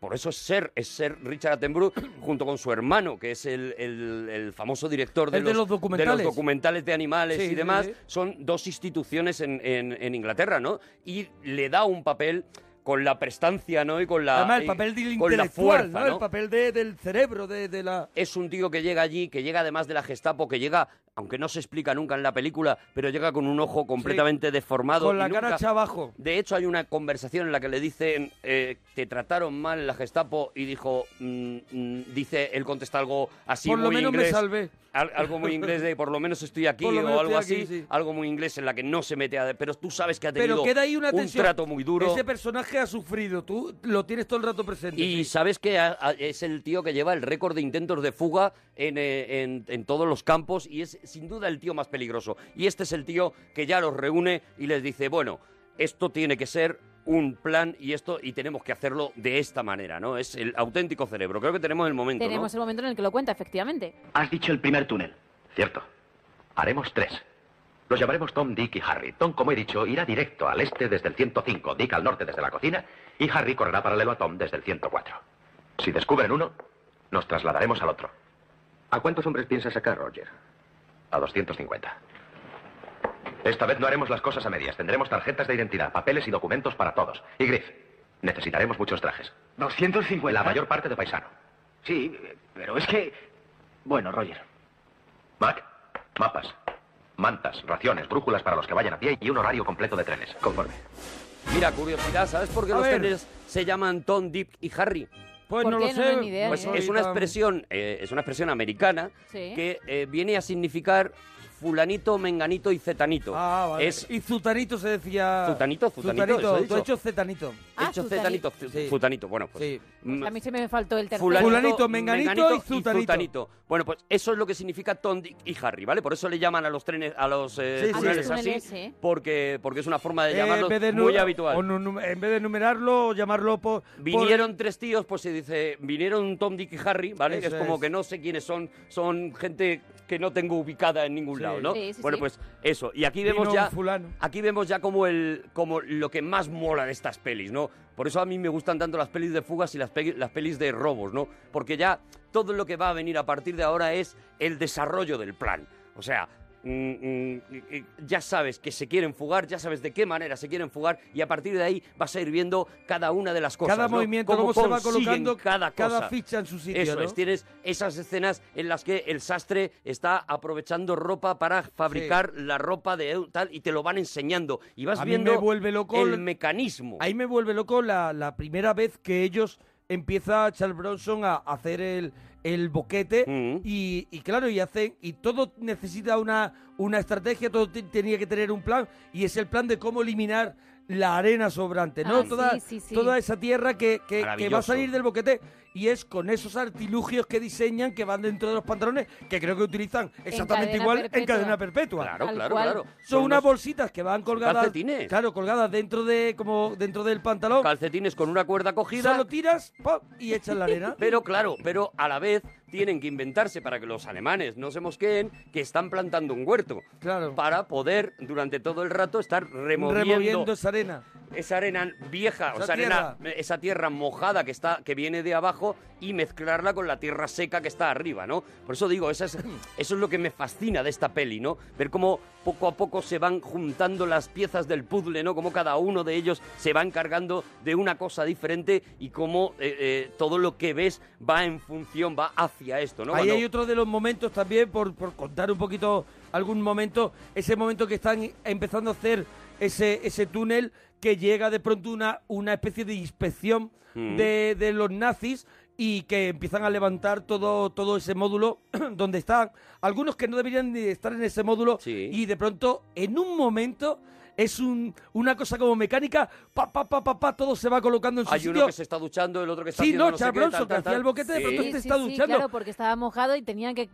B: Por eso es ser, es ser Richard Attenborough junto con su hermano, que es el, el- el famoso director de,
G: El de los documentales.
B: documentales de animales
G: Sí,
B: y
G: sí,
B: demás.
G: sí.
B: Son dos instituciones en, en- en Inglaterra, ¿no? Y le da un papel con la prestancia, ¿no? Y con la,
G: Además, el
B: y
G: papel del
B: con la
G: intelectual,
B: fuerza,
G: ¿no?
B: ¿no?
G: El papel de- del cerebro, de, de la...
B: es un tío que llega allí, que llega además de la Gestapo, que llega, aunque no se explica nunca en la película, pero llega con un ojo completamente deformado.
G: Con
B: y
G: la
B: nunca-
G: cara hacia abajo.
B: De hecho, hay una conversación en la que le dicen, eh, te trataron mal en la Gestapo, y dijo, mm, mm, dice, él contesta algo así
G: Por lo
B: muy
G: menos me
B: inglés.
G: salvé.
B: al- algo muy inglés de por lo menos estoy aquí
G: Por lo
B: o
G: menos
B: algo
G: estoy
B: así,
G: aquí, sí.
B: algo muy inglés en la que no se mete a... Pero tú sabes que ha tenido
G: Pero queda ahí una
B: un
G: tensión.
B: trato muy duro.
G: Ese personaje ha sufrido, tú lo tienes todo el rato presente.
B: Y sabes que ha- ha- es el tío que lleva el récord de intentos de fuga en, eh, en- en todos los campos y es sin duda el tío más peligroso. Y este es el tío que ya los reúne y les dice, bueno, esto tiene que ser un plan y esto y tenemos que hacerlo de esta manera, ¿no? Es el auténtico cerebro. Creo que tenemos el momento, ¿no?
I: Tenemos el momento en el que lo cuenta, efectivamente.
X: Has dicho el primer túnel. Cierto. Haremos tres. Los llamaremos Tom, Dick y Harry. Tom, como he dicho, irá directo al este desde el 105, Dick al norte desde la cocina y Harry correrá paralelo a Tom desde el 104. Si descubren uno, nos trasladaremos al otro. ¿A cuántos hombres piensas sacar, Roger? A 250. Esta vez no haremos las cosas a medias. Tendremos tarjetas de identidad, papeles y documentos para todos. Y Griff, necesitaremos muchos trajes. 250. La mayor parte de paisano. Sí, pero es que... Bueno, Roger. Mac, mapas, mantas, raciones, brújulas para los que vayan a pie y un horario completo de trenes. Conforme.
B: Mira, curiosidad, ¿sabes por qué
X: A
B: los
X: ver.
B: trenes se llaman Tom, Dick y Harry?
G: Pues
I: ¿Por no qué? lo No sé. tengo ni idea,
B: Pues
I: ¿eh?
B: es una expresión, eh, es una expresión americana
I: Sí.
B: que eh, viene a significar fulanito, menganito y zetanito.
G: Ah, vale.
B: Es
G: Y Zutanito se decía...
B: Zutanito, zutanito, eso he
G: tú has
B: dicho. Eh,
G: hecho Zetanito.
I: Ah,
B: hecho
I: zutanito.
B: zetanito, zutanito. Bueno, pues... mm,
I: A mí se me faltó el tercero.
B: Fulanito,
G: menganito y zutanito.
B: zutanito. Bueno, pues eso es lo que significa Tom Dick y Harry, ¿vale? Por eso le llaman a los trenes, a los eh,
G: Sí, sí,
B: túneles
G: sí.
B: así,
G: Sí.
B: porque, porque es una forma de
G: Eh,
B: llamarlo
G: en vez de nu-
B: muy habitual.
G: o nu- nu- en vez de numerarlo, llamarlo por... por-
B: Vinieron tres tíos, pues se dice, vinieron Tom, Dick y Harry, ¿vale? Que es
G: Eso
B: como
G: es.
B: que no sé quiénes son, son gente que no tengo ubicada en ningún
G: Sí.
B: lado, ¿no?
G: Sí, sí,
B: bueno,
G: sí.
B: pues eso. Y aquí
G: Vino
B: vemos ya,
G: fulano.
B: aquí vemos ya como el, como lo que más mola de estas pelis, ¿no? Por eso a mí me gustan tanto las pelis de fugas y las, pe- las pelis de robos, ¿no? Porque ya todo lo que va a venir a partir de ahora es el desarrollo del plan. O sea, mm, mm, y- y ya sabes que se quieren fugar, ya sabes de qué manera se quieren fugar y a partir de ahí vas a ir viendo cada una de las cosas.
G: Cada
B: ¿no?
G: movimiento, cómo se va
B: consiguen
G: colocando
B: cada,
G: cada
B: cosa.
G: ficha en su sitio,
B: Eso
G: ¿no?
B: es, tienes esas escenas en las que el sastre está aprovechando ropa para fabricar la ropa de eu- tal y te lo van enseñando y vas
G: A mí
B: viendo
G: me vuelve loco
B: el
G: el-
B: mecanismo.
G: Ahí me vuelve loco la, la primera vez que ellos empieza Charles Bronson a hacer el, el boquete
B: Mm.
G: y, y claro, y hacen, y todo necesita una, una estrategia, todo te- tenía que tener un plan, y es el plan de cómo eliminar la arena sobrante, ¿no?
I: Ah, sí,
G: toda,
I: sí, sí.
G: toda esa tierra que, que- que va a
B: Maravilloso.
G: salir del boquete y es con esos artilugios que diseñan que van dentro de los pantalones, que creo que utilizan exactamente
B: cadena
G: igual en
B: perpetua.
G: cadena perpetua.
B: Claro, Tal claro, cual. claro.
G: Son
B: Son
G: unas
B: los-
G: bolsitas que van colgadas.
B: Calcetines.
G: Claro, colgadas dentro de como dentro del pantalón.
B: Calcetines con una cuerda cogida.
G: Solo tiras ¡pop! y echas la arena.
B: Pero claro, pero a la vez tienen que inventarse para que los alemanes no se mosqueen que están plantando un huerto.
G: Claro.
B: Para poder durante todo el rato estar removiendo,
G: Removiendo esa arena.
B: esa arena vieja, o
G: Esa
B: sea, arena- esa tierra mojada que está que viene de abajo y mezclarla con la tierra seca que está arriba, ¿no? Por eso digo, esa es- eso es lo que me fascina de esta peli, ¿no? Ver cómo poco a poco se van juntando las piezas del puzzle, ¿no? Cómo cada uno de ellos se va encargando de una cosa diferente y cómo eh, eh, todo lo que ves va en función, va hacia esto, ¿no?
G: Ahí
B: Cuando-
G: hay otro de los momentos también, por, por contar un poquito algún momento, ese momento que están empezando a hacer ese, ese túnel que llega de pronto una, una especie de inspección
B: Mm.
G: de, de los nazis y que empiezan a levantar todo, todo ese módulo donde están algunos que no deberían ni estar en ese módulo y de pronto en un momento es un, una cosa como mecánica, pa, pa, pa, pa, pa, todo se va colocando en su
B: hay
G: sitio.
B: uno que se está duchando, el otro que está
G: Sí,
B: haciendo
G: no,
B: no sé
G: Charles
B: qué, tal,
G: Bronson, que
B: tal,
G: hacía
B: tal.
G: el boquete, de
B: Sí.
G: pronto
I: Sí,
G: te
I: sí,
G: está
I: sí,
G: duchando.
I: claro, porque estaba mojado y tenían que,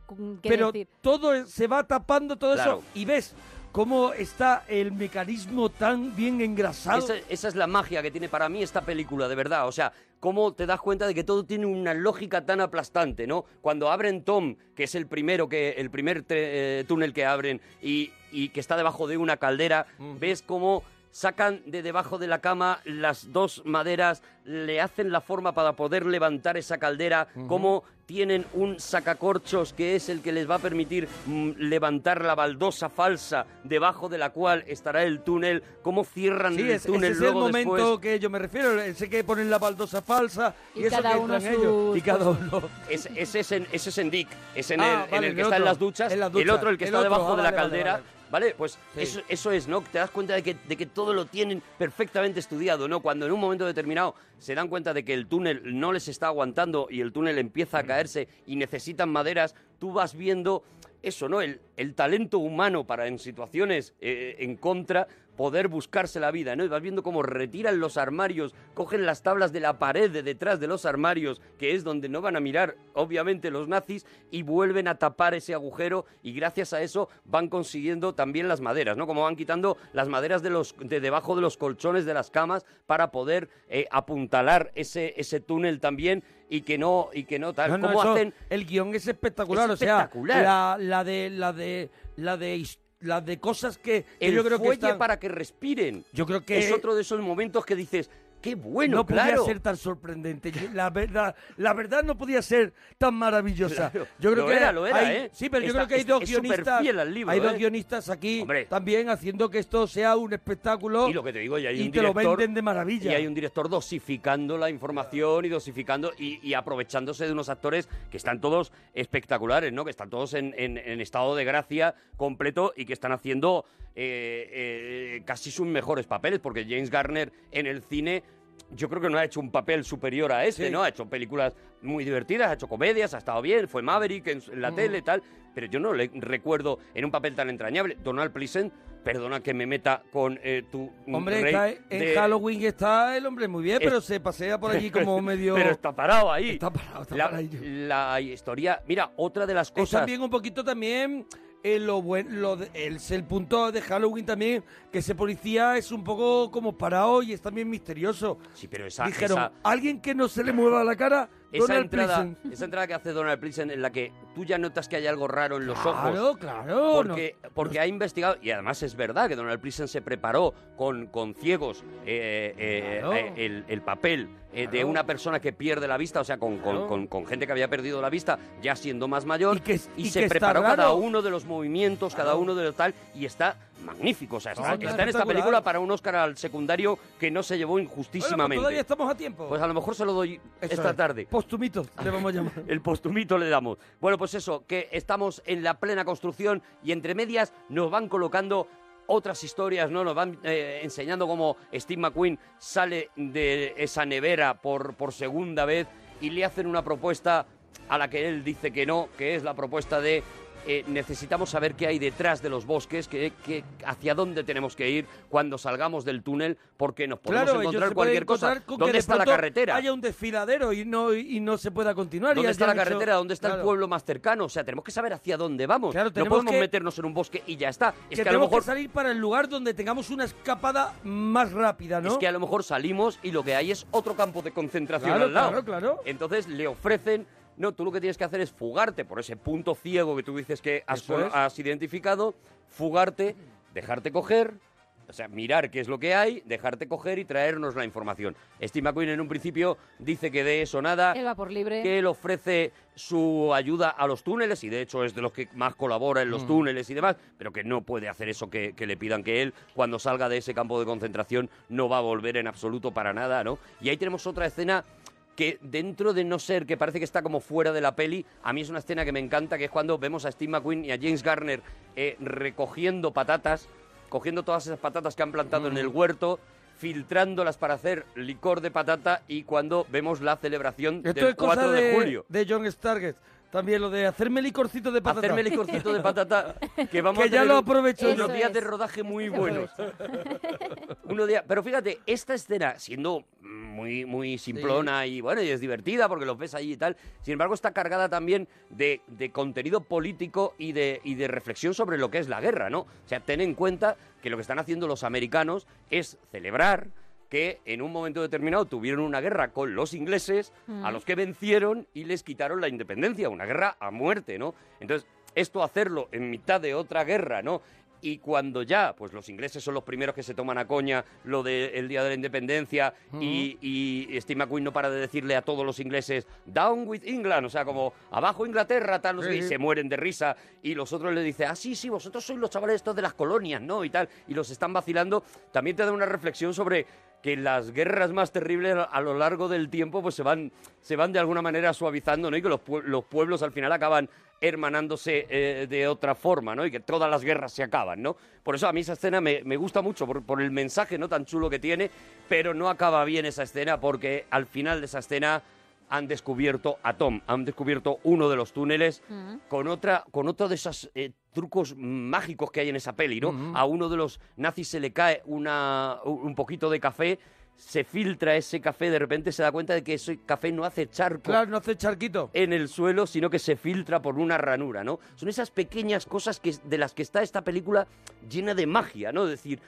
I: que
G: Pero
I: decir.
G: todo es- se va tapando todo
B: Claro.
G: eso y ves cómo está el mecanismo tan bien engrasado.
B: Esa, esa es la magia que tiene para mí esta película, de verdad. O sea, cómo te das cuenta de que todo tiene una lógica tan aplastante, ¿no? Cuando abren Tom, que es el primero que el primer tre- eh, túnel que abren y, y que está debajo de una caldera, ves cómo sacan de debajo de la cama las dos maderas, le hacen la forma para poder levantar esa caldera, cómo tienen un sacacorchos que es el que les va a permitir mm, levantar la baldosa falsa debajo de la cual estará el túnel, cómo cierran
G: Sí,
B: el
G: es,
B: túnel
G: ese es el
B: luego
G: momento
B: después.
G: que yo me refiero, sé que ponen la baldosa falsa y,
B: Y
G: eso
B: cada
G: que
B: uno
G: entran
B: sus
G: ellos. Y cada
B: cosas.
G: uno.
B: Es- ese, es en, ese es en Dick, es en,
G: Ah,
B: el, en
G: vale,
B: el que
G: el
B: está en
G: otro,
B: las, duchas,
G: en las
B: el
G: duchas,
B: otro el que
G: el
B: está
G: otro,
B: debajo
G: ah,
B: de la
G: vale, vale,
B: caldera. Vale,
G: vale.
B: pues
G: Sí.
B: eso, eso es, ¿no? Te das cuenta de que, de que todo lo tienen perfectamente estudiado, ¿no? Cuando en un momento determinado se dan cuenta de que el túnel no les está aguantando y el túnel empieza
G: Mm.
B: a caerse y necesitan maderas, tú vas viendo eso, ¿no? El, el talento humano para en situaciones eh, en contra poder buscarse la vida, ¿no? Y vas viendo cómo retiran los armarios, cogen las tablas de la pared de detrás de los armarios, que es donde no van a mirar, obviamente, los nazis, y vuelven a tapar ese agujero y gracias a eso van consiguiendo también las maderas, ¿no? Como van quitando las maderas de, los, de debajo de los colchones de las camas para poder eh, apuntalar ese, ese túnel también y que no, y que no tal.
G: No, no,
B: ¿Cómo
G: eso-
B: hacen?
G: El guión es espectacular,
B: Es espectacular.
G: o sea, la, la de la de la de his- la de cosas que, que
B: El
G: yo creo que
B: fuelle
G: están-
B: para que respiren.
G: Yo creo que-
B: es otro de esos momentos que dices, qué bueno,
G: no podía
B: claro.
G: ser tan sorprendente. Yo- La verdad, la verdad no podía ser tan maravillosa.
B: Claro.
G: Yo creo
B: Lo
G: que
B: era, lo era,
G: hay-
B: ¿eh?
G: Sí, pero yo
B: Está-
G: creo que hay
B: es-
G: dos
B: es
G: guionistas.
B: superfiel al libro,
G: hay dos
B: ¿eh?
G: guionistas aquí también haciendo que esto sea un espectáculo.
B: Y lo que te digo, y hay un
G: te lo
B: director...
G: venden de maravilla.
B: Y hay un director dosificando la información y dosificando y, y aprovechándose de unos actores que están todos espectaculares, ¿no? Que están todos en, en- en estado de gracia completo y que están haciendo eh, eh, casi sus mejores papeles, porque James Garner en el cine yo creo que no ha hecho un papel superior a este, ¿no? Ha hecho películas muy divertidas, ha hecho comedias, ha estado bien, fue Maverick en, en la
C: Ujú.
B: tele tal, pero yo no le recuerdo en un papel tan entrañable. Donald Pleasant, perdona que me meta con eh, tu mm,
G: Hombre,
B: rey
G: está en
B: de-
G: Halloween está el hombre muy bien,
B: Es-
G: pero se pasea por allí como medio...
B: Pero está parado ahí.
G: Está parado, está
B: la,
G: parado.
B: la historia, mira, otra de las
G: Es
B: cosas...
G: también un poquito también eh, lo buen, lo de- el, el punto de Halloween también, que ese policía es un poco como parado y es también misterioso.
B: Sí, pero esa-
G: Dijeron,
B: esa-
G: alguien que no se le mueva la cara,
B: Esa
G: Donald
B: entrada,
G: Pleasant".
B: esa entrada que hace Donald Pleasant en la que tú ya notas que hay algo raro en los
G: Claro,
B: ojos.
G: claro.
B: Porque, porque ha investigado, y además es verdad que Donald Pleasant se preparó con, con ciegos eh, eh,
C: Claro.
B: eh, el, el papel eh, de
C: Claro.
B: una persona que pierde la vista, o sea, con, con-
C: Claro.
B: con- con gente que había perdido la vista ya siendo más mayor, y,
C: y
B: se
C: que está
B: preparó cada
C: raro.
B: uno de los movimientos, cada uno de los tal, y está magnífico. O sea, está,
G: No, está
B: está en esta
G: espectacular.
B: película para un Oscar al secundario que no se llevó
G: Bueno, pues
B: injustísimamente.
G: todavía estamos a tiempo.
B: Pues a lo mejor se lo doy
G: Eso
B: esta
G: es.
B: tarde.
G: Postumito, le vamos a llamar.
B: El postumito le damos. Bueno, pues eso, que estamos en la plena construcción y entre medias nos van colocando otras historias, ¿no? Nos van eh, enseñando cómo Steve McQueen sale de esa nevera por, por segunda vez y le hacen una propuesta a la que él dice que no, que es la propuesta de eh, necesitamos saber qué hay detrás de los bosques, que, que- hacia dónde tenemos que ir cuando salgamos del túnel, porque nos podemos
G: claro, ellos
B: encontrar
G: se pueden
B: cualquier cosa.
G: encontrar con que
B: ¿Dónde
G: de
B: está la
G: pronto
B: carretera?
G: Haya un desfiladero y no, y no se pueda continuar. y
B: ¿Dónde está la
G: hayan hecho-
B: carretera? ¿Dónde está el
G: Claro.
B: pueblo más cercano? O sea, tenemos que saber hacia dónde vamos. no
G: tenemos
B: podemos
G: que-
B: meternos en un bosque y ya está. Es
G: que,
B: que, a lo
G: tenemos
B: mejor
G: que salir para el lugar donde tengamos una escapada más rápida, ¿no?
B: es que a lo mejor salimos y lo que hay es otro campo de concentración
G: Claro,
B: al lado.
G: claro,
B: Entonces le ofrecen no, tú lo que tienes que hacer es fugarte por ese punto ciego que tú dices que has,
C: Eso es.
B: has identificado, fugarte, dejarte coger, o sea, mirar qué es lo que hay, dejarte coger y traernos la información. Steve McQueen en un principio dice que de eso nada,
I: Él va por libre.
B: que él ofrece su ayuda a los túneles y de hecho es de los que más colabora en los
C: Mm.
B: túneles y demás, pero que no puede hacer eso que, que le pidan que él cuando salga de ese campo de concentración no va a volver en absoluto para nada, ¿no? Y ahí tenemos otra escena que dentro de no ser que parece que está como fuera de la peli, a mí es una escena que me encanta, que es cuando vemos a Steve McQueen y a James Garner eh, recogiendo patatas, cogiendo todas esas patatas que han plantado en el
G: Mm.
B: huerto, filtrándolas para hacer licor de patata y cuando vemos la celebración
G: Esto
B: del
G: es cosa
B: 4
G: de,
B: de julio.
G: de John Stargate. También lo de hacerme licorcito de patata.
B: Hacerme licorcito de patata, que vamos a
G: Que ya
B: tener
G: lo
B: un-
G: aprovecho
B: unos
G: yo.
B: días de rodaje muy buenos. Unos días- pero fíjate, esta escena, siendo muy, muy simplona y bueno, y es divertida porque los ves ahí y tal, sin embargo está cargada también de, de contenido político y de, y de reflexión sobre lo que es la guerra, ¿no? O sea, ten en cuenta que lo que están haciendo los americanos es celebrar que en un momento determinado tuvieron una guerra con los ingleses,
C: Mm.
B: a los que vencieron y les quitaron la independencia, una guerra a muerte, ¿no? Entonces, esto hacerlo en mitad de otra guerra, ¿no? Y cuando ya, pues los ingleses son los primeros que se toman a coña lo del Día de la Independencia y, y Steve McQueen no para de decirle a todos los ingleses, down with England, o sea, como abajo Inglaterra, tal, no sé qué, y
C: Sí.
B: se mueren de risa. Y los otros le dicen, ah, sí, sí, vosotros sois los chavales estos de las colonias, ¿no? Y tal, y los están vacilando. También te da una reflexión sobre que las guerras más terribles a lo largo del tiempo pues se van, se van de alguna manera suavizando, ¿no? Y que los, pue- los pueblos al final acaban hermanándose eh, de otra forma, ¿no? Y que todas las guerras se acaban, ¿no? Por eso a mí esa escena me, me gusta mucho, por, por el mensaje no tan chulo que tiene, pero no acaba bien esa escena porque al final de esa escena han descubierto a Tom, han descubierto uno de los túneles
C: Mm.
B: con otra con otro de esos eh, trucos mágicos que hay en esa peli, ¿no?
C: Ujú.
B: A uno de los nazis se le cae una, un poquito de café, se filtra ese café, de repente se da cuenta de que ese café no hace charco.
G: Claro, no hace charquito.
B: En el suelo, sino que se filtra por una ranura, ¿no? Son esas pequeñas cosas que, de las que está esta película llena de magia, ¿no? Es decir,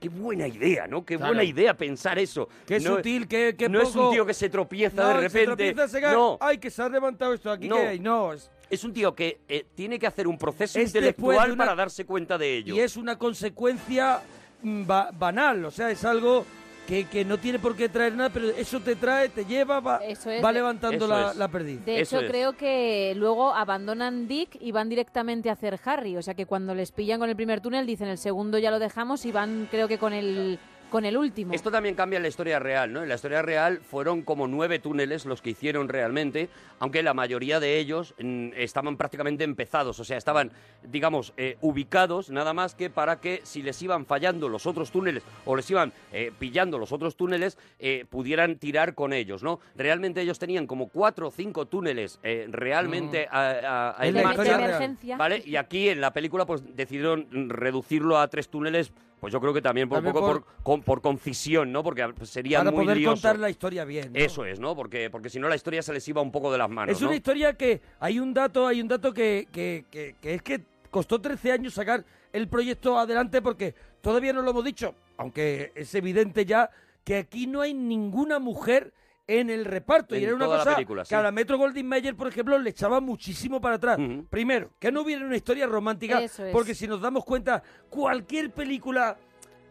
B: qué buena idea, ¿no? Qué
G: Claro.
B: buena idea pensar eso.
G: Qué
B: No-
G: sutil, qué, qué
B: No es un
G: poco-
B: tío que se tropieza
G: No,
B: de
G: que
B: repente.
G: se tropieza, se cae.
B: No.
G: Ay, que se ha levantado esto aquí.
B: No.
G: ¿qué hay? no. Es,
B: Es un tío que eh, tiene que hacer un proceso
G: Es después
B: intelectual
G: de una-
B: para darse cuenta de ello.
G: y es una consecuencia mm, ba- banal. O sea, es algo que, que no tiene por qué traer nada, pero eso te trae, te lleva, va,
I: es,
G: va
I: de-
G: levantando
I: Eso
G: la,
I: es.
G: la perdiz.
I: De hecho, creo que luego abandonan Dick y van directamente a hacer Harry. O sea que cuando les pillan con el primer túnel, dicen el segundo ya lo dejamos y van, creo que con el con el último.
B: Esto también cambia en la historia real, ¿no? En la historia real fueron como nueve túneles los que hicieron realmente, aunque la mayoría de ellos mm, estaban prácticamente empezados, o sea, estaban, digamos, eh, ubicados nada más que para que si les iban fallando los otros túneles o les iban eh, pillando los otros túneles, eh, pudieran tirar con ellos, ¿no? Realmente ellos tenían como cuatro o cinco túneles eh, realmente
G: Mm.
B: a, a- a-
I: De
B: en
I: emer-
B: marcha,
I: de emergencia.
B: ¿vale? Y aquí en la película pues decidieron mm, reducirlo a tres túneles. Pues yo creo que también por un
G: También
B: poco
G: por-
B: por, con- por concisión, ¿no? Porque sería
G: Para
B: muy
G: poder
B: lioso.
G: contar la historia bien. ¿no?
B: Eso es, ¿no? Porque, porque si no la historia se les iba un poco de las manos,
G: es una
B: ¿no?
G: historia que hay un dato, hay un dato que, que- que- que es que costó 13 años sacar el proyecto adelante porque todavía no lo hemos dicho, aunque es evidente ya que aquí no hay ninguna mujer en el reparto y
B: En
G: era una
B: toda la
G: cosa
B: película, sí.
G: que a la Metro Goldwyn Mayer, por ejemplo, le echaba muchísimo para atrás. Primero, que no hubiera una historia romántica,
B: Eso es.
G: porque si nos damos cuenta, cualquier película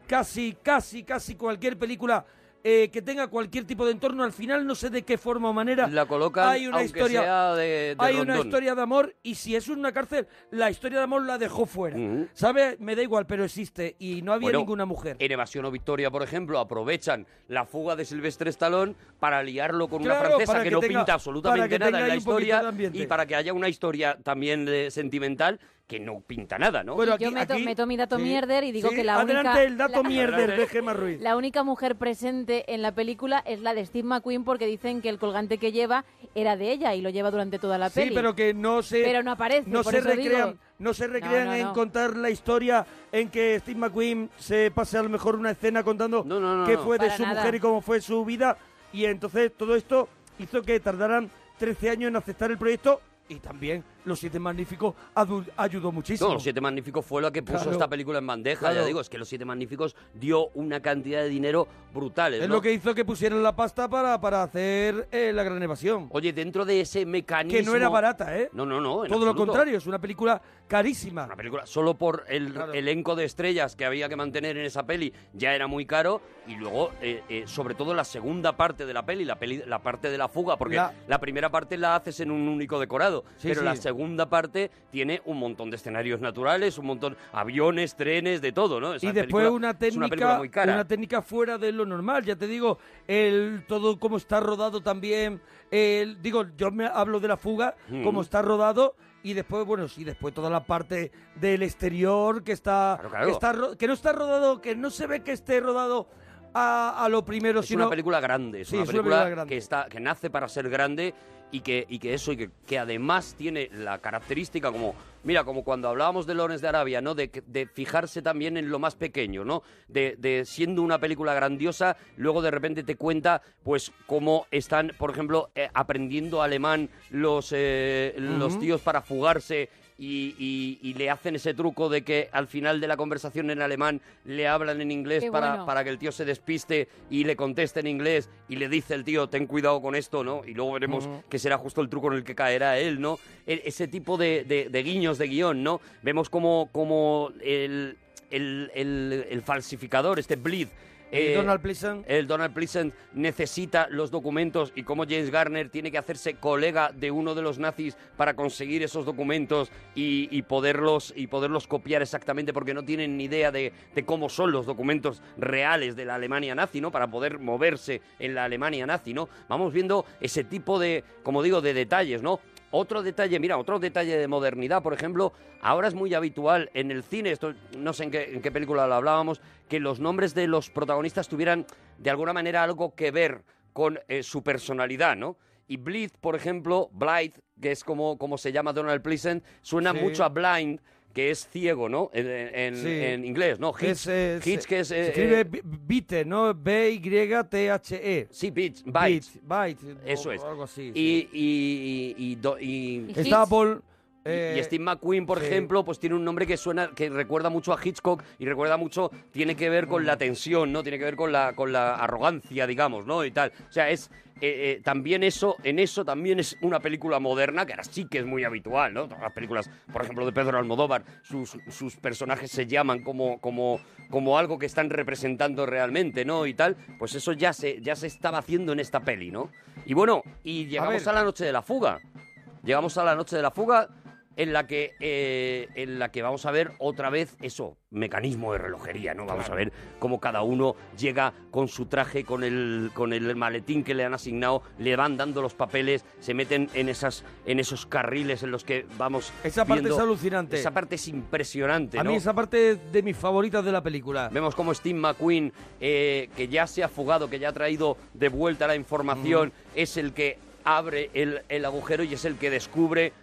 G: casi, casi, casi cualquier película eh, que tenga cualquier tipo de entorno, al final no sé de qué forma o manera. La
B: colocan, aunque sea de- de
G: hay una
B: rondón.
G: historia de amor y si es una cárcel, la historia de amor la dejó fuera. ¿Sabe? Me da igual, pero existe y no había
B: Bueno,
G: ninguna mujer.
B: En Evasión o Victoria, por ejemplo, aprovechan la fuga de Silvestre Stallone para liarlo con una
G: Claro,
B: francesa
G: para
B: que,
G: que
B: no
G: tenga-
B: pinta
G: para
B: absolutamente
G: que
B: nada
G: tenga
B: en la
G: ahí un poquito de
B: historia
G: ambiente.
B: y para que haya una historia también eh, sentimental que no pinta nada, ¿no?
I: Y yo meto, meto mi dato mierder y digo que la única...
G: Adelante el dato
I: la-
G: mierder de Gemma Ruiz.
I: La única mujer presente en la película es la de Steve McQueen porque dicen que el colgante que lleva era de ella y lo lleva durante toda la
G: Sí,
I: peli.
G: pero que no se.
I: Pero no aparece,
G: No
I: por
G: se
I: eso
G: recrean,
I: digo.
G: no se recrean
I: No, no,
G: en
I: no.
G: contar la historia en que Steve McQueen se pase a lo mejor una escena contando
B: no,
G: qué
B: no.
G: fue de
B: Para
G: su
B: nada.
G: mujer y cómo fue su vida. Y entonces todo esto hizo que tardaran 13 años en aceptar el proyecto y también Los Siete Magníficos adu- ayudó muchísimo.
B: No, Los Siete Magníficos fue la que puso
G: Claro.
B: esta película en bandeja. Ya
G: Claro.
B: digo, es que Los Siete Magníficos dio una cantidad de dinero brutales.
G: es
B: ¿no?
G: lo que hizo que pusieran la pasta para, para hacer eh, la gran evasión.
B: Oye, dentro de ese mecanismo...
G: Que no era barata, ¿eh?
B: No, no, no. en
G: Todo lo
B: absoluto.
G: contrario, es una película carísima. Una
B: película solo por el elenco de estrellas que había que mantener en esa peli ya era muy caro y luego eh, eh, sobre todo la segunda parte de la peli la peli la parte de la fuga porque la,
G: La-
B: primera parte la haces en un único decorado
G: Sí,
B: pero
G: sí.
B: la segunda parte tiene un montón de escenarios naturales un montón aviones trenes de todo no Esa
G: y después
B: película
G: una
B: es una
G: técnica
B: película muy cara
G: una técnica fuera de lo normal ya te digo el todo como está rodado también el digo yo me hablo de la fuga
B: Mm.
G: como está rodado y después bueno sí después toda la parte del exterior que está
B: claro.
G: que, está ro- que no está rodado que no se ve que esté rodado a, a lo primero
B: es
G: sino
B: una película grande, es
G: Sí,
B: una
G: es una
B: película,
G: película grande.
B: que está que nace para ser grande y que, y que eso y que, que además tiene la característica como mira como cuando hablábamos de Lorenz de Arabia no de, que- de fijarse también en lo más pequeño no de, de siendo una película grandiosa luego de repente te cuenta pues cómo están por ejemplo eh, aprendiendo alemán los eh, los
G: Ujú.
B: tíos para fugarse y, y- y le hacen ese truco de que al final de la conversación en alemán le hablan en inglés
G: Qué
B: para,
G: bueno.
B: para que el tío se despiste y le conteste en inglés y le dice el tío, ten cuidado con esto, ¿no? Y luego veremos
G: Ujú.
B: que será justo el truco en el que caerá él, ¿no? E- ese tipo de, de- de guiños de guión, ¿no? Vemos como, como el, el- el- el falsificador, este Bleed.
G: El Donald Pleasant.
B: El Donald Pleasant necesita los documentos y como James Garner tiene que hacerse colega de uno de los nazis para conseguir esos documentos y, y poderlos, y poderlos copiar exactamente porque no tienen ni idea de, de cómo son los documentos reales de la Alemania nazi, ¿no? Para poder moverse en la Alemania nazi, ¿no? Vamos viendo ese tipo de, como digo, de detalles, ¿no? Otro detalle, mira, otro detalle de modernidad, por ejemplo, ahora es muy habitual en el cine, esto no sé en qué, en qué película lo hablábamos, que los nombres de los protagonistas tuvieran de alguna manera algo que ver con eh, su personalidad, ¿no? Y Blythe, por ejemplo, Blythe, que es como, como se llama Donald Pleasant, suena
G: Sí.
B: mucho a Blind, que es ciego, ¿no? En, en-
G: Sí.
B: en inglés, ¿no?
G: Que es, eh,
B: Hitch,
G: se-
B: que es...
G: se
B: eh,
G: escribe
B: eh,
G: B- Bite no B Y T H E
B: sí Bite
G: Bite Bite
B: Eso
G: o
B: es.
G: algo así
B: y, y, y, y do- y-
G: Y Está Hitch. Paul,
B: Y- y
G: eh,
B: Steve McQueen, por
G: sí.
B: ejemplo, pues tiene un nombre que suena, que recuerda mucho a Hitchcock y recuerda mucho, tiene que ver
G: Mm.
B: con la tensión, ¿no? Tiene que ver con la, con la arrogancia, digamos, ¿no? Y tal. O sea, es eh, eh, también eso, en eso también es una película moderna, que ahora sí que es muy habitual, ¿no? Todas las películas, por ejemplo, de Pedro Almodóvar, sus, sus personajes se llaman como, como, como algo que están representando realmente, ¿no? Y tal. Pues eso ya se, ya se estaba haciendo en esta peli, ¿no? Y bueno, y llegamos
G: ver.
B: a la noche de la fuga. Llegamos a la noche de la fuga en la que eh, en la que vamos a ver otra vez eso, mecanismo de relojería, ¿no? Vamos
C: Claro.
B: a ver cómo cada uno llega con su traje, con el, con el maletín que le han asignado, le van dando los papeles, se meten en esas, en esos carriles en los que vamos.
G: Esa parte
B: viendo-
G: es alucinante.
B: Esa parte es impresionante,
G: A
B: ¿no?
G: mí esa parte es de mis favoritas de la película.
B: Vemos como Steve McQueen, eh, que ya se ha fugado, que ya ha traído de vuelta la información, es el que abre el, el agujero y es el que descubre,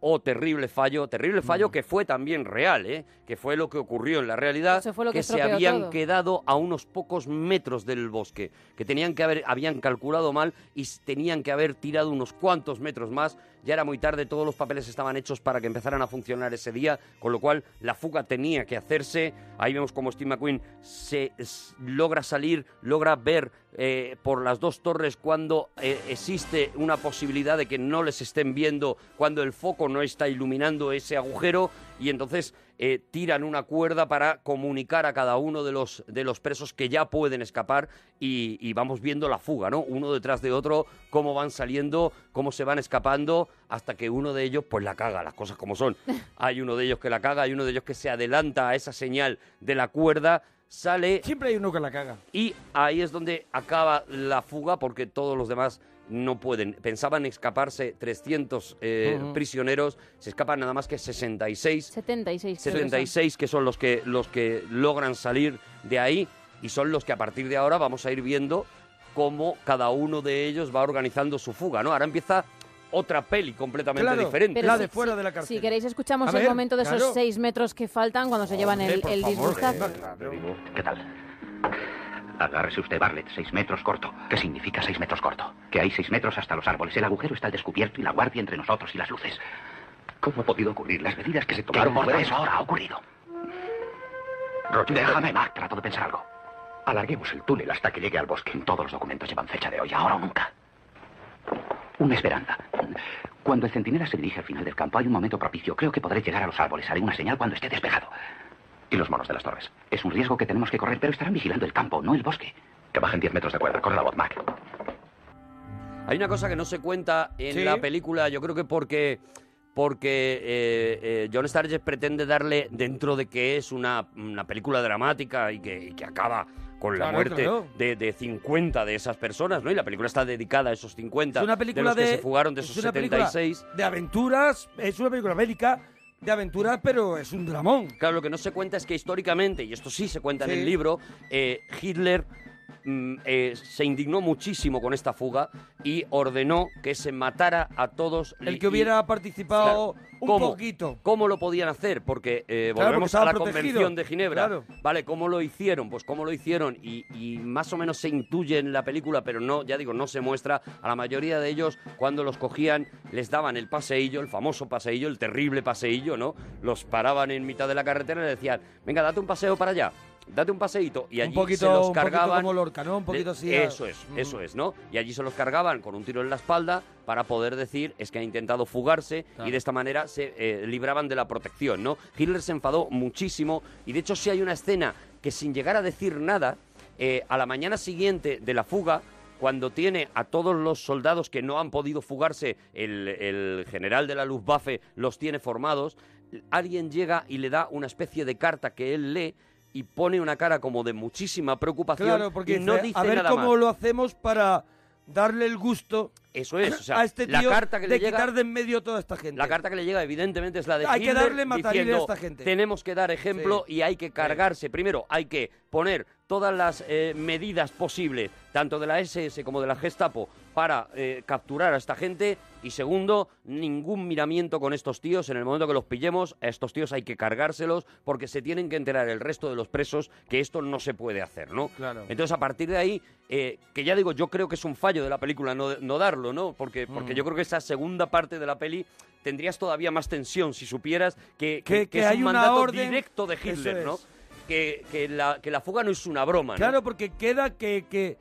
B: oh, terrible fallo, terrible fallo que fue también real, ¿eh? que fue lo que ocurrió en la realidad,
C: Eso fue lo que
B: se
C: estropeó
B: habían
C: todo.
B: quedado a unos pocos metros del bosque, que tenían que haber, habían calculado mal y s- tenían que haber tirado unos cuantos metros más. Ya era muy tarde, todos los papeles estaban hechos para que empezaran a funcionar ese día, con lo cual la fuga tenía que hacerse. Ahí vemos como Steve McQueen se s- logra salir, logra ver eh, por las dos torres cuando eh, existe una posibilidad de que no les estén viendo, cuando el foco no está iluminando ese agujero y entonces eh, tiran una cuerda para comunicar a cada uno de los, de los presos que ya pueden escapar y, y vamos viendo la fuga, ¿no? Uno detrás de otro, cómo van saliendo, cómo se van escapando, hasta que uno de ellos pues la caga, las cosas como son. Hay uno de ellos que la caga, hay uno de ellos que se adelanta a esa señal de la cuerda, sale...
G: Siempre hay uno que la caga.
B: Y ahí es donde acaba la fuga porque todos los demás no pueden. Pensaban escaparse 300 eh,
I: Ujú.
B: prisioneros, se escapan nada más que 66.
I: 76. creo que son.
B: 76 que son los que los que logran salir de ahí y son los que a partir de ahora vamos a ir viendo cómo cada uno de ellos va organizando su fuga, ¿no? Ahora empieza otra peli completamente
G: Claro,
B: diferente.
I: Pero si- si- Si queréis, escuchamos
B: A
I: el
B: ver,
I: momento de
B: claro.
I: esos seis metros que faltan cuando se llevan el, el disgustazo.
B: eh.
X: ¿Qué tal? Agárrese usted, Barlet. Seis metros corto. ¿Qué significa seis metros corto? Que hay seis metros hasta los árboles. El agujero está al descubierto y la guardia entre nosotros y las luces. ¿Cómo ha podido ocurrir? Las medidas que se tomaron por eso ahora ha ocurrido. Roger, déjame, Mark. Trato de pensar algo. Alarguemos el túnel hasta que llegue al bosque. Todos los documentos llevan fecha de hoy, ahora o nunca. Una esperanza. Cuando el centinela se dirige al final del campo, hay un momento propicio. Creo que podré llegar a los árboles. Haré una señal cuando esté despejado. Y los monos de las torres. Es un riesgo que tenemos que correr, pero estarán vigilando el campo, no el bosque. Que bajen 10 metros de cuerda. Corre la voz, Mac.
B: Hay una cosa que no se cuenta en
X: Sí.
B: la película, yo creo que porque porque eh, eh, John Sturges pretende darle, dentro de que es una, una película dramática y que, y que acaba con la
G: Claro,
B: muerte
G: claro.
B: De, de 50 de esas personas, ¿no? Y la película está dedicada a esos 50
G: Es una película
B: de los
G: de.
B: que se fugaron de
G: es
B: esos
G: una película
B: 76.
G: De aventuras, es una película bélica de aventuras, pero es un dramón.
B: Claro, lo que no se cuenta es que históricamente, y esto sí se cuenta en
G: Sí.
B: el libro, eh, Hitler mm, eh, se indignó muchísimo con esta fuga y ordenó que se matara a todos.
G: El
B: y-
G: que hubiera participado
B: Claro.
G: un
B: ¿Cómo?
G: poquito.
B: ¿Cómo lo podían hacer? Porque eh,
G: Claro,
B: volvemos
G: porque
B: a la
G: estaban protegidos.
B: Convención de Ginebra.
G: Claro.
B: Vale, ¿cómo lo hicieron? Pues cómo lo hicieron y, y más o menos se intuye en la película, pero no, ya digo, no se muestra. A la mayoría de ellos, cuando los cogían, les daban el paseillo, el famoso paseillo, el terrible paseillo, ¿no? Los paraban en mitad de la carretera y les decían, venga, date un paseo para allá. Date un paseíto y allí
G: un poquito,
B: se los
G: un poquito
B: cargaban.
G: como Lorca, ¿no? Un poquito
B: De-
G: así. a-
B: Eso es, eso es, ¿no? Y allí se los cargaban con un tiro en la espalda para poder decir es que ha intentado fugarse y de esta manera se eh, libraban de la protección, ¿no? Hitler se enfadó muchísimo y de hecho sí hay una escena que sin llegar a decir nada, eh, a la mañana siguiente de la fuga, cuando tiene a todos los soldados que no han podido fugarse, el, el general de la Luftwaffe los tiene formados, alguien llega y le da una especie de carta que él lee y pone una cara como de muchísima preocupación
G: Claro, porque
B: y no
G: dice,
B: dice
G: a ver
B: nada
G: cómo
B: más.
G: lo hacemos para darle el gusto
B: Eso es, o sea,
G: a este
B: la
G: tío
B: carta que
G: de
B: le llega-
G: quitar de en medio a toda esta gente.
B: La carta que le llega, evidentemente, es la de
G: Hay que
B: Hitler
G: darle matarile a
B: diciendo,
G: esta gente.
B: Tenemos que dar ejemplo y hay que cargarse. Primero, hay que poner todas las eh, medidas posibles, tanto de la SS como de la Gestapo, para eh, capturar a esta gente. Y segundo, ningún miramiento con estos tíos. En el momento que los pillemos, a estos tíos hay que cargárselos porque se tienen que enterar el resto de los presos que esto no se puede hacer, ¿no?
G: Claro.
B: Entonces, a partir de ahí, eh, que ya digo, yo creo que es un fallo de la película no, no darlo, ¿no? Porque, porque
G: Mm.
B: yo creo que esa segunda parte de la peli tendrías todavía más tensión si supieras que, que-
G: Que-
B: que
G: que
B: es
G: hay
B: un
G: una
B: mandato
G: orden-
B: directo de Hitler,
G: Eso
B: ¿no?
G: es.
B: Que, que la, que la fuga no es una broma, Ah, ¿no?
G: Claro, porque queda que, que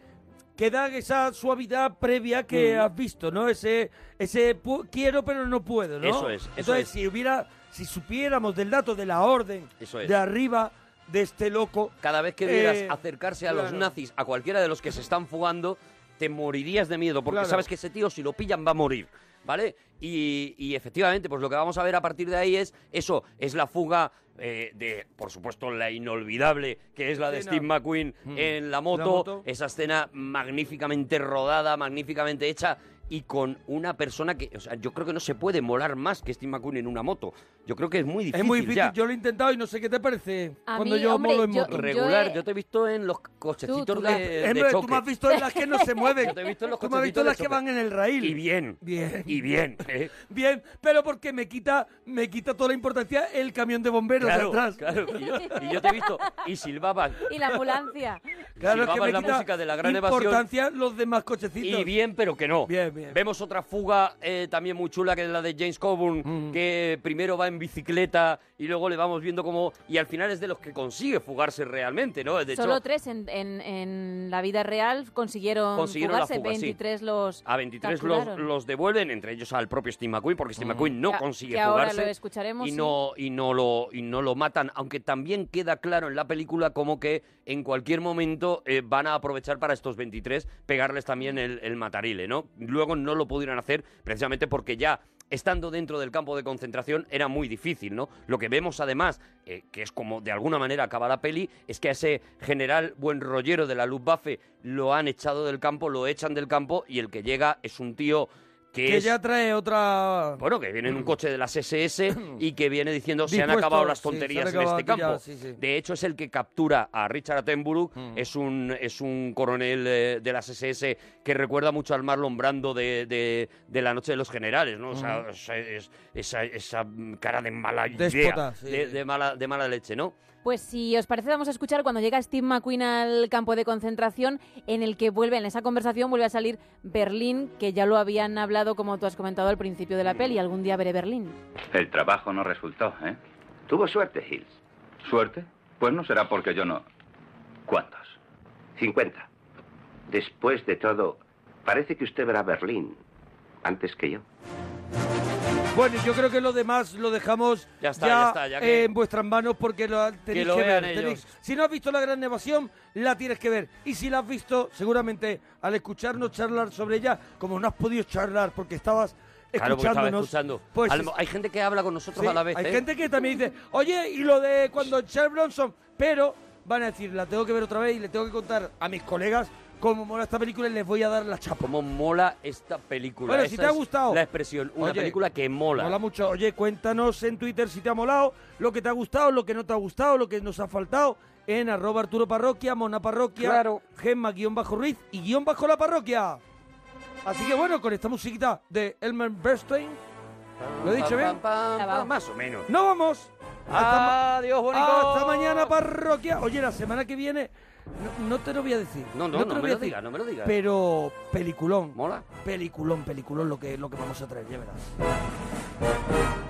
G: queda esa suavidad previa que
B: Mm.
G: has visto, ¿no? Ese ese pu- quiero pero no puedo, ¿no?
B: Eso es, eso
G: Entonces,
B: es.
G: si hubiera si supiéramos del dato de la orden
B: Eso es.
G: de arriba de este loco,
B: Cada vez que vieras
G: eh,
B: acercarse a los
G: claro.
B: nazis, a cualquiera de los que se están fugando, te morirías de miedo, porque
G: Claro.
B: sabes que ese tío, si lo pillan, va a morir. ¿Vale? Y, y efectivamente, pues lo que vamos a ver a partir de ahí es eso, es la fuga eh, de, por supuesto, la inolvidable, que es la de
G: Escena.
B: Steve McQueen
G: Mm.
B: en la
G: La
B: moto,
G: moto.
B: esa escena magníficamente rodada, magníficamente hecha. Y con una persona que, o sea, yo creo que no se puede molar más que Steve McQueen en una moto. Yo creo que es muy difícil.
G: Es muy difícil,
B: ya.
G: yo lo he intentado y no sé qué te parece.
I: A
G: cuando
I: mí,
G: yo
I: hombre,
G: molo en
I: yo-
G: moto.
I: yo
B: Regular,
I: he-
B: yo te he visto en los cochecitos
I: Tú- tú
B: de,
I: la-
B: de
G: Hombre, tú
B: choque.
G: me has visto en las que no se mueven.
B: Yo te he visto en los
G: Tú me has visto
B: cochecitos
G: en las
B: de
G: que
B: choque.
G: van en el raíl.
B: Y bien.
G: Bien.
B: Y bien. ¿eh?
G: Bien, pero porque me quita, me quita toda la importancia el camión de bomberos de
B: Claro,
G: atrás.
B: claro. Y yo, y yo te he visto. Y silbaban.
I: Y la ambulancia.
G: Claro, es que
B: silbaban
G: me
B: la
G: quita
B: música de la gran evasión.
G: importancia los demás cochecitos.
B: Y bien, pero que no.
G: Bien, bien.
B: Vemos otra fuga eh, también muy chula, que es la de James Coburn,
G: Mm.
B: que primero va en bicicleta y luego le vamos viendo cómo... Y al final es de los que consigue fugarse realmente, ¿no? De
I: Solo
B: hecho,
I: tres en, en- en la vida real consiguieron,
B: Consiguieron la
I: fugarse,
B: fuga, sí. Ah,
I: 23 los
B: a 23 los,
I: capturaron.
B: los devuelven, entre ellos al propio Steve McQueen, porque
G: Mm.
B: Steve McQueen no
I: Que-
B: consigue
I: que ahora
B: fugarse.
I: lo escucharemos,
B: y
I: sí.
B: no, y, no lo, y no lo matan, aunque también queda claro en la película como que en cualquier momento eh, van a aprovechar para estos 23 pegarles también el, el matarile, ¿no? Luego no lo pudieron hacer precisamente porque ya estando dentro del campo de concentración era muy difícil, ¿no? Lo que vemos además, eh, que es como de alguna manera acaba la peli, es que a ese general buen rollero de la Luftwaffe lo han echado del campo, lo echan del campo y el que llega es un tío que,
G: que
B: es
G: ya trae otra...
B: bueno, que viene en un coche de las SS y que viene diciendo se han
G: Dispuesto,
B: acabado las
G: sí, se han
B: tonterías
G: acabado
B: en este
G: aquí ya,
B: campo.
G: sí, sí. Mm.
B: De hecho, es el que captura a Richard Attenborough, es, un, es un coronel eh, de las SS que recuerda mucho al Marlon Brando de, de- de la Noche de los Generales, ¿no? O sea,
G: Mm.
B: o sea, es- esa, esa cara de mala idea,
G: Déspota, sí.
B: de, de mala, de mala leche, ¿no?
I: Pues si os parece vamos a escuchar cuando llega Steve McQueen al campo de concentración en el que vuelve, en esa conversación vuelve a salir Berlín, que ya lo habían hablado como tú has comentado al principio
B: Mm.
I: de la peli, algún día veré Berlín.
Y: El trabajo no resultó, ¿eh? Tuvo suerte, Hills. ¿Suerte? Pues no será porque yo no.
X: ¿Cuántos? 50. Después de todo, parece que usted verá Berlín antes que yo.
G: Bueno, yo creo que lo demás lo dejamos ya,
X: está, ya está, ya que-
G: en vuestras manos porque lo tenéis que,
B: lo
G: ver.
B: vean
G: tenéis-
B: ellos.
G: Si no has visto La Gran Evasión, la tienes que ver. Y si la has visto, seguramente al escucharnos charlar sobre ella, como no has podido charlar porque estabas
B: Claro, porque estaba
G: escuchándonos,
B: escuchando.
G: pues
B: A lo mo- hay gente que habla con nosotros
G: sí,
B: a la vez.
G: Hay
B: ¿eh?
G: gente que también dice, oye, y lo de cuando Charles Bronson, pero van a decir, la tengo que ver otra vez y le tengo que contar a mis colegas cómo mola esta película y les voy a dar la chapa.
B: Cómo mola esta película.
G: Bueno,
B: Esa
G: si te ha
B: es
G: gustado.
B: La expresión, una
G: Oye,
B: película que mola.
G: Mola mucho. Oye, cuéntanos en Twitter si te ha molado, lo que te ha gustado, lo que no te ha gustado, lo que nos ha faltado. En arroba Arturo Parroquia, Mona Parroquia,
B: Claro.
G: Gemma guión bajo Ruiz y guión bajo la parroquia. Así que bueno, con esta musiquita de Elmer Bernstein, ¿lo he dicho bien?
B: Más o menos.
G: ¡No vamos!
B: Adiós,
G: bonito. Hasta mañana, parroquia. Oye, la semana que viene, no, no te lo voy a decir.
B: No, no,
G: te
B: no
G: voy
B: me
G: a decir,
B: lo digas, no me lo digas.
G: Pero peliculón.
B: Mola.
G: Peliculón, peliculón lo que, lo que vamos a traer, ya verás.